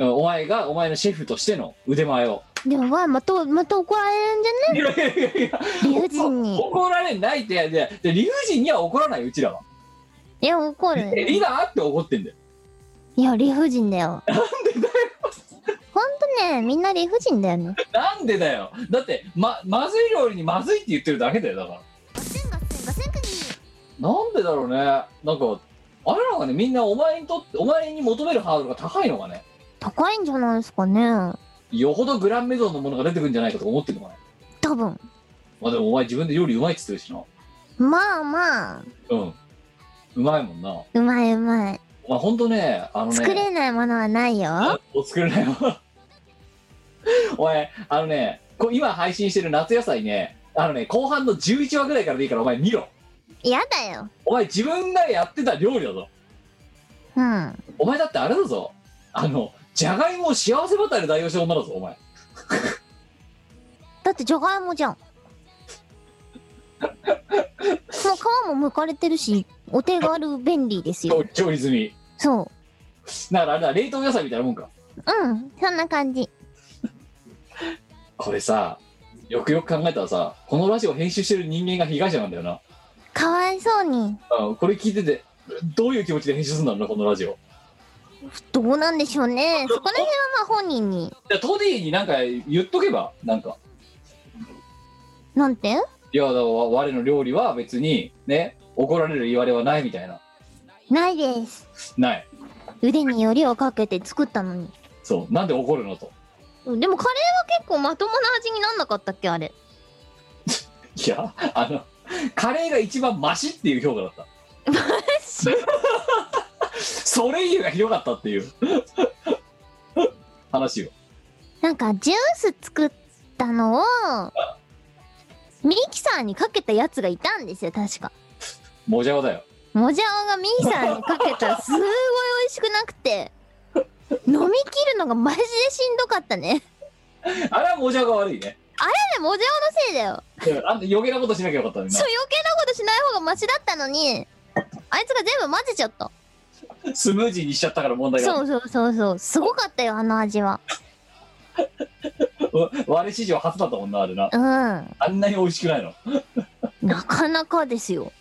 うんお前が、お前のシェフとしての腕前を。でも、わまた、また怒られるんじいやいやいやいや、ゃね理不尽に。怒られないって、いやで理不尽には怒らないうちらは。いや、怒る。理だって怒ってんだよ。いや、理不尽だよ。なんでだよ。ほんとね、みんな理不尽だよね。なんでだよ。だって、ま、まずい料理にまずいって言ってるだけだよ、だから。なんでだろうね。なんか、あれなのかね、みんなお前にとって、お前に求めるハードルが高いのかね。高いんじゃないですかね。よほどグランメゾンのものが出てくるんじゃないかとか思ってるのかね。多分。まあでもお前自分で料理うまいって言ってるしな。まあまあ、うん。うまいもんな。うまいうまい。まあほんとね、あのね。作れないものはないよ。お作れないわ おいあのねこ今配信してる夏野菜ねあのね後半の11話ぐらいからでいいからお前見ろ嫌だよ。お前自分がやってた料理だぞうん。お前だってあれだぞあのじゃがいもを幸せバターで代用した女だぞお前だってじゃがいもじゃん。もう皮も剥かれてるし、お手軽便利ですよ。調調理済みそだからあれだ冷凍野菜みたいなもんかう。うん。そんな感じ。これさよくよく考えたらさこのラジオ編集してる人間が被害者なんだよなかわいそうに。うんこれ聞いててどういう気持ちで編集するんだろうなこのラジオどうなんでしょうね。そこら辺はまあ本人に。いやトディになんか言っとけばなんかなんていやだから我の料理は別にね怒られる言われはないみたいなないです。ない腕によりをかけて作ったのに。そうなんで怒るのとうんでもカレーは結構まともな味になんなかったっけあれ。いやあのカレーが一番マシっていう評価だったシそれ以外がひどかったっていう 話よなんかジュース作ったのをミキサーにかけたやつがいたんですよ、確か。もじゃおだよもじゃおがミキサーにかけたらすごい美味しくなくて、飲み切るのがマジでしんどかったね。 あれはもじゃおが悪いねでもじゃおのせいだよ。うんあんた余計なことしなきゃよかったのにそう余計なことしない方がマシだったのに、あいつが全部混ぜちゃった。なスムージーにしちゃったから問題がそうそうそうそう。すごかったよ、あの味は。わ我史上初だったもんなあれなうん。なあんなに美味しくないのかなかですよ。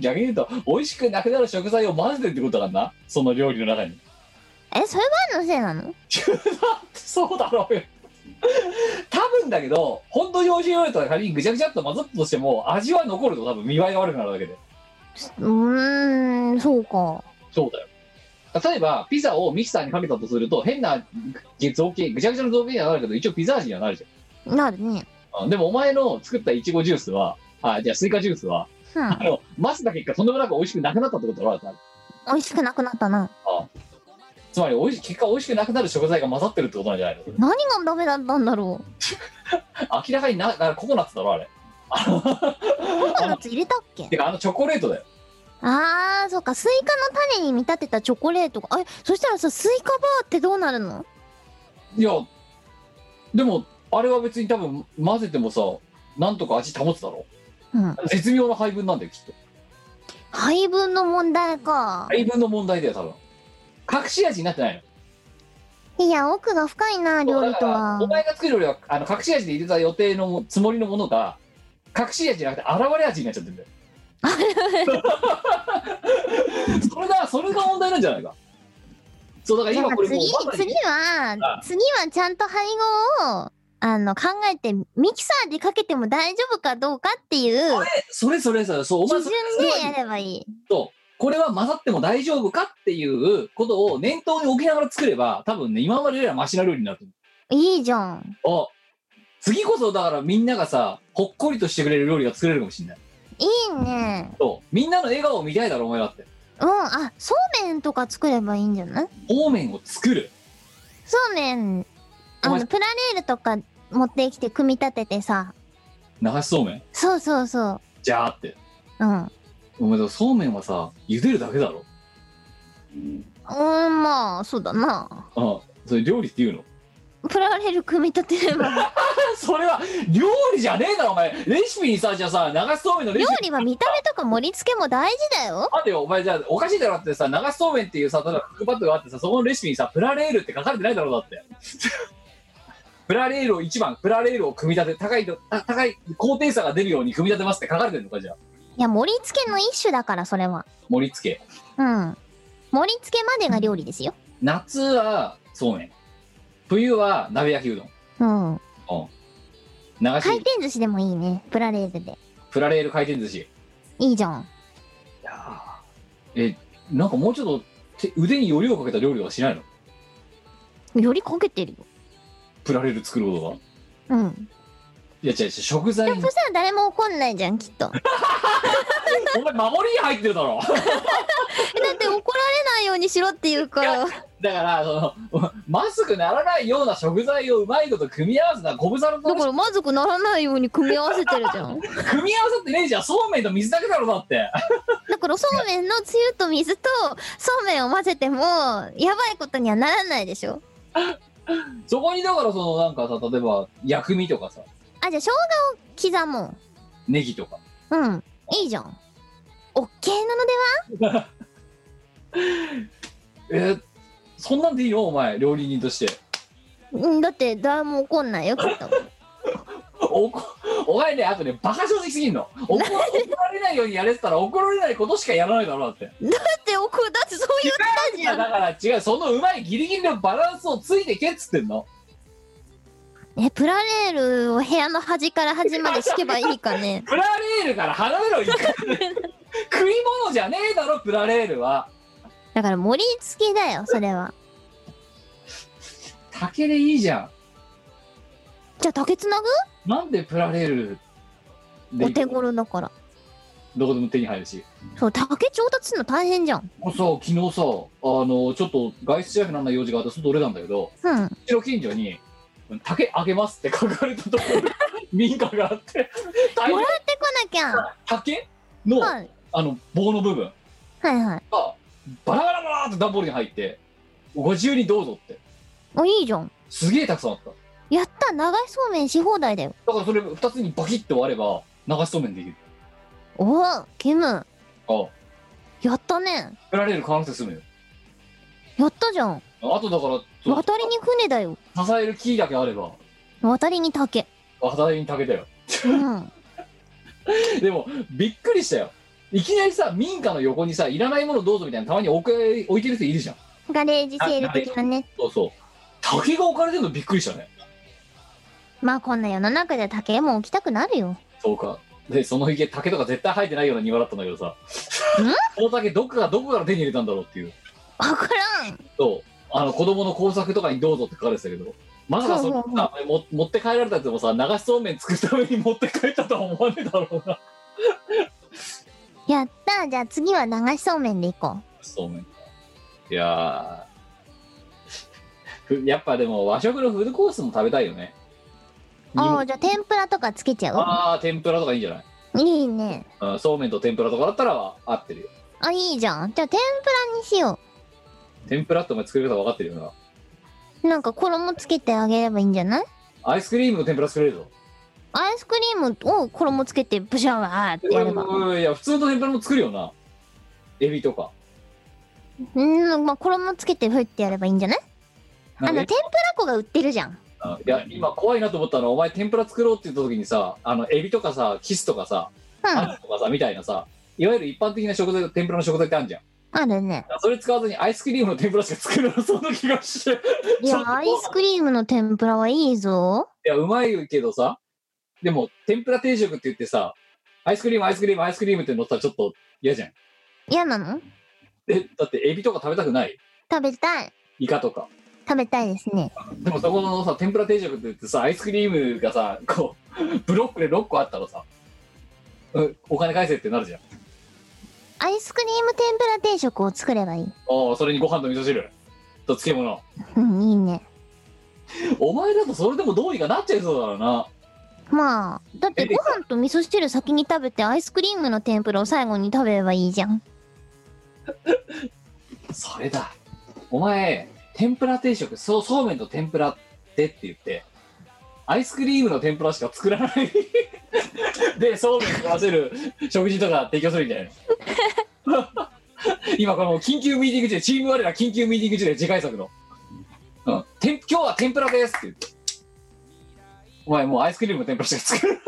逆に言うと美味しくなくなる食材を混ぜてるってことだからなその料理の中にえ、それはのせいなのだってそうだろうよ多分だけど本当に美味しい料理とか仮にぐちゃぐちゃっと混ざったとしても味は残ると多分見栄えが悪くなるだけでうーん、そうか。そうだよ例えばピザをミキサーにかけたとすると変な造形ぐちゃぐちゃの造形にはなるけど一応ピザ味にはなるじゃんなるね。あでもお前の作ったいちごジュースは、あ、じゃあスイカジュースは、うんあの、混ぜた結果とんでもなく美味しくなくなったってことは分かる美味しくなくなったな。つまり美味し、結果美味しくなくなる食材が混ざってるってことなんじゃないの何がダメだったんだろう。明らかにな、あココナッツだろ、あれ。あのココナッツ入れたっけてか、あのチョコレートだよ。あー、そうか。スイカの種に見立てたチョコレートが。え、そしたらさ、スイカバーってどうなるのいや、でも、あれは別に多分混ぜてもさ、なんとか味保つだろうん。絶妙な配分なんだよ、きっと。配分の問題か。配分の問題だよ、多分。隠し味になってないの。いや、奥が深いな、料理だとからはお。前が作る料理はあの隠し味で入れた予定のつもりのものが隠し味じゃなくて現れ味になっちゃってるんだ よそれがそれが問題なんじゃないかそうだからじゃあ今これもう次、まさ次にはあ、次はちゃんと配合を、あの、考えて、ミキサーでかけても大丈夫かどうかっていう、それそれそれそうお前基そ準れでやればいい。とこれは混ざっても大丈夫かっていうことを念頭に置きながら作れば多分ね今までよりはマシな料理になるといいじゃん。思うあ次こそだからみんながさほっこりとしてくれる料理が作れるかもしれないいいね。そうみんなの笑顔を見たいだろお前だってうん、あ、そうめんとか作ればいいんじゃない方面を作るそうめん、あお前の、プラレールとか持ってきて組み立ててさ、流しそうめんそうそうそじゃーってう。うん。うお前だからそうめんはさ茹でるだけだろーん、まあ、そうだな。あそれ料理っていうの プラレール組み立てれば。それは料理じゃねえだろお前レシピにさじゃあさ流しそうめんのレ料シピ理は見た目とか盛り付けも大事だよ。待てよお前じゃあおかしいだろってさ流しそうめんっていうさただクックパッドがあってさそこのレシピにさプラレールって書かれてないだろだってプラレールを1番プラレールを組み立て高いとた高い高低差が出るように組み立てますって書かれてるのかじゃあいや、盛り付けの一種だから、それは。盛り付けうん。盛り付けまでが料理ですよ。夏はそうめん冬は鍋焼きうどんうん。流し回転寿司でもいいね。プラレールで。プラレール回転寿司いいじゃん。いやーえなんかもうちょっと手腕によりをかけた料理はしないのよりこけてるよ。プラレール作ることがいうん。や違う違う食で材もにそしたら誰も怒んないじゃん、きっ と。だお前守りに入ってるだろって怒られないようにしろって言うから。だからそのまずくならないような食材をうまいこと組み合わせたご無沙汰だとからまずくならないように組み合わせてるじゃん。組み合わさってねえじゃんそうめんと水だけだろだ ってだからそうめんのつゆと水とそうめんを混ぜてもやばいことにはならないでしょそこにだからそのなんかさ例えば薬味とかさあじゃあ生姜を刻もネギとかううんいいじゃん OK なのでえーそんなんでいいのお前料理人としてはうんだって誰も怒んないよき っとおこお前ねあとねバカ正直すぎんの怒 ら怒られないようにやれてたら怒られないことしかやらないだろだってだって怒るだってそう言ったじいやゃだから違うそのうまいギリギリのバランスをついてけっつってんのんえプラレールを部屋の端から端まで敷けばいいかねプラレールから離れろ一 回食い物じゃねえだろプラレールはだから盛り付けだよそれは竹でいいじゃじゃあ竹つなぐんなんでプラレールでお手頃だからどこでも手に入るしそう竹調達するの大変じゃんもうさ昨日さあのちょっと外出しなきゃなんない用事があって外出れたんだけどうんうちの近所に「竹あげます」って書かれたところ民家があって 大も変らってこなきゃ。竹の,、はい。あの棒の部分はいはい。がバラバラバラって段ボールに入ってご自由にどうぞってお、いいじゃん。すげえたくさんあったやった流しそうめんし放題だよ。だからそれ2つにバキッと割れば流しそうめんできるおお、キム。ああやったね。作られる可能性済むよやったじゃん。あとだからそう渡りに船だよ。支える木だけあれば渡りに竹。話題に竹だようん。でもびっくりしたよいきなりさ民家の横にさいらないものどうぞみたいなたまに置く置いてる人いるじゃんガレージセール的なね。そうそう竹が置かれてるのびっくりしたねまあこんな世の中で竹も置きたくなるよ。そうかでその家竹とか絶対生えてないような庭だったんだけどさこの竹どっかがどこから手に入れたんだろうっていうわからん。そうあの子供の工作とかにどうぞって書かれてたけどまさかそのそうそうさも持って帰られたやつもさ流しそうめん作るために持って帰ったとは思わねえだろうなやった。じゃあ次は流しそうめんでいこそうめんいやーふやっぱでも和食のフルコースも食べたいよねう。ああ、にじゃあ天ぷらとかつけちゃあー天ぷらとかいいんじゃない、ういいね。うん、そうめんと天ぷらとかだったら合ってるよあ、いいじゃん。じゃあ天ぷらにしよ天ぷらってお前作り方分かってるよなう。なんか衣つけてあげればいいんじゃないアイスクリームの天ぷら作れるぞアイスクリームを衣つけてブシャワーってやれば。いや普通の天ぷらも作るよなエビとかうん、まあ衣つけてふってやればいいんじゃないあのなん天かぷら粉が売ってるじゃん。あいや今怖いなと思ったのはお前天ぷら作ろうって言った時にさあのエビとかさキスとかさうんアジとかさみたいなさいわゆる一般的な食材天ぷらの食材ってあるじゃんあるね。それ使わずにアイスクリームの天ぷらしか作れなそうな気がしていいや、アイスクリームの天ぷらはいいぞ。やうまいけどさでも天ぷら定食って言ってさアイスクリームアイスクリームアイスクリームって乗ったらちょっと嫌じゃん嫌なのでだってエビとか食べたくない食べたい。イカとか食べたいですね。でもそこのさ天ぷら定食って言ってさアイスクリームがさこう ブロックで6個あったらさうんお金返せってなるじゃんアイスクリーム天ぷら定食を作ればいい。おおそれにご飯と味噌汁と漬物うん、いいね。お前だとそれでもどうにかなっちゃいそうだろうなまあ、だってご飯と味噌汁先に食べてアイスクリームの天ぷらを最後に食べればいいじゃん。それだお前天ぷら定食そうそうめんと天ぷらでって言ってアイスクリームの天ぷらしか作らない でそうめんと合わせる食事とか提供するみたいな 今この緊急ミーティング中チーム我ら緊急ミーティング中で次回作の、うん、てん今日は天ぷらですって言ってお前もうアイスクリームの天ぷらしか作らな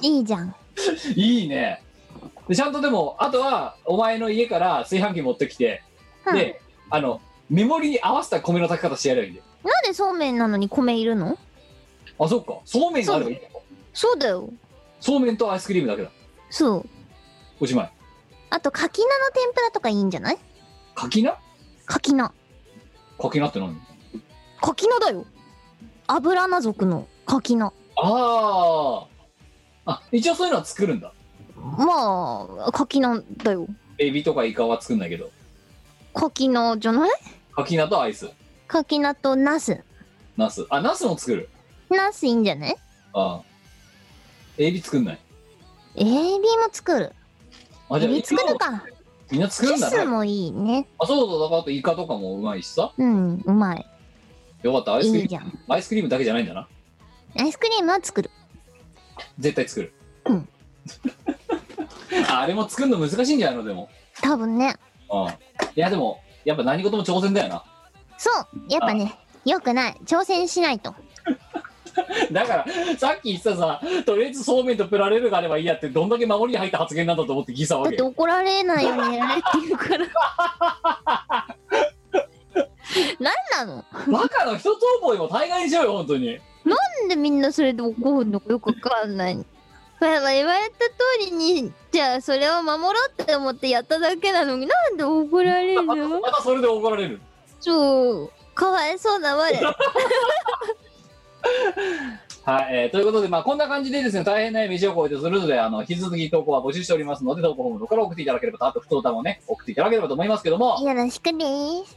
いいいじゃん。 いいねでちゃんとでもあとはお前の家から炊飯器持ってきて、うんであのメモリに合わせた米の炊き方してやればいいんだよなんでそうめんなのに米いるのあそっかそうめんがあればいいんだよそうだよ。そうめんとアイスクリームだけだそう。おしまいあと、かき菜の天ぷらとかいいんじゃないかきなかき菜。かきなって何かき菜だよ。油菜族のかき菜。あああ一応そういうのは作るんだまあ、かき菜だよ。エビとかイカは作んないけどかき菜じゃないかきなとアイスかき菜とナス。ナスあナスも作るナスいいんじゃないああエビ作んないエビも作る。あエじゃあビ作るか。みんな作るキんスだねもいいね。あそうそうだからあとイカとかもうまいしさうん、うまい。よかったアイスクいいリームじゃん。アイスクリームだけじゃないんだなアイスクリームは作る。絶対作る、うん あれも作るの難しいんじゃないのでも、多分ね。うん、いやでもやっぱ何事も挑戦だよなそう。やっぱね、よくない。挑戦しないと。だからさっき言ってたさとりあえずそうめんとプラレールがあればいいやってどんだけ守りに入った発言なんだと思ってギサだわっけてよ怒られないようにやれって言うから。 なんなのバカの人と思いも大概にしようよ本当になんでみんなそれで怒るのかよくわかんない。まあまあ言われた通りに、じゃあそれを守ろうって思ってやっただけなのになんで怒られるのまたそれで怒られるそう。かわいそうな我。はい、えーということで、まあ、こんな感じでですね、大変な飯を超えてするので、あの、引き続き投稿は募集しておりますので、投稿フォームから送っていただければと、あと、不当歌もね、送っていただければと思いますけども、よろしくです。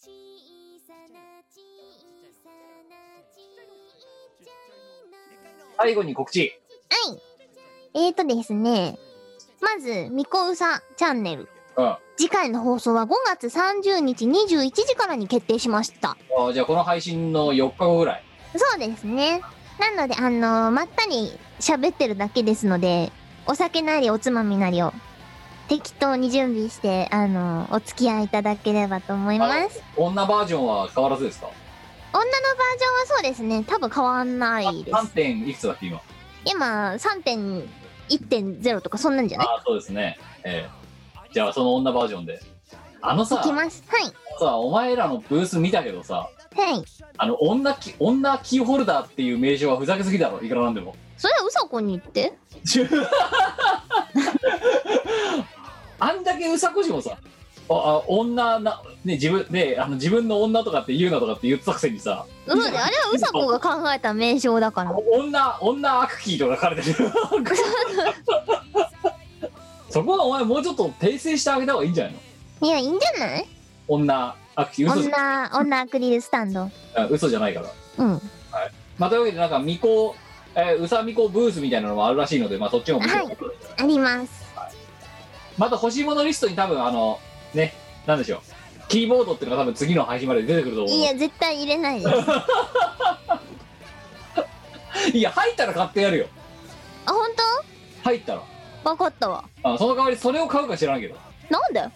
小さな小さなちっち最後に告知はい。えーとですね、まず、みこうさチャンネル。うんあ次回の放送は5月30日21時からに決定しました。ーじゃあこの配信の4日後ぐらいそうですね。なので、あのまったり喋ってるだけですので、お酒なりおつまみなりを適当に準備して、あのお付き合いいただければと思います。女バージョンは変わらずですか女のバージョンはそうですね、多分変わんないです3。点いくつだっけ今今、3.1.0とかそんなんじゃないああそうですねええじゃあその女バージョンであのいさきます。はい。さお前らのブース見たけどさはい。あの女キ女キーホルダーっていう名称はふざけすぎだろいくらなんでもそれはうさこに言って。あんだけうさこしもさああ女な、ね、自分ねあの自分の女とかって言うなとかって言ってたくせにさそうだよあれはうさこが考えた名称だから。女女アクキーとか書かれ てるそこはお前もうちょっと訂正してあげた方がいいんじゃないのいや、いいんじゃない女アクキー嘘じゃ女、女アクリルスタンド。あ嘘じゃないからうん。まあというわけでなんか巫女、えー、うさみこブースみたいなのもあるらしいのでまあそっちも見てはいあります。また欲しいものリストに多分あのねなんでしょうキーボードっていうのが多分次の配信まで出てくると思ういや、絶対入れないです。あ、いや入ったら買ってやるよ本入ったら当？わかったわ。あその代わりそれを買うか知らんけどなんだよ。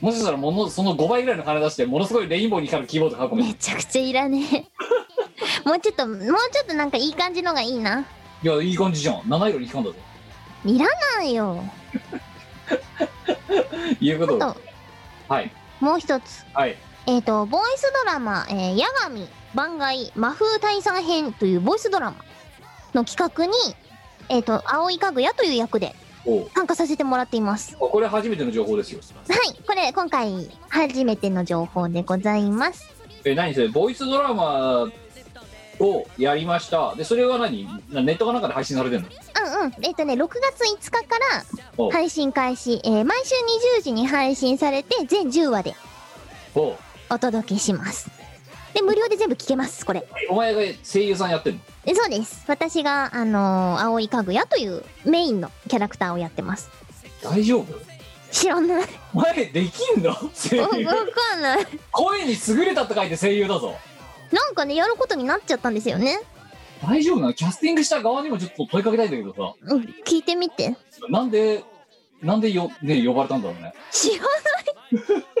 もしかしたらものその5倍ぐらいの金出してものすごいレインボーに光るキーボード買うかもしれめちゃくちゃいらねえ。 もうちょっと、もうちょっとなんかいい感じのがいいな。ないいやいい感じじゃん七色に引き込んだぞいらないよ。いうことであとはいもう一つ。はいえっ、と、ボイスドラマ、えー、矢神番外魔風退散編というボイスドラマの企画に、えっ、と、葵かぐやという役でおう参加させてもらっています。あこれ初めての情報ですよはい、これ今回初めての情報でございます。え何それボイスドラマをやりましたでそれは何なネットかなんかで配信されてんのうんうん。えっとね、6月5日からおう配信開始、えー毎週20時に配信されて、全10話でおうお届けします。で、無料で全部聞けます、これ。お前が声優さんやってんのえそうです。私が、あのー、葵かぐやというメインのキャラクターをやってます。大丈夫知ら ない。お前できんの声わ優わかんない。声に優れたって書いて声優だぞなんかね、やることになっちゃったんですよね。大丈夫なのキャスティングした側にもちょっと問いかけたいんだけどさうん、聞いてみて。なんでなんでよ、ね、呼ばれたんだろうね知 らない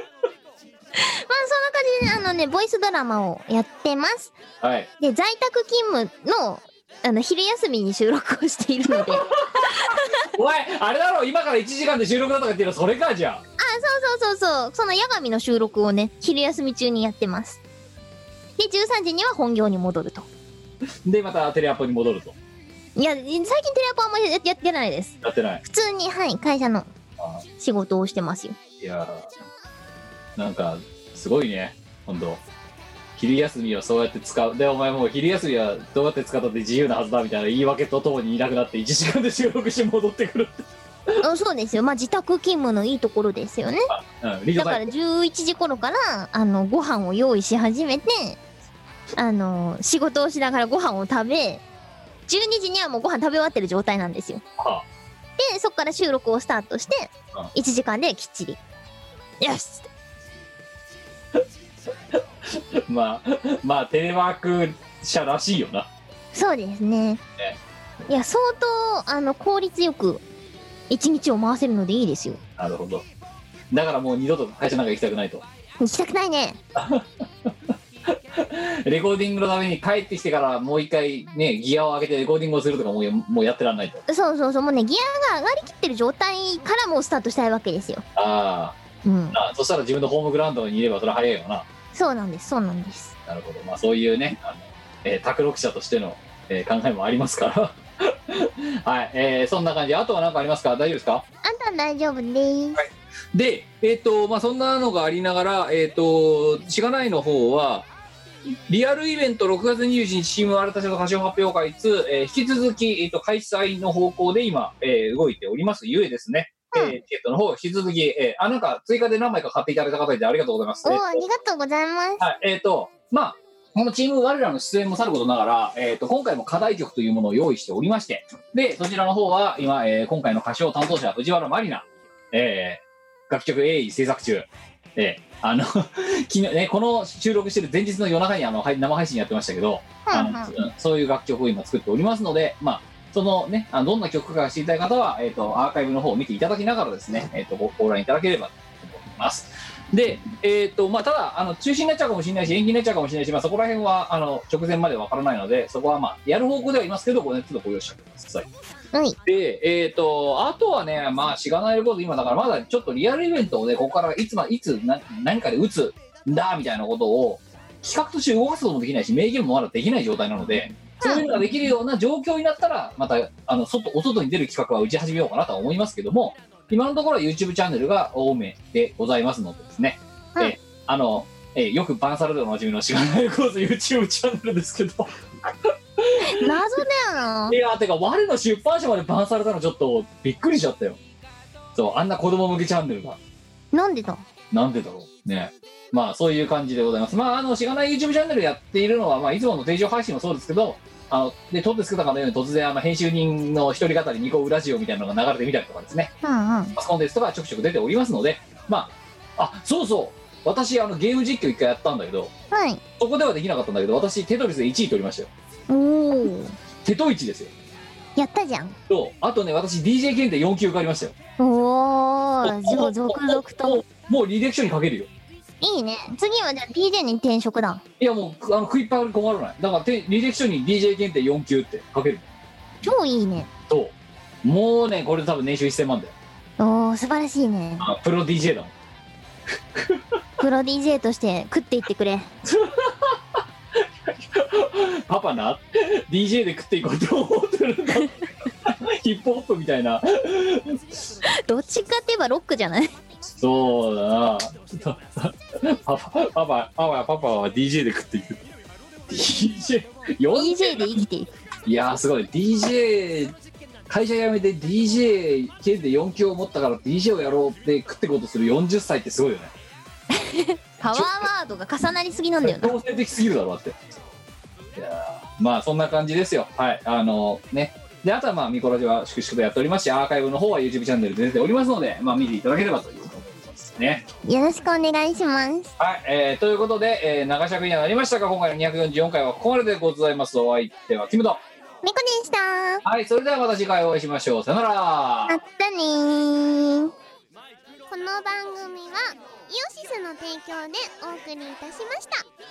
まあそんな感じであのねボイスドラマをやってますはいで在宅勤務のあの昼休みに収録をしているのであそうお前あれだろ今から1時間で収録だとか言ってるのそれかじゃそうそうそうその矢神の収録をね昼休み中にやってますで13時には本業に戻るとあでまたテレアポに戻るといや最近テレアポあんまりややってないですやってない普通にはい会社のあ仕事をしてますよいやーなんかすごいね本当昼休みはそうやって使うでお前もう昼休みはどうやって使ったって自由なはずだみたいな言い訳とともにいなくなって1時間で収録して戻ってくるって、うんそうですよまあ自宅勤務のいいところですよねうん、リーだドかタらイム11時頃からあのご飯を用意し始めてあの仕事をしながらご飯を食べ12時にはもうご飯食べ終わってる状態なんですよはでそこから収録をスタートしてうん1時間できっちりよしまあまあテレワーク社らしいよなそうですねね。いや、相当、あの、効率よく、一日を回せるのでいいですよ。なるほどだからもう二度と会社なんか行きたくないと行きたくないね。レコーディングのために帰ってきてからもう一回ねギアを上げてレコーディングをするとかもうやもうやってらんないとそうそうそう、もうね、ギアが上がりきってる状態からもうスタートしたいわけですよ。あうんあ。なあそしたら自分のホームグラウンドにいればそれは早いよなそうなんです、そうなんです。なるほどまあそういうねあの、えー、卓録者としての、えー考えもありますから はい、えーそんな感じあとは何かありますか大丈夫ですかあんたは大丈夫です。で、えっとまあ、そんなのがありながら、えっとしがないの方はリアルイベント6月21日チーム新たちの歌唱発表会2、えー引き続き、えっと開催の方向で今、えー動いておりますゆえですね、えーチケットの方引き続き、えーあなんか追加で何枚か買っていただいた方いてありがとうございますおえっお、とありがとうございます。はい、えっ、と、まあ、このチーム我らの出演もさることながら、えっ、と、今回も課題曲というものを用意しておりまして、で、そちらの方は、今、えー今回の歌唱担当者、藤原まりな、えー楽曲鋭意制作中、えーあの、 昨日ね、この収録してる前日の夜中にあのはい生配信やってましたけど、あうんうんのうんそういう楽曲を今作っておりますので、まあ、そのね、あのどんな曲かが知りたい方は、えっ、と、アーカイブの方を見ていただきながらですね、えっ、と、ごご覧いただければと思います。で、えっとまあ、ただあの、中止になっちゃうかもしれないし、延期になっちゃうかもしれないし、まあ、そこら辺はあの直前までわからないので、そこは、まあ、やる方向ではいますけど、ご,、ね、ちょっとご容赦ください。はいで、えっとあとはね、まあ、しがないレコード、今だから、まだちょっとリアルイベントをね、ここからいつ,、ま、いつな何かで打つんだみたいなことを、企画として動かすこともできないし、明言もまだできない状態なので、そういうのができるような状況になったら、またあの外お外に出る企画は打ち始めようかなとは思いますけども、今のところは YouTube チャンネルが多めでございますのでですね、うんえーあの、えーよくバンサルでおなじみのしがないコース YouTube チャンネルですけど、。謎だよないやー、てか、我の出版社までバンされたのちょっとびっくりしちゃったよ。そう、あんな子供向けチャンネルが。なんでだなんでだろうね。まあ、そういう感じでございます。まあ、あの、しがない YouTube チャンネルやっているのは、まあ、いつもの定常配信もそうですけど、あの、で、撮って作ったかのように突然、あの、編集人の一人語りニコウラジオみたいなのが流れてみたりとかですね。うんうん。パソコンですとかちょくちょく出ておりますので、まあ、あ、そうそう。私、あの、ゲーム実況一回やったんだけど、はい。そこではできなかったんだけど、私、テトリスで1位取りましたよ。おお。テトイチですよ。やったじゃん。と、あとね、私、DJ 検定4級受かりましたよ。おお、じょ続々と。もう履歴書に書けるよ。いいね。次はじゃあ DJ に転職だ。いや、もう、あの、食いっぱぐ困らない。だから、て履歴書に DJ 検定4級って書ける。超いいね。と、もうね、これ多分年収1000万だよ。おお、素晴らしいね。あプロ DJ だもん。プロ DJ として食っていってくれ。 パパな DJ で食っていこうと思ってるんだ ヒップホップみたいなどっちかって言えばロックじゃないそうだなパパパパパパパパは DJ で食っていく DJ ？DJ で生きていく。いやーすごい DJ 会社辞めて DJ 県で4級を持ったから DJ をやろうって食っていこうとする40歳ってすごいよねパワーワードが重なりすぎなんだよな。強制的すぎるだろだっていやーまあそんな感じですよはいあのねであとはまあミコラジは粛々とやっておりますしアーカイブの方は YouTube チャンネルで出ておりますのでまあ見ていただければということですねよろしくお願いします。はい、えーということで、えー長尺にはなりましたが今回の244回はここまででございますお相手はキムトみこでした。はいそれではまた次回お会いしましょうさよならまったねー。この番組はイオシスの提供でお送りいたしました。